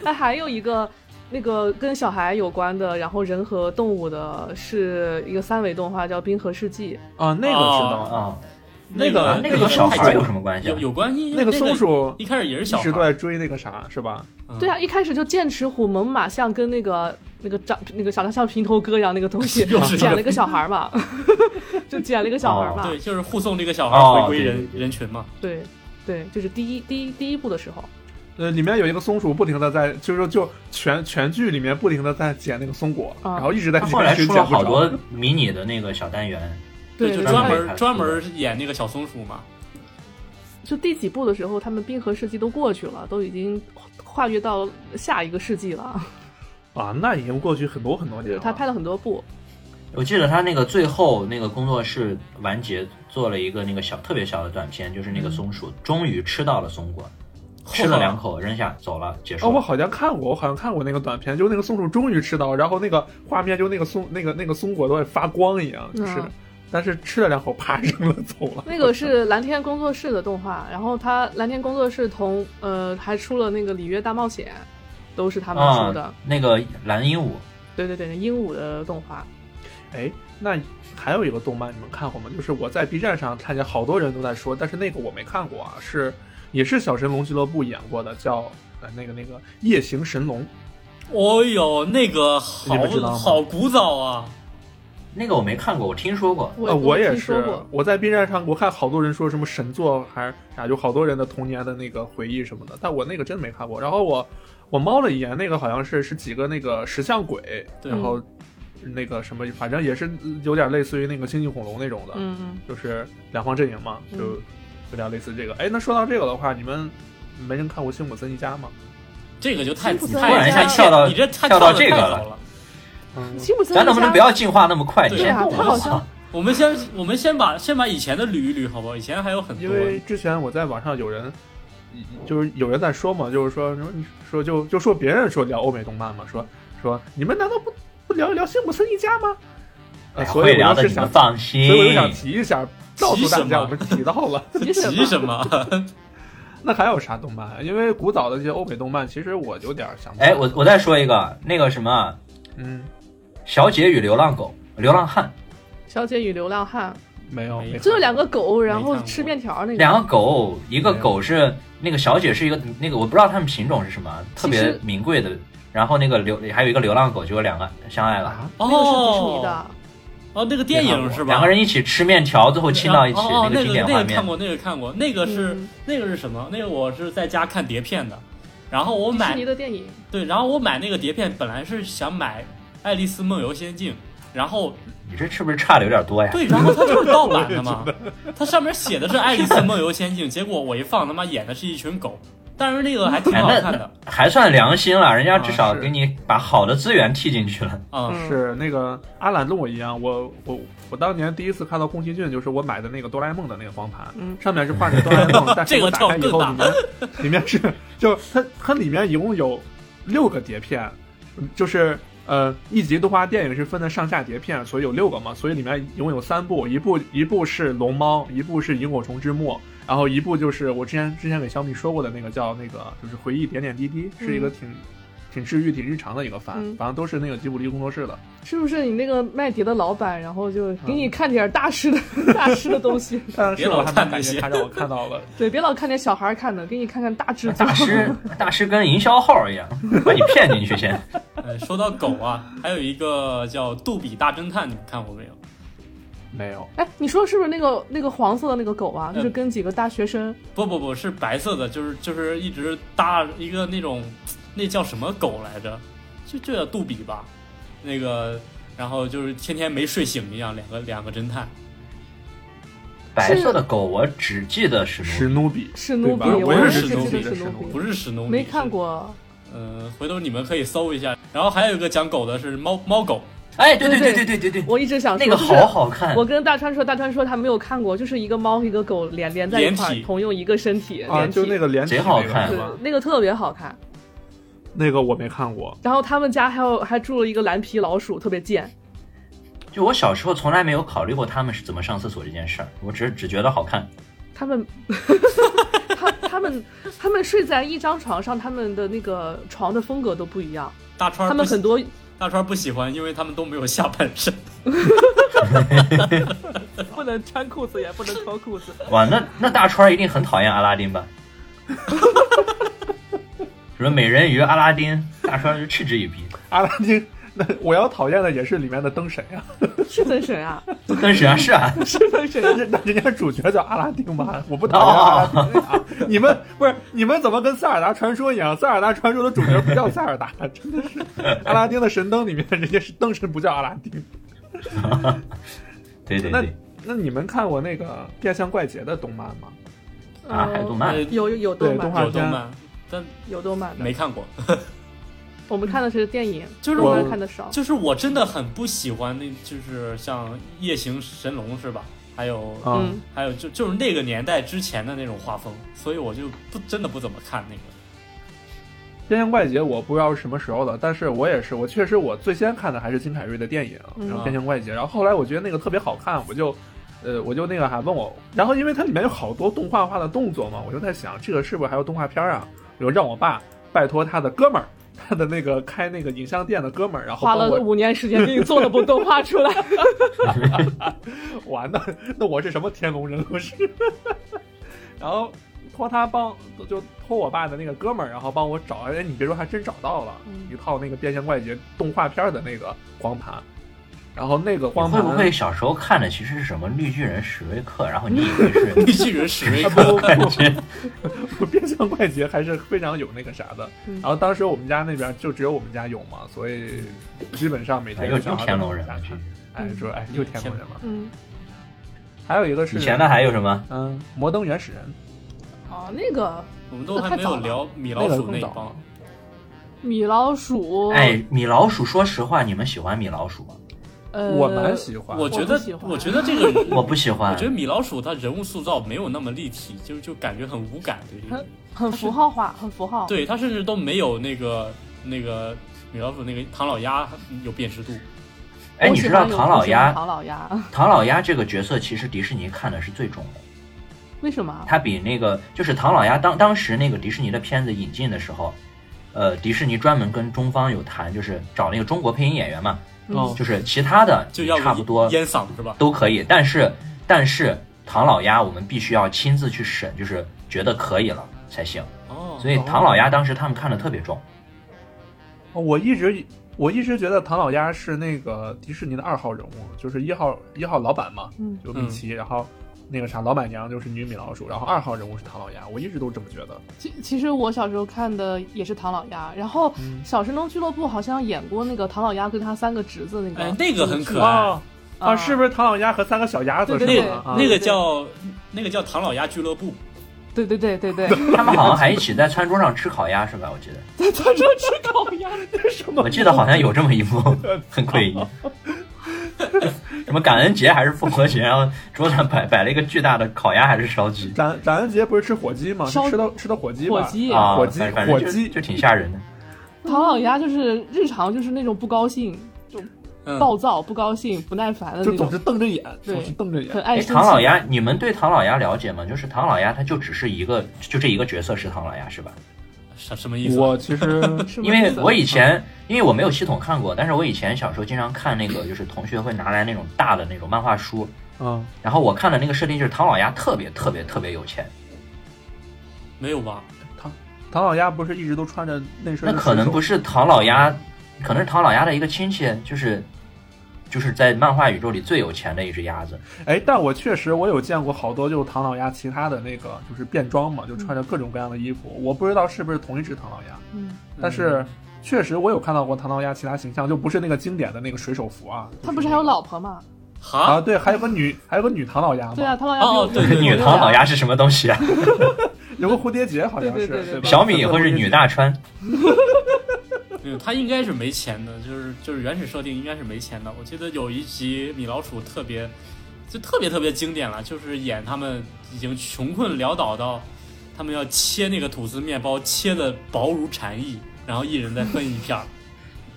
那还有一个那个跟小孩有关的，然后人和动物的，是一个三维动画叫《冰河世纪
啊，那个知道，
啊，
那
个
那
那个小孩
太久
儿有
了
什么关系啊
有？有关系？
那个松鼠
一开始也是
一
小孩
直
儿，
都在追那个啥，是吧？》。
嗯
对啊，一开始就剑齿虎、猛犸象跟那个那个长那个长得像平头哥一样那个东西
又是，
捡了一个小孩嘛， *laughs* 就捡了一个小孩嘛，
*laughs* 对，就是护送这个小孩儿回归
哦对
人、
对对
人群嘛。
对对，就是第一第一第一部的时候，
呃，里面有一个松鼠不停的在，就是就全全剧里面不停的在捡那个松果，
啊
然后一直在
他
捡，
后来
一直
出了
捡不
好多
着。
迷你的那个小单元，
对，
就
对
专
对
门专门演那个小松鼠嘛。
就第几部的时候，他们冰河世纪都过去了，都已经跨越到下一个世纪了。
啊，那已经过去很多很多年了。
他拍了很多部，
我记得他那个最后那个工作室完结做了一个那个小特别小的短片，就是那个松鼠终于吃到了松果，吃了两口扔下走了，结
哦，
束
我
了。
好像看过，我好像看过那个短片，就那个松鼠终于吃到，然后那个画面就那个松那个那个松果都在发光一样，就是，
嗯
但是吃了两口，啪扔了走了。
那个是蓝天工作室的动画，然后他蓝天工作室同呃还出了那个《里约大冒险》，都是他们出的。
啊，那个蓝鹦鹉
对对对，鹦鹉的动画，
哎，那还有一个动漫你们看过吗？就是我在 B 站上看见好多人都在说，但是那个我没看过啊，是也是小神龙俱乐部演过的，叫呃那个那个夜行神龙，
哦呦，那个好
你们知道吗
好古早啊！
那个我没看过，我听说过。
我、
呃，我也
听说
是
过，。
我在 B 站上我看好多人说什么神作还是啥，有好多人的童年的那个回忆什么的，但我那个真没看过。然后我我猫了一眼，那个好像是是几个那个石像鬼，
对
然后
嗯
那个什么，反正也是有点类似于那个星际恐龙那种的，
嗯嗯，
就是两方阵营嘛，就
嗯
有点类似这个。哎，那说到这个的话，你们没人看过《辛普森一家》吗？
这个就太
辛普森
太
突然一下
太
跳到
你这太
跳到
得
这个
太早
了
了。
嗯，
辛普森
咱能不能
一家
不要进化那么快？哎你
对
先
啊
动
他好像
我操
我们先我们先把先把以前的捋一捋，好不好？以前还有很
因
多。
为之前我在网上有人，就是有人在说嘛，就是说什么你说就就说别人说聊欧美动漫嘛，说说你们难道不不聊一聊《辛普森一家》吗？呃，
哎
所以
会
我
聊的，
就是
你们
想，
放
所以我就
心。
想提一下，告诉大
急什么
家我们提到了。 *laughs*
急什
急
么？
什么？
那还有啥动漫啊？因为古早的这些欧美动漫，其实我有点想不
哎，
到。
我我再说一个，那个什么
嗯，
《小姐与流浪狗》《流浪汉
小姐与流浪汉，
没有，
没
没看
就有两个狗，然
没
后
看过
吃面条那》，个。
两个狗，一个狗是那个小姐是一个那个我不知道它们品种是什么，特别
其实
名贵的然后那个流还有一个流浪狗就有两个相爱了，
那个是迪士
*laughs*
尼
哦
的，
哦，那个电影啊是吧？
两个人一起吃面条，最后亲到一起，
哦哦
个
那
经典
那
画
个
面
看。过，那个看过，那个是、
嗯
那个是什么？那个我是在家看碟片的，然后我
迪士
买
尼的电影，
对，然后我买那个碟片本来是想买《爱丽丝梦游仙境》，然后
你这是不是差的有点多呀？
对，然后它就是盗版的嘛，它上面写的是《爱丽丝梦游仙境》，结果我一放他妈演的是一群狗，但是那个还挺
哎，
好看
那
的，
那还算良心了，人家至
啊
少
是
给你把好的资源踢进去了。
嗯，
是那个阿懒跟我一样，我我我当年第一次看到宫崎骏，就是我买的那个哆啦 A 梦的那个光盘，
嗯
上面是画着哆啦
*laughs*
A 梦，但
这
是
个
我打开以后
跳
里面里面 *laughs* 是就它它里面一共有六个碟片，就是呃一集动画电影是分的上下碟片，所以有六个嘛，所以里面一共有三部，一部一部是龙猫，一部是萤火虫之墓。然后一部就是我之前之前给小米说过的那个叫那个就是回忆点点滴滴，是一个
嗯
挺挺治愈、挺日常的一个番，
嗯
反正都是那个吉卜力工作室的。
是不是你那个卖碟的老板，然后就给
嗯
你看点大师的、 *laughs* 大师的东西？ *laughs*
但
别
嗯是
老
我还
看
蛮
那
感谢
些
他让我看到了，
对，别老看点小孩看的，给你看看大制作
大。师，大师跟营销号一样，把你骗进去先。
呃，说到狗啊，还有一个叫《杜比大侦探》，你们看过没有？
*laughs* 没有，
*laughs* 哎，你说是不是那个那个黄色的那个狗啊？
嗯
就是跟几个大学生，
不不不是白色的，就是就是一直搭一个那种那叫什么狗来着，就就叫杜比吧，那个然后就是天天没睡醒一样，两个两个侦探，
白色的狗，我只记得是
史
奴。
努比
史努比
对吧
我
我
也
也
是
是
记
史努
得
比
是史
史努
努比
不是史努比，
没看
是。
过。
呃，回头你们可以搜一下。然后还有一个讲狗的是猫猫狗，
哎，对
对对
对对对对对，
我一直想说
那个
就是
好好 *laughs* 看
我。跟大川说，大川说他没有看过，就是一个猫一个狗连连在一块
连
儿，
体
同用一个身体，
啊，
连体
就那个连体
贼好
那个
看
是
对
吧？
那个特别好看。
那个我没看过，
然后他们家还有还住了一个蓝皮老鼠，特别贱。
就我小时候从来没有考虑过他们是怎么上厕所这件事儿，我只是只觉得好看。
他们， *laughs* 他他们他们睡在一张床上，他们的那个床的风格都不一样。
大川
他
儿
们
不喜
很多
大川儿不喜欢，因为他们都没有下半
*laughs*
身。
不能穿裤子，也不能脱裤子。
哇，那那大川儿一定很讨厌阿拉丁吧？什么美人鱼、阿拉丁，大川儿就嗤之以鼻。
阿拉丁。那我要讨厌的也是里面的灯神啊呀、
是灯神 *laughs* 啊，
但是啊，是啊，
是灯神啊
但。是 *laughs* 那人家主角叫阿拉丁吧，我不讨厌阿拉丁啊！ *laughs* 你们不是你们怎么跟塞尔达传说一样？塞尔达传说的主角不叫塞尔达，真的是阿拉丁的神灯里面人家是灯神，不叫阿拉丁。
对对
那
对
那你们看过那个《变相怪杰》的动漫吗？
啊，还有动漫
呃，
有有有动
对
漫
动画
有
的，
动漫，但
有动漫的。
没看过。
我们看的是电影，
就是
我
我
们看的少。
就是我真的很不喜欢那，就是像《夜行神龙》是吧？还有
啊、
嗯，
还有就就是那个年代之前的那种画风，所以我就不真的不怎么看那个。
边缘怪杰我不知道是什么时候的，但是我也是，我确实我最先看的还是金凯瑞的电影，然后
嗯
边缘怪杰，然后后来我觉得那个特别好看，我就，呃，我就那个还问我，然后因为它里面有好多动画化的动作嘛，我就在想这个是不是还有动画片啊？我就让我爸拜托他的哥们儿， *laughs* 他的那个开那个影像店的哥们儿，然后
花
帮我
了五年时间给你做了部动画出来。 *laughs*
哇，那那我是什么天龙人我是？ *laughs* 然后托他帮，就托我爸的那个哥们儿，然后帮我找，哎，你别说，还真找到了、
嗯
一套那个《变相怪杰》动画片的那个光盘，然后那个光
你
盘
会不会小时候看的其实是什么绿巨人史瑞克，然后你以
*laughs*
为是
绿巨人史瑞
啊
克，
*laughs* 不不
感觉
不，变相怪杰还是非常有那个啥的。
嗯
然后当时我们家那边就只有我们家有嘛，所以基本上每
哎
天
又
小
又
孩
天
都
龙人
在
了
家。
这
看
是
哎，说哎又天龙人了。
嗯，
还有一个是
以前的还有什么？
嗯，摩登原始人
哦，那个
我们都还没有聊米
那
老
个
鼠那
更
一
早
帮
了。。
米老鼠，
哎，米老鼠，说实话，你们喜欢米老鼠吗？
呃，
我蛮喜欢，
我觉
我
得
不喜，欢
我觉得这个
*laughs*
人，
我不喜
我
欢
觉。得米老鼠它人物塑造没有那么立体，就就感觉很无感对这个人。
很符号化，很符号。
对他甚至都没有那个那个米老鼠那个唐老鸭有辨识度。
哎，
我
你
喜
知
欢
道
有
唐老
我喜欢
鸭？
唐老鸭， *laughs*
唐老鸭这个角色其实迪士尼看的是最重的，
为什么？
它比那个就是唐老鸭当当时那个迪士尼的片子引进的时候，呃，迪士尼专门跟中方有谈，就是找那个中国配音演员嘛，
哦
就是其他的
就要
差不多
烟嗓是吧？
都可以，但是但是唐老鸭我们必须要亲自去审，就是觉得可以了才行。
哦， *laughs*
所以唐老鸭当时他们看的特别重，
我一直我一直觉得唐老鸭是那个迪士尼的二号人物，就是一号一号老板嘛，
嗯
就米奇，然后那个啥老板娘就是女米老鼠，然后二号人物是唐老鸭，我一直都这么觉得。
其其实我小时候看的也是唐老鸭，然后《
嗯
小神龙俱乐部》好像演过那个唐老鸭跟他三个侄子那个，
哎，那个很可爱，
啊啊，是不是唐老鸭和三个小鸭子
对
是
对
那
对
吗？啊
那个叫那个叫唐老鸭俱乐部，
对对对对对，他
他们好像还一起在餐桌上吃烤鸭是吧？我记得，
说吃烤鸭，
什么
*laughs* 我？记得好像有这么一
*laughs*
幕，很诡异。 *laughs* 什么感恩节还是复活节，然后桌上摆 *laughs* 摆了一个巨大的烤鸭还是烧鸡
展展恩节不是吃火鸡吗？是
烧
吃的吃的火鸡吧？
火鸡。
啊，
火鸡
反反正就
火鸡
就挺吓人的。
唐老鸭就是日常就是那种不高兴、
嗯，
暴躁、不高兴、不耐烦的
就
那
总
种
是，瞪着眼，
对
总是瞪着
很
眼。
爱
哎，
生气。
唐老鸭，你们对唐老鸭了解吗？就是唐老鸭，它就只是一个，就这一个角色是唐老鸭是吧？
什什么意思啊？
我其实
是吗
因为我以前，因为我没有系统看过，但是我以前小时候经常看那个，就是同学会拿来那种大的那种漫画书，
啊，
然后我看的那个设定就是唐老鸭特别特别特别有钱，
没有吧？
唐老鸭不是一直都穿着那身
那可能不
是
是唐老鸭，可能是唐老鸭的一个亲戚，就是就是在漫画宇宙里最有钱的一只鸭子。
哎，但我确实我有见过好多就是唐老鸭其他的那个就是变装嘛，就穿着各种各样的衣服，我不知道是不是同一只唐老鸭，
嗯，
但是确实我有看到过唐老鸭其他形象，就不是那个经典的那个水手服啊。
他不是
嗯
还有老婆吗？
哈
啊，，对，还有个女，还有个女唐老鸭嘛，
对啊，唐老鸭
哦哦
比我
对对
比我
*laughs* 女
大
唐老，鸭是什么东西啊？
有个蝴蝶结好像是，
对对对
吧？
对
小米也会是女大川，
嗯，他应该是没钱的，就是就是原始设定应该是没钱的。我记得有一集米老鼠特别，就特别特别经典了，就是演他们已经穷困潦倒到，他们要切那个吐司面包，切的薄如蝉翼，然后一人再分一片
*laughs*
儿。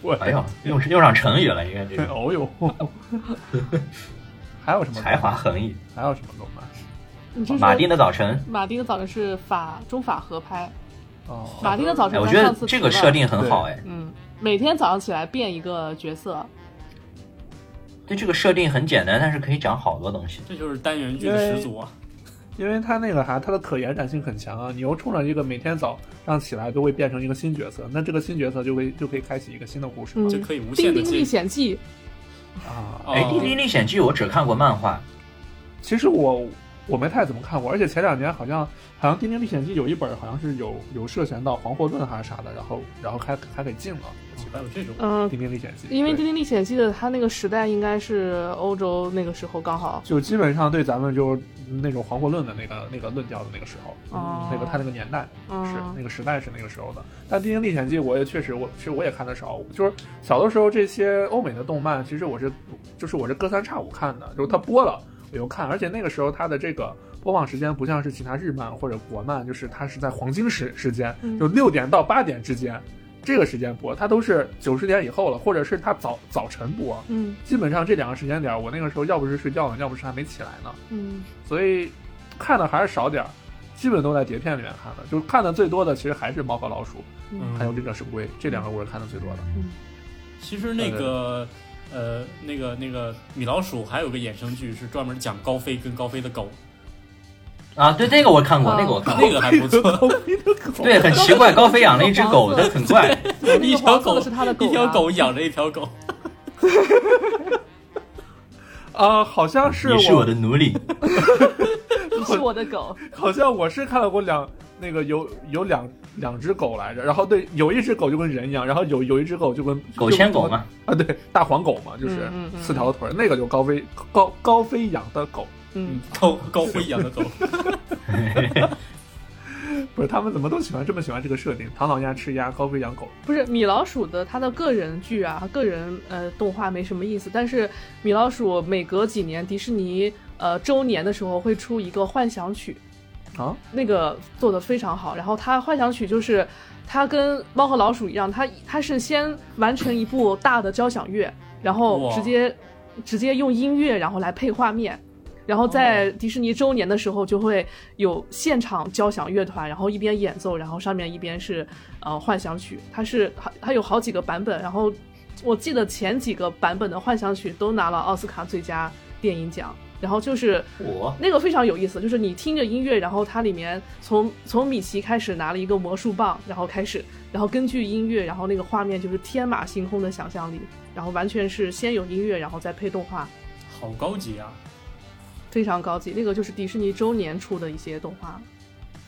我
哎呦，用用上成语了，应该这个
哦
*laughs*
呦，还有什么
才华横溢。
还有什么动漫？
你是说
马丁的早晨，
马丁的早晨是法中法合拍，
哦，
马丁的早
哎，
晨
我
咱
觉得
上次
这
提
个
了
设，定很好，哎，
嗯，每天早上起来变一个角色，
对这个设定很简单，但是可以讲好多东西。
这就是单元剧的始祖啊！
因为他那个啥，他的可延展性很强啊。你又冲着一个每天早上起来都会变成一个新角色，那这个新角色就会就可以开启一个新的故事嘛
嗯，
就可以无
《
限
丁
的
丁历
进。
险记》嗯
啊。
哦
哎，《丁丁历险记》我只看过漫画，
其实我我没太怎么看过，而且前两年好像好像《丁丁历险记》有一本好像是有有涉嫌到黄祸论还是啥的，然后然后还还给禁了。我记
还有这种，
嗯
得《丁丁历险记》，
因为《
对
丁丁历险记》的它那个时代应该是欧洲那个时候刚好，
就基本上对咱们就是那种黄祸论的那个那个论调的那个时候，嗯
哦
那个他那个年代。是
嗯
那个时代是那个时候的。但《丁丁历险记》我也确实我是我也看的少，就是小的时候这些欧美的动漫，其实我是就是我是隔三差五看的，就是它播了我就看，而且那个时候它的这个播放时间不像是其他日漫或者国漫，就是它是在黄金时时间，
嗯
就六点到八点之间。这个时间播，它都是九十点以后了，或者是它早早晨播。
嗯
基本上这两个时间点，我那个时候要不是睡觉呢，要不是还没起来呢。
嗯，
所以看的还是少点儿，基本都在碟片里面看的，就是看的最多的其实还是《猫和老鼠》
嗯
还有《忍者神龟》这两个我是看的最多的。
其实那个呃，那个那个米老鼠还有个衍生剧是专门讲高飞跟高飞的狗，
啊，对这个我看过，
哦
*laughs* 那个我看过
那，个还不错。
对，很奇怪， *laughs* 高飞养了一只狗，它很怪。
一条狗，
是他的狗，
一条狗，养着一条狗。
*laughs* 啊、好像是
你 *laughs* 是我的奴隶，
你是我的
*laughs*
狗，
*laughs* 好像我是看到过两那个有有两两只狗来着，然后对，有一只狗就跟人一样，然后有有一只狗就跟
狗牵狗 *laughs* 嘛，
就跟啊，对，大黄狗嘛，就是
嗯嗯嗯
四条腿儿，那个就高飞高高飞养的狗，
嗯
嗯，高高辉养的
*laughs*
狗，
*laughs*
不是他们怎么都喜欢这么喜欢这个设定，唐老鸭吃鸭，高飞养狗，
不是米老鼠的，他的个人剧啊，个人呃动画没什么意思，但是米老鼠每隔几年迪士尼呃周年的时候会出一个幻想曲，
啊，
那个做的非常好。然后他幻想曲就是他跟猫和老鼠一样，他他是先完成一部大的交响乐，然后
哇
直接直接用音乐然后来配画面。然后在迪士尼周年的时候，就会有现场交响乐团，然后一边演奏，然后上面一边是呃幻想曲，它是它它有好几个版本，然后我记得前几个版本的幻想曲都拿了奥斯卡最佳电影奖，然后就是
我
那个非常有意思，就是你听着音乐，然后它里面从从米奇开始拿了一个魔术棒，然后开始，然后根据音乐，然后那个画面就是天马行空的想象力，然后完全是先有音乐，然后再配动画，
好高级啊！
非常高级。那个就是迪士尼周年出的一些动画，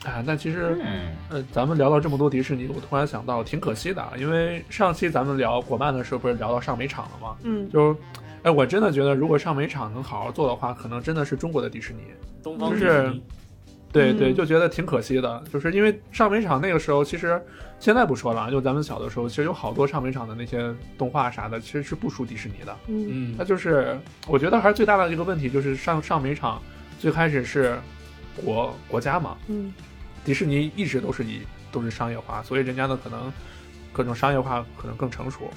啊，那其实
嗯，
呃，咱们聊到这么多迪士尼，我突然想到，挺可惜的啊，因为上期咱们聊国漫的时候，不是聊到上美场了吗？
嗯，
就，哎，我真的觉得，如果上美场能好好做的话，可能真的是中国的迪士尼。
东方
就
迪
是
士尼
对对，
嗯
就觉得挺可惜的，就是因为上美场那个时候，其实现在不说了啊，就咱们小的时候，其实有好多上美场的那些动画啥的，其实是不输迪士尼的。
嗯
嗯
那，就是我觉得还是最大的一个问题，就是上上美场最开始是国国家嘛，
嗯，
迪士尼一直都是以都是商业化，所以人家呢可能各种商业化可能更成熟，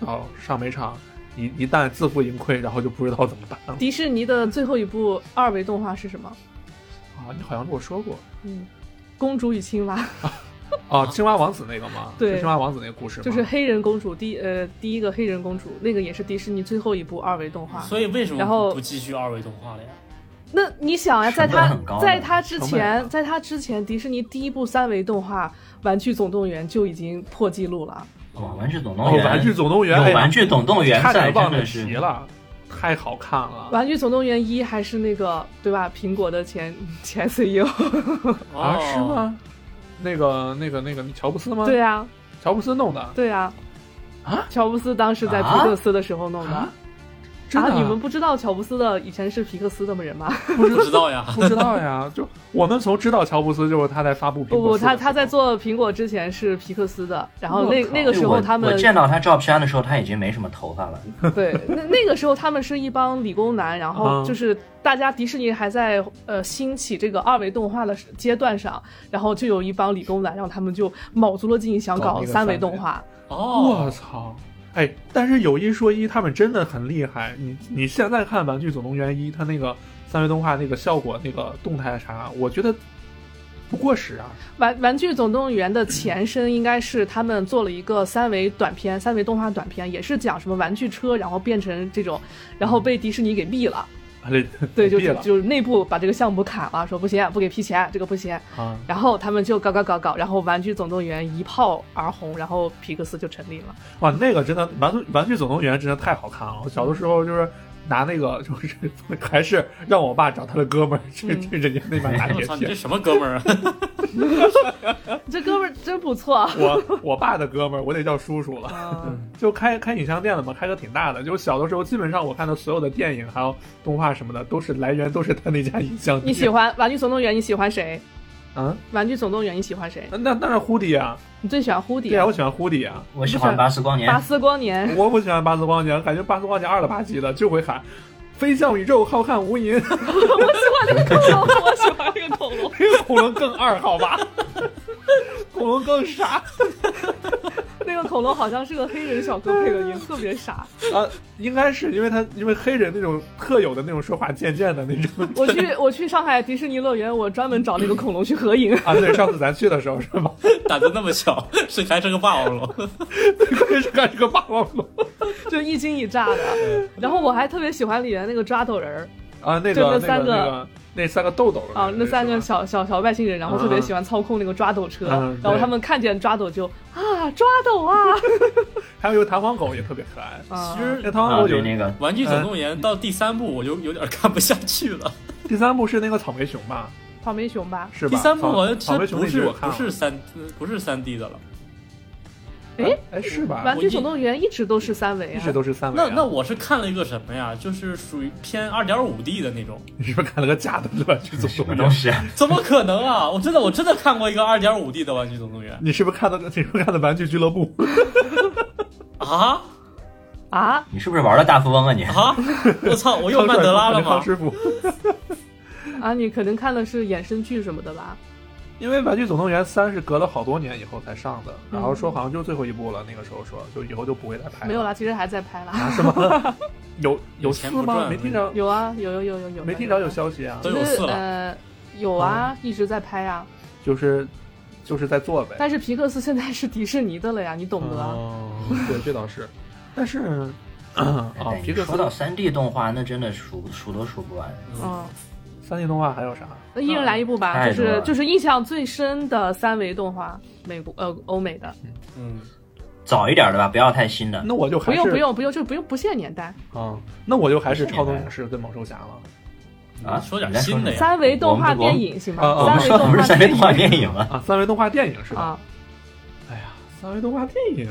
然后上美场一一旦自负盈亏，然后就不知道怎么办了
迪士尼的最后一部二维动画是什么？
啊！你好像跟我说过
嗯，公主与青蛙，
啊，青蛙王子那个吗？
对
是青蛙王子那个故事吗？
就是黑人公主第呃第一个黑人公主，那个也是迪士尼最后一部二维动画。
所以为什
然后
么不继续二维动画了呀？
那你想呀、在
成本
他
很高
在他之
成本
前，在他之前，迪士尼第一部三维动画《玩具总动员》就已经破纪录了。
哦，玩具总
哦
动，员，
玩具总动员，
有
哎呀
玩具总动员
差
在，
点
真
忘了
的是
提了，太好看了
《玩具总动员一》还是那个对吧？苹果的前 *laughs* 前 E CEO，
啊？
哦
是？吗？那个、那个、那个乔布斯吗？
对，啊，
乔布斯弄的
对啊。
啊
乔布斯当时在皮
啊
克斯的时候弄的
啊。真的啊
你们不知道乔布斯的以前是皮克斯的人吗？
不知道呀。
不知道
*laughs*
呀？就我们从知道乔布斯就是他在发布苹
不
果
不，
四的
他
时候
他在做苹果之前是皮克斯的，然后那
我靠
那个时候
我
他们
我见到他照片的时候，他已经没什么头发了。
对，那那个时候他们是一帮理工男，然后
啊
就是大家迪士尼还在呃兴起这个二维动画的时阶段上，然后就有一帮理工男，然后他们就卯足了劲想
搞
搞
那个
三
三
维
维
动画。
哦
我，操！哎，但是有一说一，他们真的很厉害。你你现在看《玩具总动员一》，它那个三维动画那个效果、那个动态啥，我觉得不过时啊。
玩玩具总动员的前身应该是他们做了一个三维短片，三维动画短片，也是讲什么玩具车，然后变成这种，然后被迪士尼给毙了，
哎 *laughs*
对，就
毙
就
了
就是内部把这个项目砍了，说不行，不给批钱，这个不行。
啊！
然后他们就搞搞搞搞，然后玩具总动员一炮而红，然后皮克斯就成立了。
哇，那个真的《玩具玩具总动员》真的太好看了。我小的时候就是拿那个，就是 *laughs* 还是让我爸找他的哥们儿
嗯
去去人家那边拿
我
铁
哎操，你这
铁。
什么哥们儿啊？ *laughs*
这哥们儿真不错。
我我爸的哥们儿，我得叫叔叔了。
嗯，
就开开影像店的嘛，开个挺大的。就小的时候，基本上我看的所有的电影还有动画什么的，都是来源都是他那家影像店。
你喜欢《玩具总动员》？你喜欢谁？
啊？
《玩具总动员》你喜欢谁？
那那是胡迪啊，
你最喜欢蝴
对
蝶
啊，、我喜欢胡迪啊。
我喜欢巴斯光年
巴，斯光
*laughs*
年？
我不喜欢巴斯光年，感觉巴斯光年二了吧唧的，就会喊“飞向宇宙，浩瀚无垠。
我喜欢那个恐龙，我喜欢那个恐龙”。
这个恐龙更二，好吧？ *laughs* 恐龙更傻。
那个恐龙好像是个黑人小哥配的音，特别傻。
啊，应该是因为他因为黑人那种特有的那种说话贱贱的那种。
我去，我去上海迪士尼乐园，我专门找那个恐龙去合影。
啊，对，上次咱去的时候是吧？ *laughs*
胆子那么小， *laughs* 是还是个霸王龙？
关键是看这个霸王龙
就一惊一乍的。然后我还特别喜欢里面那个抓头人儿
啊，那
就那
个
三
那
个
个那三个豆豆
哦
啊，那三个小小小外星人，然后特别喜欢操控那个抓斗车，
嗯
然后
对
他们看见抓斗就啊抓
*laughs*
斗啊。
还有一个弹簧狗也特别可爱。*laughs*
啊
其实嗯那弹
啊，
簧狗
对
有
那个
《玩具总动员》到第三部我就有点看不下去了。
第三部是那个草莓熊吧？
草莓熊吧？
是吧？
第三部
草
好像
草莓
真
熊
不
那集
是
我看
不
了啊
是三不是三 D 的了。
哎，
哎是吧
玩？具总动员一直都是三维
一
啊
直。都是三维啊。
那那我是看了一个什么呀？就是属于偏二点五 D 的那种，
你是不是看了个假的玩具总
什么
动
东
员？
西？
怎么可能啊！ *laughs* 我真的我真的看过一个二点五 D 的《玩具总动员
你是不是看的？你是不是看的玩具俱乐部？》
啊
啊，
你是不是玩了大富翁啊你？
啊！我操，我
*laughs*
又曼德拉了
康
吗？
师傅。
啊，你可能看的是衍生剧什么的吧？
因为《玩具总动员三》是隔了好多年以后才上的，然后
嗯
说好像就最后一部了，那个时候说就以后就不会再拍了。
没有啦，其实还在拍啦。
啊？
*laughs*
是吗？有有
钱
四
不
吗？
赚
没听着，
有啊，有有有有有。
没听着有嗯消息啊
都？有
就是
四了
呃，有啊，一直在拍啊。
哎就是就是在做呗。哦
但是皮克斯现在是迪士尼的了呀，你懂得啊。
*laughs* 哦，对，这倒是。但是啊皮
但，哎你
克
说到
斯
三 D 动画，那真的数数都数不完。
嗯，
三 D 动画还有啥？
那一人来一部吧，
太
就
多
是
了
就是印象最深的三维动画，美国呃欧美的，
嗯，
早一点的吧，不要太新的。
那我就还
不
是
用不用不用，就不用不限年代，
啊，那我就还是
不是
超能
你
勇士跟猛兽侠了。
啊
说点
你在说
新的
什
呀。
三维动画电影行
我
吗？
我
三维
们说
动
不
画
是三维动画
电
电影吗？
啊，三维动画电影是
影
吧？
啊，
三维动画电影，《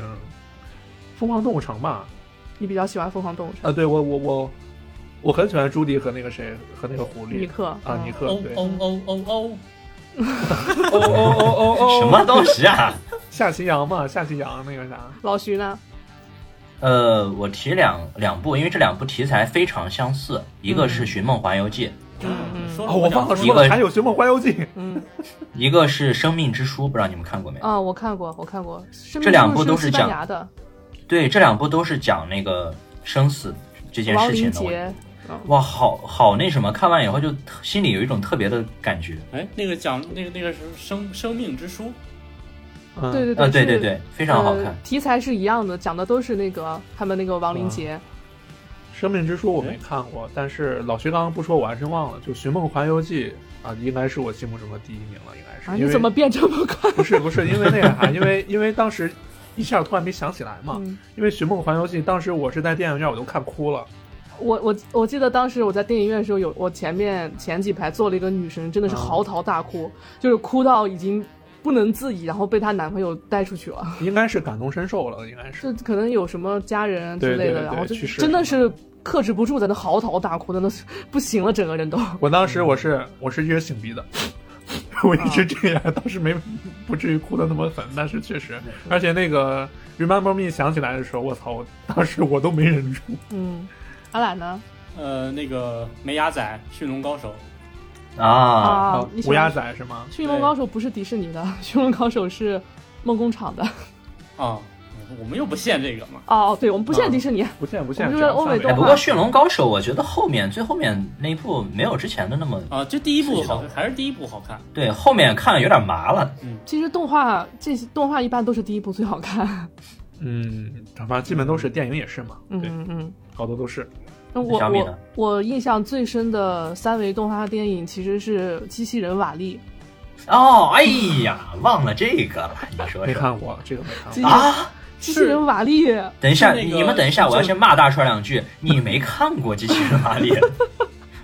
疯狂动物城》吧？
你比较喜欢疯狂动物城？
啊，对我我我我很喜欢朱迪和那个谁和那个狐狸
尼克
啊，尼克
哦
对
哦哦哦哦，
哦哦哦哦
什么东西啊？
*laughs* 夏奇阳嘛，夏奇阳那个啥，
老徐呢？
呃，我提两两部，因为这两部题材非常相似，一
嗯
个是《寻梦环游记
嗯说
哦，我忘了
一
说
个
了，还有《寻梦环游记》
嗯，》，
一个是《生命之书》，不知道你们看过没有？
啊，我看过，我看过，生
这
命
两
中
部都
是
是
西班
讲
牙的
对，这两部都是讲那个生死这件
王
事
林
情的。我
杰，
哇，好好那什么，看完以后就特心里有一种特别的感觉。
哎，那个讲那个那个是生生命之书，
嗯，
对对
呃，对
对
对
是
对，非常好
呃
看。
题材是一样的，讲的都是那个他们那个王林
啊
杰，
生命之书》我没看过，但是老徐刚刚不说，我还真忘了，就《寻梦环游记》啊，应该是我心目中的第一名了，应该是。
啊，
因
你
为
怎么变这么快？
不是不是因为那个啥，因为因为当时一下突然没想起来嘛，
嗯
因为《寻梦环游记》当时我是在电影院我都看哭了，
*laughs* 我我我记得当时我在电影院的时候有，我前面前几排坐了一个女生，真
嗯
的是嚎啕大哭，就是哭到已经不能自已，然后被她男朋友带出去了， *laughs*
应该是感同身受了，应该是。
就可能有什么家人之类
对
的，
对对
然后就
去世
真的是克制不住，在那嚎啕大哭，在那不行了，整个人都。
我当时我是我是越擤鼻的， *laughs* 我一直这样，当时没不至于哭的那么狠，但是确实，
嗯
而且那个《Remember Me》想起来的时候，我操，我当时我都没忍住。
嗯，阿懒呢？
呃，那个梅牙仔驯龙高手，
啊，
啊
好，
你喜
乌鸦
欢《
仔是吗？
驯龙高手》不是迪士尼的，《驯龙高手》是梦工厂的。
啊，我们又不限这个嘛。
哦，对，我们不限迪士尼。
不见不见，这
我们就是
样
欧美
范围
动
哎，
画
不过《驯龙高手》，我觉得后面最后面那一部没有之前的那么
啊，就第一部好，还是第一部好看。
对，后面看了有点麻了。
其实动画这些动画一般都是第一部最好看。
嗯，反正基本都是电影也是嘛，
嗯
对，
嗯嗯。
好多都是。
那我
小米呢
我我印象最深的三维动画电影其实是《机器人瓦力
哦，哎呀，忘了这个了，你说
没
说
看过这个没看过
机。
啊？》。
机器人瓦力，
等一下，
是那个
你们等一下，我要先骂大帅两句。你没看过《机器人 *laughs* 玛丽》，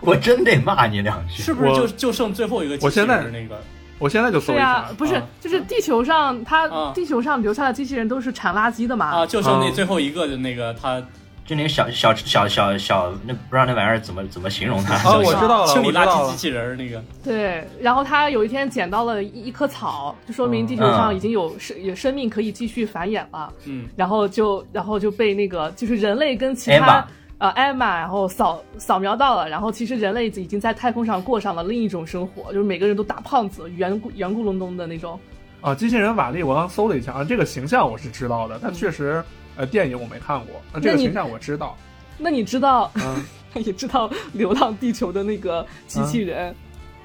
我真得骂你两句。
是不是
我
就就剩最后一个机
我
器
现在
人那个？
我现在就搜
对
一
呀、
下，
不是
啊，
就是地球上它、
啊
地球上留下的机器人都是铲垃圾的嘛。
啊，就剩那
嗯
最后一个的那个他
就那个小小小小小，那不知道那玩意儿怎么怎么形容它。
啊，我知道了，
清
我
理
知
垃
道
圾机
了。
器人儿那个。
对，然后他有一天捡到了一一棵草，就说明地球上已经有生、有生命可以继续繁衍了。
嗯，
然后就然后就被那个就是人类跟其
Emma
他呃艾玛，然后扫扫描到了，然后其实人类已经在太空上过上了另一种生活，就是每个人都大胖子，圆咕圆咕隆咚的那种。
啊，机器人瓦力，我刚搜了一下啊，这个形象我是知道的，但确实，呃，电影我没看过，那这个
嗯那你
形象我知道。
那你知道，
嗯
也知道《流浪地球》的那个机器人，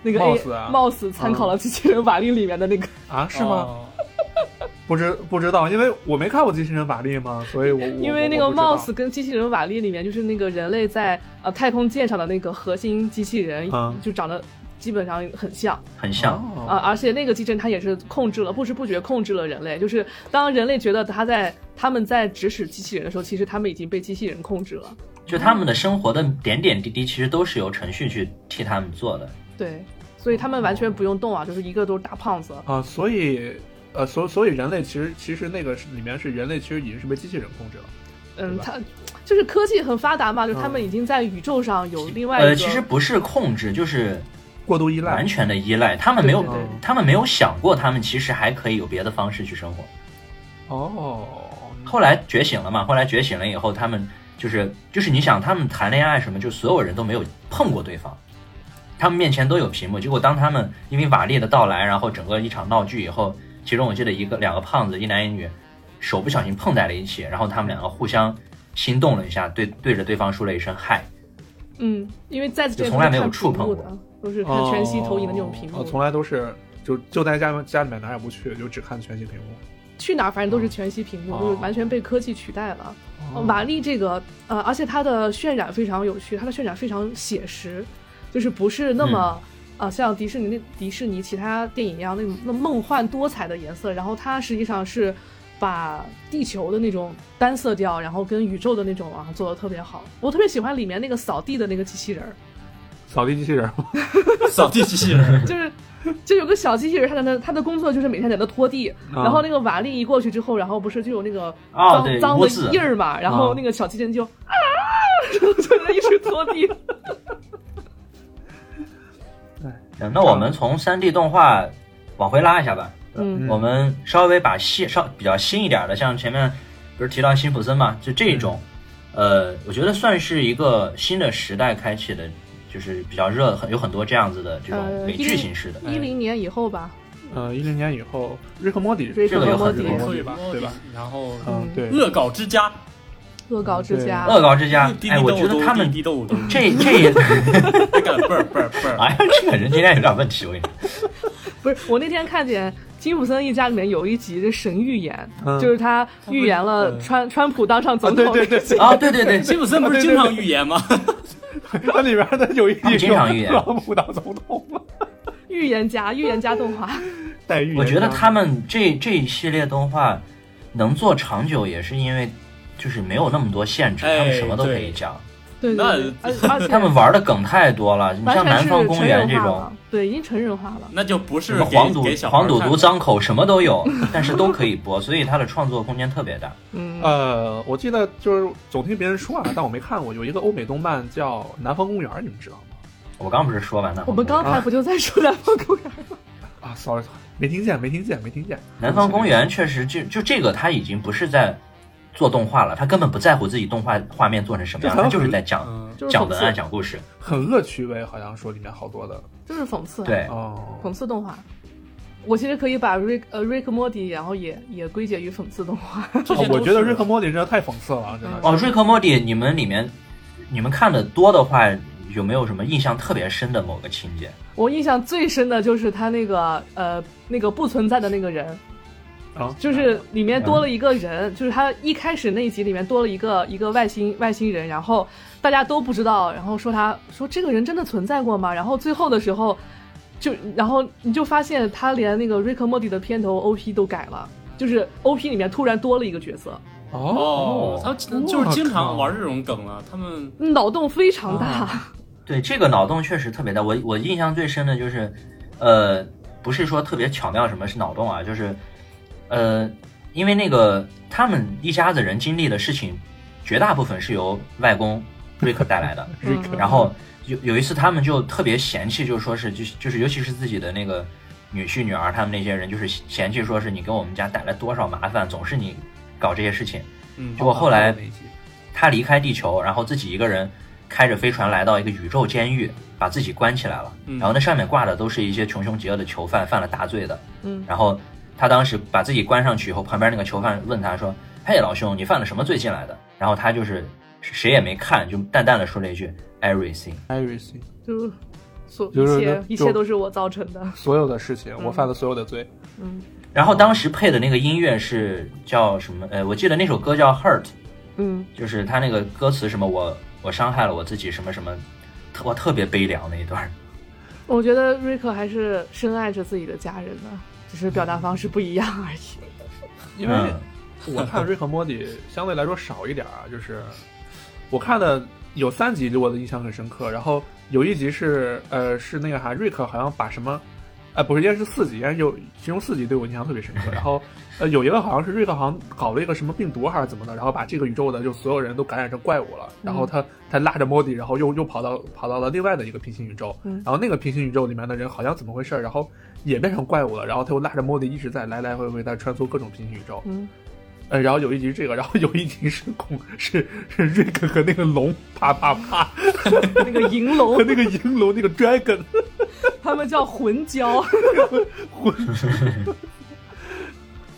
那个
Mouse
A
啊
Mouse 参考了《机器人瓦力》里面的那个，
啊，是吗？
哦？
不知不知道，因为我没看过机器人瓦力嘛，所以我我
因为那个
我不知道
Mouse 跟机器人瓦力里面就是那个人类在呃太空舰上的那个核心机器人
啊
嗯，
就长得基本上很像。
很像。
啊，
哦
而且那个机器人它也是控制了，不知不觉控制了人类。就是当人类觉得他在他们在指使机器人的时候，其实他们已经被机器人控制了。
就他们的生活的点点滴滴，其实都是由程序去替他们做的。
对，所以他们
哦
完全不用动啊，就是一个都是大胖子。
啊，所以呃，所所以人类其实其实那个是里面是人类其实已经是被机器人控制了。
嗯，
对吧
他就是科技很发达嘛，就是他们已经在宇宙上有另外一个。
嗯呃，其实不是控制，就是
过度依赖
完，全的依赖。他们没有
对
对对，
他们没有想过，他们其实还可以有别的方式去生活。
哦，
后来觉醒了嘛，后来觉醒了以后，他们就是就是你想，他们谈恋爱什么，就所有人都没有碰过对方，他们面前都有屏幕。结果当他们因为瓦力的到来，然后整个一场闹剧以后，其中我记得一个两个胖子，一男一女，手不小心碰在了一起，然后他们两个互相心动了一下，对对着对方说了一声嗨。
嗯，因为在这边
就从来没有
看
触
屏幕
碰过哦
的，都是看全
哦
息投影的那种屏幕。
哦，从来都是就就在家家里面哪儿也不去，就只看全息屏幕。
去哪儿反正都是全息屏幕，
哦
就是完全被科技取代哦了。瓦力这个，呃，而且它的渲染非常有趣，它的渲染非常写实，就是不是那么啊、呃像迪士尼那迪士尼其他电影一样那种那梦幻多彩的颜色，然后它实际上是把地球的那种单色调，然后跟宇宙的那种啊做的特别好。我特别喜欢里面那个扫地的那个机器人儿，
扫地机器人，
扫地机器人，
就是就有个小机器人，他在那他的工作就是每天在那拖地， *laughs* 然后那个瓦力一过去之后，然后不是就有那个
哦
脏、
对
脏
污
的
渍
印儿嘛，然后那个小机器人就、啊，就在那一直拖地。
嗯那我们从三 D 动画往回拉一下吧，
嗯
我们稍微把新稍比较新一点的，像前面不是提到辛普森嘛，就这种，
嗯
呃，我觉得算是一个新的时代开启的，就是比较热，很有很多这样子的这种
呃
美剧形式的，
*laughs* 一零年以后吧，
呃，一零年以后，瑞克莫迪，
瑞克
这个有
和莫
很
迪
多
对
对
对
吧对吧？
然后
嗯，对，
恶搞之家，
恶搞之家，
恶搞之家
*laughs* 滴滴，
哎，
豆
我觉得
豆
他们
滴滴豆豆，
这这 *laughs* 也，
这个倍儿倍儿倍儿，
*laughs* 哎呀，这个人今天有点问题，
*laughs*
我跟你说，
不是我那天看见。金普森一家里面有一集这神预言，
嗯
就是他预言了川、川普当上
啊，
总统
对
那个、
对对，对
嗯啊，对
*laughs*
对 *laughs* 对，
辛普森不是经常预言吗？ *laughs*
*laughs* 它里边的有一集
经常预言
特朗普当总统了，
预言家预言家动画，
带预言家。
我觉得他们这这一系列动画能做长久，也是因为就是没有那么多限制，
哎
他们什么都可以讲。
*laughs* 对对对，
那
而而且
他们玩的梗太多了，你
完
像
全
南
是
方公
成
园
人
这
化
种
了，，对，已经成人化了。
那就不
什
是
么
给
黄赌
给小孩
黄
儿
赌毒、
看。
张口什么都有，但是都可以播，所以它的创作空间特别大。
嗯，
呃，我记得就是总听别人说啊，但我没看过。有一个欧美动漫叫《南方公园》，你们知道吗？
我刚不是说完南
我
方
们
公园
刚才不就在说南方公园？
啊，sorry，sorry，没听见，没听见，没听见。
南方公园确实就就这个，它已经不是在做动画了，它根本不在乎自己动画画面做成什么样，
这
它
很
就是在讲
嗯，
就是
讲
讽
文案、
刺，
讲故事。
很恶趣味，好像说里面好多的
就是讽刺，，
对，
哦。
讽刺动画。我其实可以把瑞呃瑞克莫蒂，然后也也归结于讽刺动画。
这些
哦
都
我觉得
是
瑞克莫蒂真的太讽刺了，真的是。
哦，瑞克莫蒂，你们里面你们看的多的话，有没有什么印象特别深的某个情节？
我印象最深的就是他那个呃那个不存在的那个人，
啊，
就是里面多了一个人，
嗯
就是他一开始那一集里面多了一个一个外星外星人，然后大家都不知道，然后说他说这个人真的存在过吗？然后最后的时候，就 *laughs* 然后你就发现他连那个瑞克莫蒂的片头 OP 都改了，就是 OP 里面突然多了一个角色，
哦
哦，他们就是经常玩这种梗了。他们
脑洞非常大。
啊对，这个脑洞确实特别大。我我印象最深的就是，呃，不是说特别巧妙什么是脑洞啊，就是，呃，因为那个他们一家子人经历的事情，绝大部分是由外公瑞克带来的。
嗯
然后有有一次他们就特别嫌弃，就说是就是就是尤其是自己的那个女婿女儿他们那些人，就是嫌弃说是你给我们家带来多少麻烦，总是你搞这些事情。
嗯
哦
结果后来
那一集
他离开地球，然后自己一个人开着飞船来到一个宇宙监狱，把自己关起来了。
嗯
然后那上面挂的都是一些穷凶极恶的囚犯，犯了大罪的。
嗯
然后他当时把自己关上去以后，旁边那个囚犯问他说：“嘿，老兄，你犯了什么罪进来的？”然后他就是谁也没看，就淡淡的说了一句 “everything”。
everything
*laughs* 就所
就
一
是
切
就
一切都是我造成的。
所有的事情，我犯了所有的罪。
嗯
然后当时配的那个音乐是叫什么？呃，我记得那首歌叫《Hurt》，
嗯，
就是他那个歌词什么我我伤害了我自己什么什么，特我特别悲凉那一段。
我觉得瑞克还是深爱着自己的家人的，只是表达方式不一样而已。
因为 *laughs*
嗯
我看瑞克莫蒂相对来说少一点啊，就是我看的有三集对我的印象很深刻，然后有一集是呃是那个啥瑞克好像把什么，呃不是应该是四集，应该是有其中四集对我印象特别深刻，然后呃有一个好像是瑞克好像搞了一个什么病毒还是怎么的，然后把这个宇宙的就所有人都感染成怪物了，然后他他拉着莫蒂，然后又又跑到跑到了另外的一个平行宇宙，
嗯
然后那个平行宇宙里面的人好像怎么回事，然后也变成怪物了，然后他又拉着莫蒂一直在来来回回在穿梭各种平行宇宙，
嗯，
呃，然后有一集是这个，然后有一集是恐是是瑞克和那个龙啪啪啪，
那个银龙 *laughs*
和 *laughs* 那个银龙那个 dragon
他们叫魂交。
混，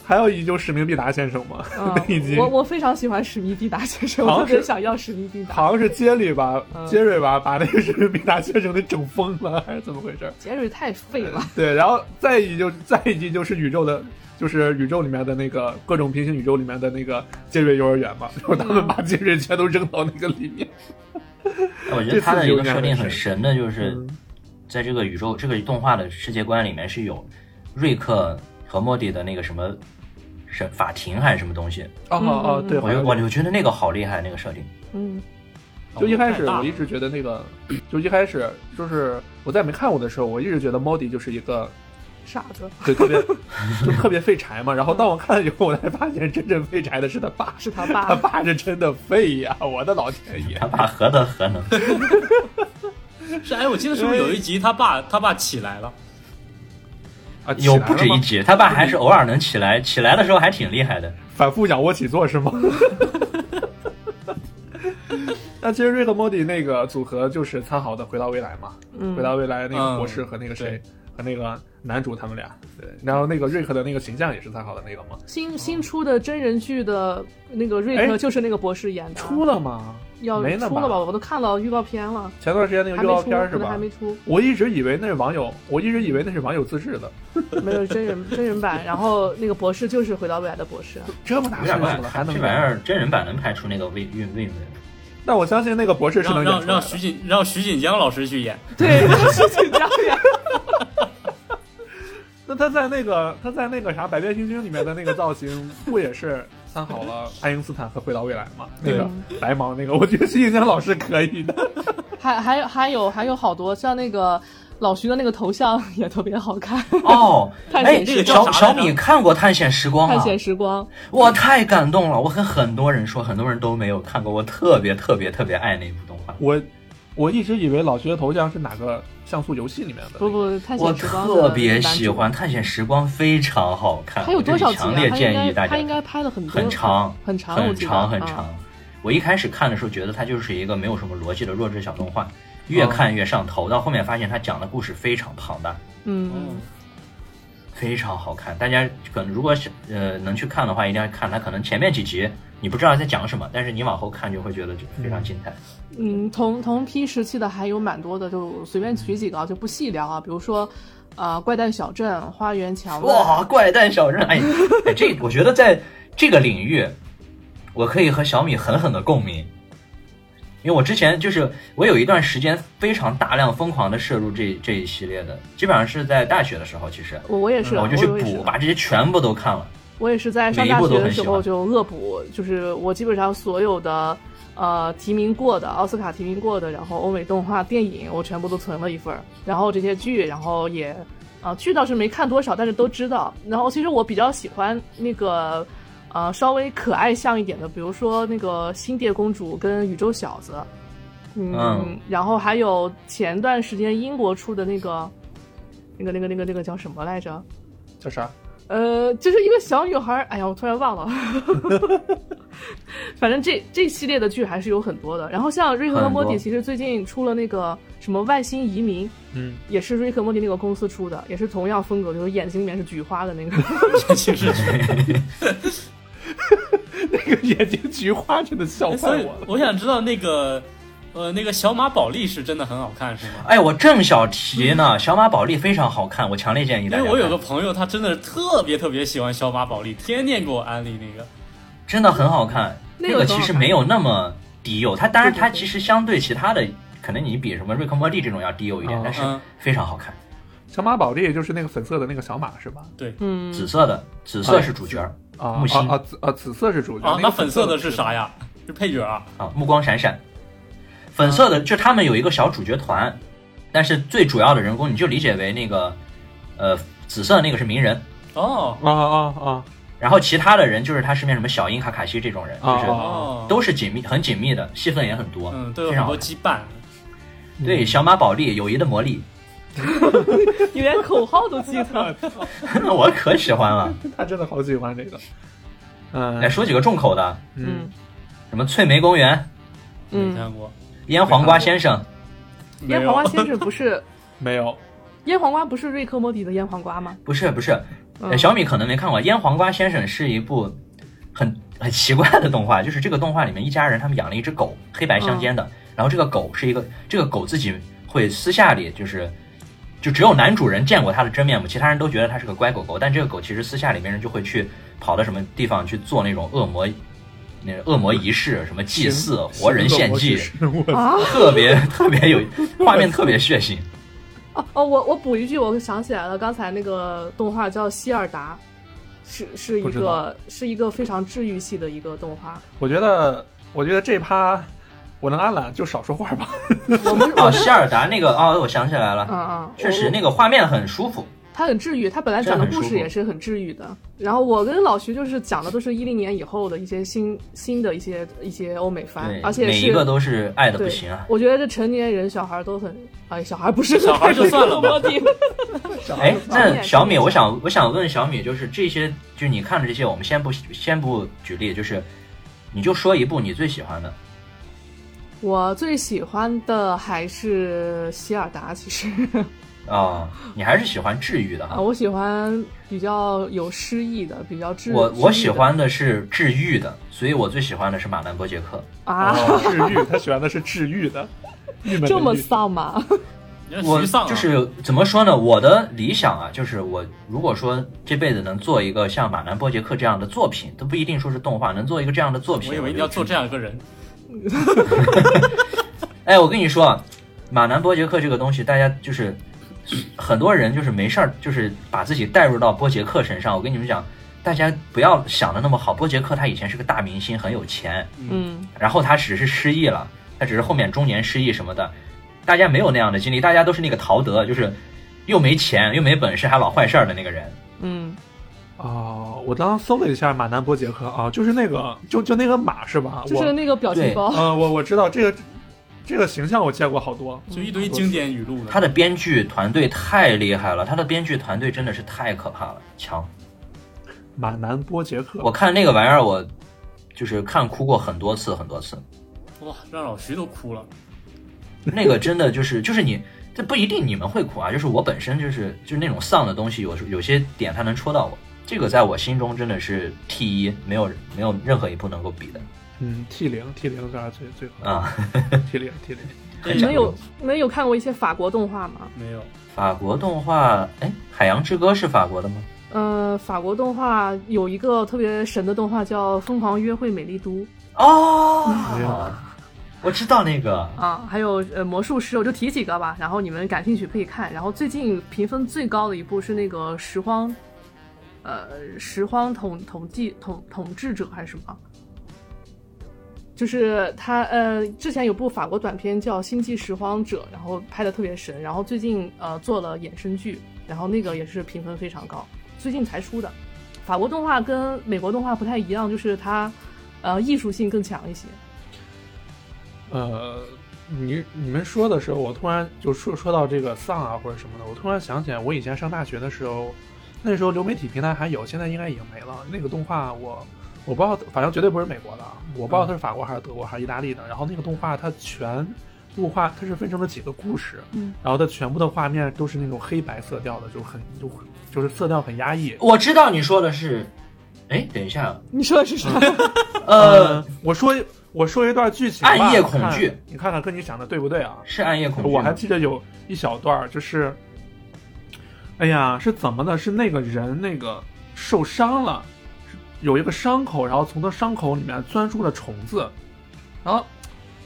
还有一就是史密必达先生嘛， *laughs*
嗯
那一集
我我非常喜欢史密必达先生，
好
我
像
特
是
别想要史密必达。
好像是杰里吧，
嗯
杰瑞吧，把那个史密必达先生给整疯了，还是怎么回事？
杰瑞太废了，
*laughs* 对，然后再一就再一集就是宇宙的，就是宇宙里面的那个各种平行宇宙里面的那个杰瑞幼儿园嘛，然 *laughs* 后他们把杰瑞全都扔到那个里面。
我觉
这
得它
次
的
就
一个
让
设
人
定
神
很神的，就是
嗯
在这个宇宙、这个动画的世界观里面是有瑞克和莫蒂的那个什么审法庭还是什么东西，
哦哦，对，好
我就
像
我就觉得那个好厉害，那个设定。
嗯，
就一开始
哦太大了
我一直觉得那个， *clears throat* 就一开始就是我在没看过的时候，我一直觉得 Modi 就是一个
傻子
对特别就特别废柴嘛。然后当我看了以后，我才发现真正废柴的是他爸，
是他
他
爸。
爸是真的废呀！我的老天爷！
他爸何德何能？
是哎，我记得是不是有一集他爸他爸起来了？
啊，起
有
来
不
了
止一
吗
集，他爸还是偶尔能起来，起来的时候还挺厉害的。
反复仰卧起坐是吗？ *laughs* 那其实瑞和莫蒂那个组合就是参考的《回到未来》嘛，
嗯
回到未来》那个
嗯
博士和那个谁、和那个男主他们俩，对，然后那个瑞克的那个形象也是参考的那个
哦
嘛，
新新出的真人剧的那个瑞
哎
克就是那个博士演的，
出了吗？
要
没呢
出了吧？？我都看到预告片了，
前段时间那个
还
预
没
告
出，
片
可
是
能
吧
还？没出，
我一直以为那是网友，我一直以为那是网友自制的，
没有真人 *laughs* 真人版。然后那个博士就是回到未来的博士，
这么大
有
岁
点
数
慢
了还，能
这玩意
演？
儿真人版能拍出那个味韵味没？
那我相信那个博士是能
让让
演出来
让
的
徐。锦让徐锦江老师去演， *laughs*
*laughs* 对，是紧张呀。
那他在那个他在那个啥《百变星君》里面的那个造型，不也是 *laughs* 参考了爱因斯坦和回到未来吗？那个白毛那个，我觉得徐锦江老师可以
*laughs*
的。
还还有还有还有好多像那个老徐的那个头像也特别好看，
哦，
*laughs* 探
哎
险，
时光
小小米看过《探险时光》
探
啊，
险时光，
我太感动了。我跟很多人说，很多人都没有看过，我特别特别特别爱那部动画。
我我一直以为老徐的头像是哪个像素游戏里面的，
不，不，探
我
险时光
特别喜欢《探险时光》，非常好看。
他有多少集
我
啊？
这里强烈
他应
建
该
议大家
他应该拍了很多，
很长
很长，我
很
记得
长很。
啊
长。我一开始看的时候觉得它就是一个没有什么逻辑的弱智小动画，越
哦
看越上头。到后面发现它讲的故事非常庞大，
嗯，嗯
非常好看。大家可能如果是呃能去看的话，一定要看。它可能前面几集你不知道在讲什么，但是你往后看就会觉得就非常精彩。
嗯，同同批时期的还有蛮多的，就随便举几个啊，就不细聊啊。比如说，啊，怪诞小镇、花园蔷薇，
哇，怪诞小镇，哎，哎这我觉得在这个领域，我可以和小米狠狠的共鸣，因为我之前就是我有一段时间非常大量疯狂的摄入这这一系列的，基本上是在大学的时候，其实
我我也是，啊
嗯我
我
就去
也是
补，把这些全部都看了。
我也是在上
每一
大
部
学
都
的
很
时
喜
候
欢
就恶补，就是我基本上所有的呃提名过的奥斯卡提名过的，然后欧美动画电影我全部都存了一份儿，然后这些剧，然后也啊、剧倒是没看多少，但是都知道。然后其实我比较喜欢那个呃稍微可爱像一点的，比如说那个《新蝶公主》跟《宇宙小子》嗯，
嗯
然后还有前段时间英国出的那个那个那个那个那个叫什么来着？
叫啥？ *laughs*
呃，就是一个小女孩儿，哎呀，我突然忘了。 *laughs* 反正这这系列的剧还是有很多的。然后像瑞克和莫
很
蒂，
多
其实最近出了那个什么 *laughs* 外星移民，
嗯，
也是瑞克和莫蒂那个公司出的，也是同样风格，就是眼睛里面是菊花的那个。
其实
*laughs* 那个眼睛菊花真的笑
所
坏
以
我了。
*laughs*
我想知道那个呃那个小马宝莉是真的很好看是吗？
哎，我正想提
嗯
呢，小马宝莉非常好看，我强烈建议
因
大家
为
看。
我有个朋友，他真的特别特别喜欢小马宝莉，天天给我安利那
*laughs*
个。
真的很好看，
那
那
个
个
很好
其实
看
没有那么低幼，它当然
对对
它
对
其实相对其他的，可能你比什么瑞克莫蒂这种要低幼一点
哦
嗯，
但是
嗯
非常好看。
小马宝莉就是那个粉色的那个小马是吧？
嗯，
紫色的，紫色是主角儿
啊
木
啊
星
啊紫啊紫色是主角，
啊，
个
那粉色的
的
是啥呀？是配角啊？
啊，目光闪闪。粉色的就他们有一个小主角团，但是最主要的人公你就理解为那个，呃，紫色那个是鸣人，
哦
啊啊啊！
然后其他的人就是他身边什么小樱、卡卡西这种人，就是
哦
哦，
都是紧密很紧密的，戏份也很多，
嗯都有
非
很
常好
多
看。
羁绊。
对，小马宝莉，友谊的魔力， *laughs*
你连口号都记得。
我可喜欢了。
*laughs* 他真的好喜欢这个。
来
嗯
说几个重口的，
嗯
什么翠梅公园、
没
嗯，
看过，
腌黄瓜先生，
没
腌
有
黄瓜先生不是
没有，
腌黄瓜不是瑞克莫蒂的腌黄瓜吗？
不是不是，
嗯
呃小米可能没看过，《腌黄瓜先生》是一部很很奇怪的动画，就是这个动画里面一家人他们养了一只狗，黑白相间的，然后这个狗是一个这个狗自己会私下里就是。就只有男主人见过它的真面目，其他人都觉得它是个乖狗狗。但这个狗其实私下里面人就会去跑到什么地方去做那种恶魔，那个恶魔仪式，什么祭祀、活人献祭，
啊
特别特别有画面，特别血腥。
哦哦，我我补一句，我想起来了，刚才那个动画叫《希尔达》，是是
不
一
知道
个是一个非常治愈系的一个动画。
*laughs* 我觉得，我觉得这趴我能安了，就少说话吧。
我们
哦，希尔达那个哦，我想起来了，
啊，
确实那个画面很舒服。
它很治愈，它本来讲的故事也是很治愈的。然后我跟老徐就是讲的都是一零年以后的一些新新的一些一些欧美番
对，，
而且
每
是
一个都是爱的
对
不行啊。
我觉得这成年人小孩都很，哎，小孩不是
小孩就
*laughs*
算了吧
我听
哎，那小米，
小米
我想我想问小米，就是这些，就是你看的这些，我们先不先不举例，就是你就说一部你最喜欢的。
我最喜欢的还是希尔达，其实 *laughs*
哦，你还是喜欢治愈的
啊，
哈。
我喜欢比较有诗意的，比较治。
我
治愈
我
的
喜欢的是治愈的，所以我最喜欢的是马南波杰克。
啊，
哦治愈，他喜欢的是治愈的，郁闷的
这么
郁
丧
*laughs*
吗？
你看
我
沮丧啊
就是怎么说呢？我的理想啊，就是我如果说这辈子能做一个像马南波杰克这样的作品，都不一定说是动画，能做一个这样的作品，
我以为你要做这样一个人，
哎，我跟你说，啊，马南波杰克这个东西，大家就是很多人就是没事儿，就是把自己带入到波杰克身上。我跟你们讲，大家不要想的那么好。波杰克他以前是个大明星，很有钱，
嗯，
然后他只是失忆了，他只是后面中年失忆什么的。大家没有那样的经历，大家都是那个陶德，就是又没钱又没本事还老坏事儿的那个人。
嗯，
哦，我刚刚搜了一下马南波杰克啊，就是那个，就就那个马是吧？
就
我
是那个表情
对
包，
呃，我我知道这个这个形象，我见过好多。
就一堆经典语录的。
他的编剧团队太厉害了，他的编剧团队真的是太可怕了，强。
马南波杰克，
我看那个玩意儿，我就是看哭过很多次很多次。
哇，让老徐都哭了。
那个真的就是就是你，这不一定你们会苦啊，就是我本身就是就是那种丧的东西，有时有些点它能戳到我，这个在我心中真的是 T 一，没有没有任何一部能够比的
嗯，T 零 T 零这样最最好
啊。
，T 零 T 零。
你们有你们有看过一些法国动画吗？
没有，
法国动画，哎，《海洋之歌》是法国的吗？
嗯，法国动画有一个特别神的动画叫《疯狂约会美丽都》
没有
哦，我知道那个，
啊，还有呃魔术师，我就提几个吧，然后你们感兴趣可以看。然后最近评分最高的一部是那个拾荒，呃，拾荒统统计统统治者还是什么？就是他呃，之前有部法国短片叫《星际拾荒者》，然后拍的特别神，然后最近呃做了衍生剧，然后那个也是评分非常高，最近才出的。法国动画跟美国动画不太一样，就是它呃艺术性更强一些。
呃，你你们说的时候，我突然就说说到这个丧啊或者什么的，我突然想起来，我以前上大学的时候，那时候流媒体平台还有，现在应该已经没了。那个动画我我不知道，反正绝对不是美国的，我不知道它是法国还是德国还是意大利的。然后那个动画它全动画它是分成了几个故事，
嗯，
然后它全部的画面都是那种黑白色调的，就很就就是色调很压抑。
我知道你说的是，哎，等一下，
*laughs* 你说的是啥？
*laughs* 呃，，
嗯我说我说一段剧情吧，
暗夜
你
恐
看
惧，
你看看跟你想的对不对啊？
是《暗夜恐惧》吗，
我还记得有一小段儿，就是，哎呀，是怎么的？是那个人那个受伤了，是有一个伤口，然后从他伤口里面钻出了虫子，然后，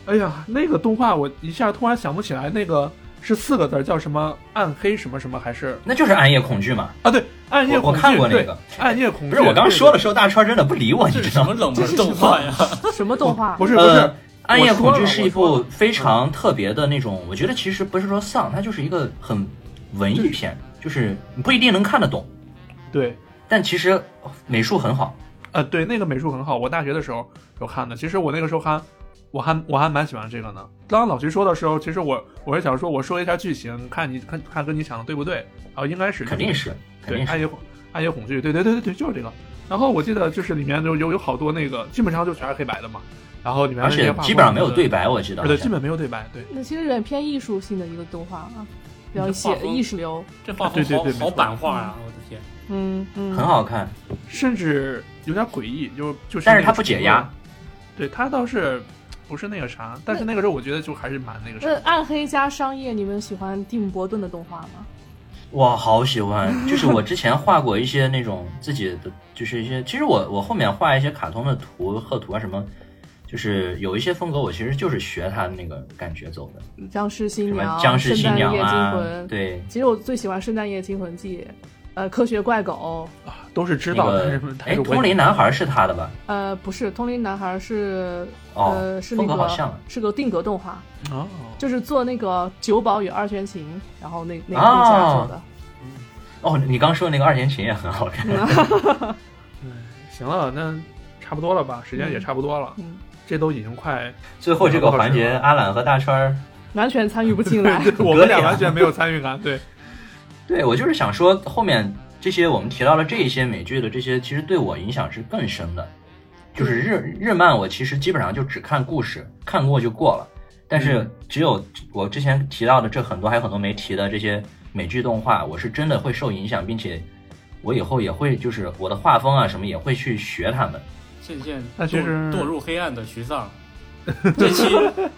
哎呀，那个动画我一下突然想不起来，那个是四个字儿叫什么暗黑什么什么还是
那就是《暗夜恐惧》嘛。
啊？对，暗夜
我我
恐惧，
看过那
对
个，
暗夜恐惧。
不是我刚
对
说的，时候，大川真的不理我，你
这是
知
什
道吗
么？冷门动画呀？ *laughs*
什么动画？
不是不是， *laughs*
呃，《暗夜恐惧》是一
我说
部
了嗯
非常特别的那种，我觉得其实不是说丧，它就是一个很文艺片，就是你不一定能看得懂，
对，
但其实美术很好。
呃，对，那个美术很好，我大学的时候有看的。其实我那个时候还，我还我还蛮喜欢这个呢。刚刚老徐说的时候，其实我我是想说，我说一下剧情，看你看看跟你想的对不对。啊，应该是
肯定是，肯
对
定是
暗夜恐暗夜恐惧，对对对对对，就是这个。然后我记得就是里面有有有好多那个，基本上就全是黑白的嘛。然后里面
而且基本上没有对
白，
白，我记得。
对，基本没有对白，对。
那其实有点偏艺术性的一个动画啊，比较
这画
写
风
意识流。
这画
对
风
对
好
对没错
好版画啊！我的天，
嗯嗯，
很好看，
甚至有点诡异，就就是
但是
那个
它不解压
程度，对他倒是不是那个啥，但是那个时候我觉得就还是蛮那个啥
那，《呃暗黑加商业》，你们喜欢蒂姆·伯顿的动画吗？
我好喜欢，就是我之前画过一些那种自己的，就是一些，其实我我后面画一些卡通的图、贺图啊什么，就是有一些风格，我其实就是学他那个感觉走的，
僵尸新
什么
娘、
僵尸
圣
新
诞夜
娘
惊
啊
魂，，
对，
其实我最喜欢《圣诞夜惊魂记》，呃，《科学怪狗》，
都是知
那
道的
个，
但
哎，
是
通灵男孩是他的吧？
呃，不是《通灵男孩》是，
哦
呃，是那
风格
个
好像啊
是个定格动画，
哦，
就是做那个九宝与二弦琴，然后那那个
啊
那家做的。
哦，你刚说的那个二弦琴也很好
嗯
看，
行了，那差不多了吧，时间也差不多了，
嗯嗯
这都已经快，。
最后这个环节，阿懒和大川儿，
完全参与不进来
*laughs* *laughs* 对我们俩
割裂
完全没有参与感，对，
对我就是想说后面这些我们提到了这一些美剧的这些，其实对我影响是更深的。就是日日漫，我其实基本上就只看故事，看过就过了。但是
嗯
只有我之前提到的这很多，还有很多没提的这些美剧动画，我是真的会受影响，并且我以后也会就是我的画风啊什么也会去学他们。
渐渐
那其
堕
实
堕入黑暗的徐
*laughs*
丧。这期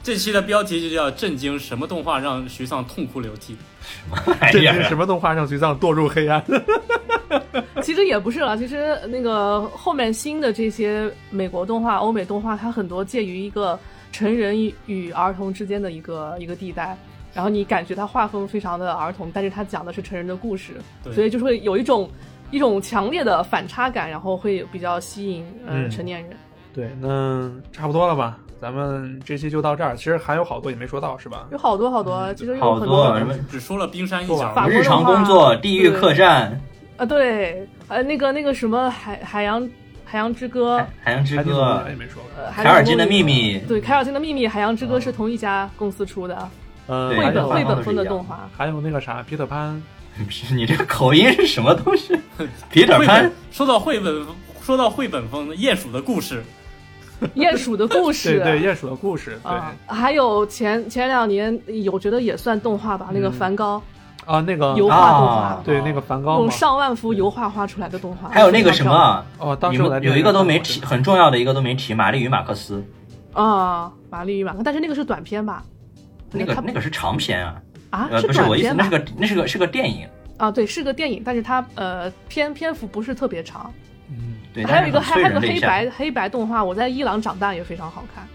这期的标题就叫“震惊什么动画让徐丧痛哭流涕
*laughs* 哎
这
呀
是什么动画让徐藏堕入黑暗？
*laughs* 其实也不是了，其实那个后面新的这些美国动画、欧美动画，它很多介于一个成人与儿童之间的一个一个地带。然后你感觉它画风非常的儿童，但是它讲的是成人的故事，
对
所以就是会有一种一种强烈的反差感，然后会比较吸引呃
嗯
成年人。
*laughs* 对，那差不多了吧，咱们这期就到这儿，其实还有好多也没说到，是吧？
有好多好多，其实有
好
很
多啊什么”，
只说了冰山一
说完
角
了。
日常工作、地狱客栈、
啊，对，呃，那个那个什么海海洋海洋之歌，
海海洋之
海底总动
歌
员也、没说，
呃，
凯尔金的秘密， *laughs* 哦
对，《凯尔金的秘密》《海洋之歌》是同一家公司出的啊
呃，
对
绘
还
它
本
有
的
绘本
画风都是
风
一
的
样
动画。 *laughs*
还有那个啥，彼得潘，
你这个口音是什么东
*laughs*
西？皮特
绘
潘
本，说到绘本，说到绘本风的鼹鼠的故事，
鼹鼠的故事，
对对，鼹鼠的故事，对
啊，还有前前两年有觉得也算动画
嗯
吧，那个梵高
啊，那个
油画动
啊
画，
对那个梵高
用
嘛，
上万幅油画画出来的动画，
还有那个什么啊，
哦，当
你
时我在
们有
电
一
影
个
院
都
看
没
过这
提，
个
很重要的一个都没提，《玛丽与马克思》
啊，玛丽与马克，但是那个是短片吧？
那个
它
那个是长篇啊，
啊
呃，不是
短
我意思，
片
那是
吧？
个那是个是个电影，
啊，对，是个电影，但是它呃篇篇幅不是特别长。
嗯，
对，
还有一个
但是
还
很
还有个
催人的一
黑
下
白黑白动画，我在伊朗长大也非常好看。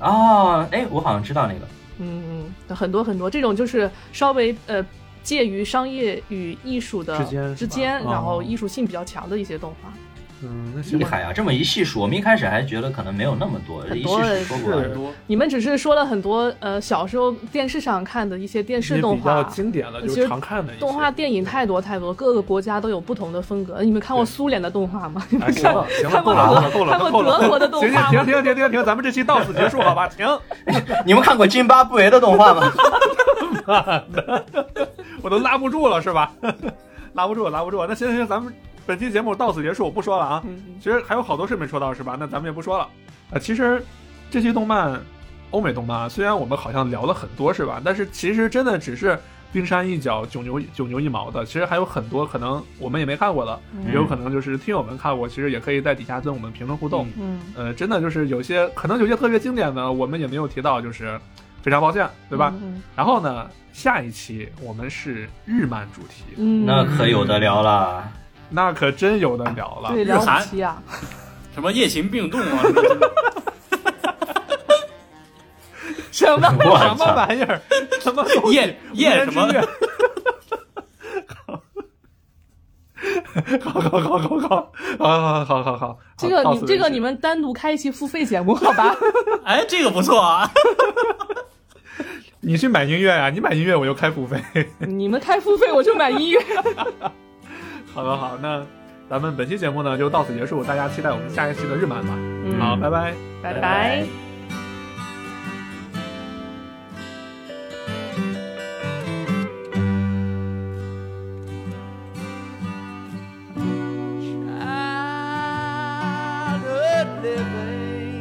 哦，哎，我好像知道那个，
嗯，嗯，很多很多，这种就是稍微呃介于商业与艺术的
之间是吧哦
然后艺术性比较强的一些动画，
嗯，那行
厉
吧，
害啊！这么一细数，我们一开始还觉得可能没有那么多，
很
一
多
细
的
数说不
是
完。
多
你们只是说了很多呃小时候电视上看的一些电
一些
视动
比较
画。
经典的，就
其
是
实
常看的一
动
些
画电影太多太多，各个国家都有不同的风格。你们看过
对
苏联的动画吗？
*laughs*
*laughs*
哎，行了，行了，够了，够了，够了，
看过
够了， *laughs*
德国的动
行行
画
停停停停停，咱们这期到此结束，好吧？停，
你们看过津巴布韦的动画吗？
*laughs* 我都拉不住了，是吧？ *laughs* 拉不住，拉不住。那行行，咱们本期节目到此结束，不说了啊。
嗯，
其实还有好多事没说到，是吧？那咱们也不说了。呃，其实这些动漫，欧美动漫啊，虽然我们好像聊了很多，是吧？但是其实真的只是冰山一角、九牛九牛一毛的。其实还有很多可能我们也没看过的，也 *laughs* 有可能就是听友们看过，其实也可以在底下跟我们评论互动。
嗯
呃，真的就是有些可能有些特别经典的，我们也没有提到，就是非常抱歉，对吧？
嗯
然后呢，下一期我们是日漫主题，
嗯，
那可有的聊了。
那可真有的聊了。
对
日
聊
韩
五期啊，
什么夜勤病动啊，什么
什么
我操
什么玩意儿？什么东西
夜夜什么？
无人之月好好好好好好好好好好好，
这个
到
你
此为
这个
止
你们单独开一期付费节目好吧？ *laughs*
哎，这个不错啊，
你去买音乐呀、你买音乐我就开付费。
你们开付费我就买音乐。
好好好，那咱们本期节目呢就到此结束，大家期待我们下一期的日漫吧。好，拜拜。
拜
拜
拜。
childhood living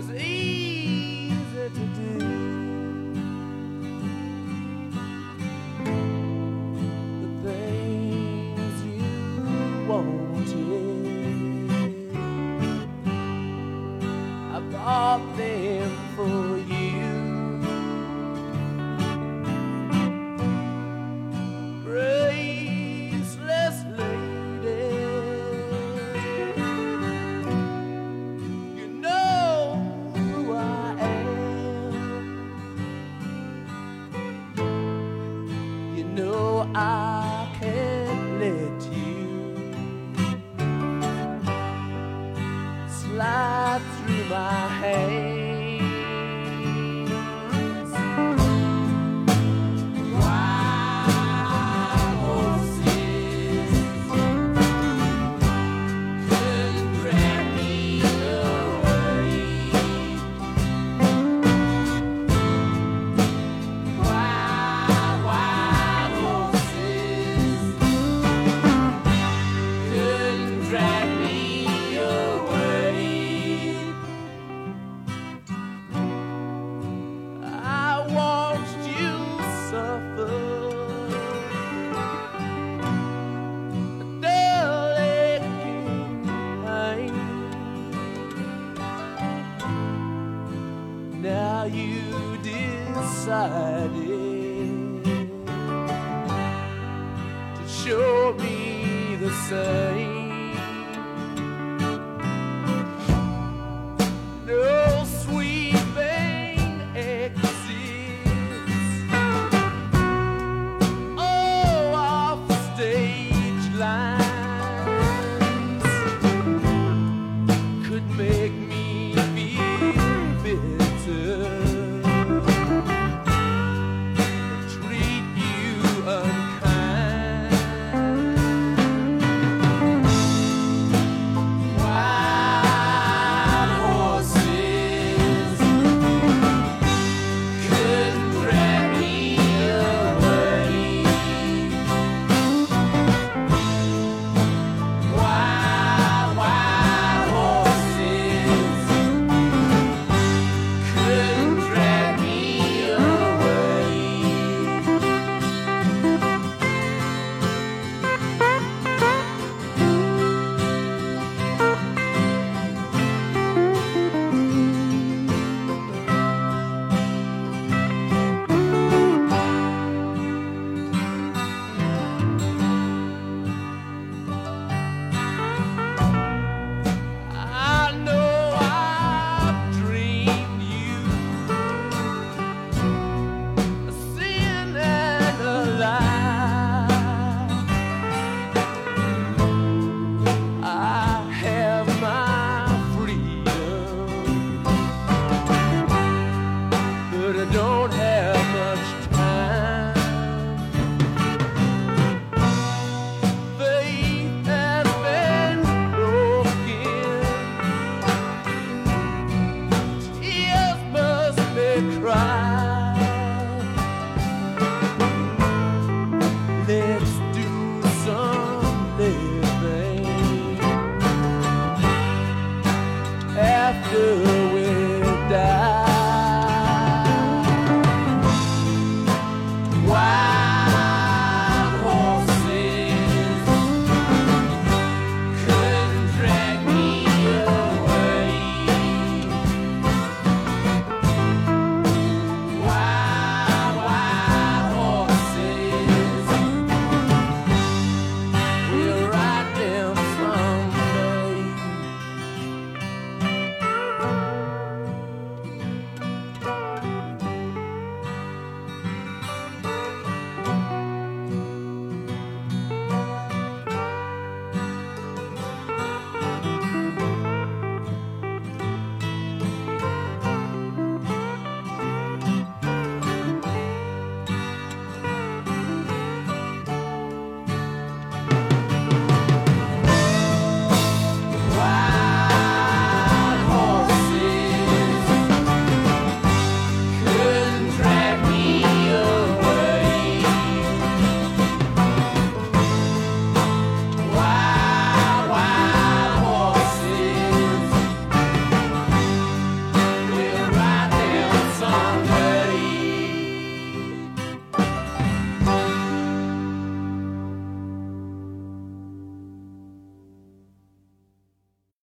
is easy to do. I can let you slide through my hands. Wild horses couldn't drag me away. Wild, wild horses couldn't drag me away. I watched you suffer, dull aching pain. Now you decided to show me the same. Oh,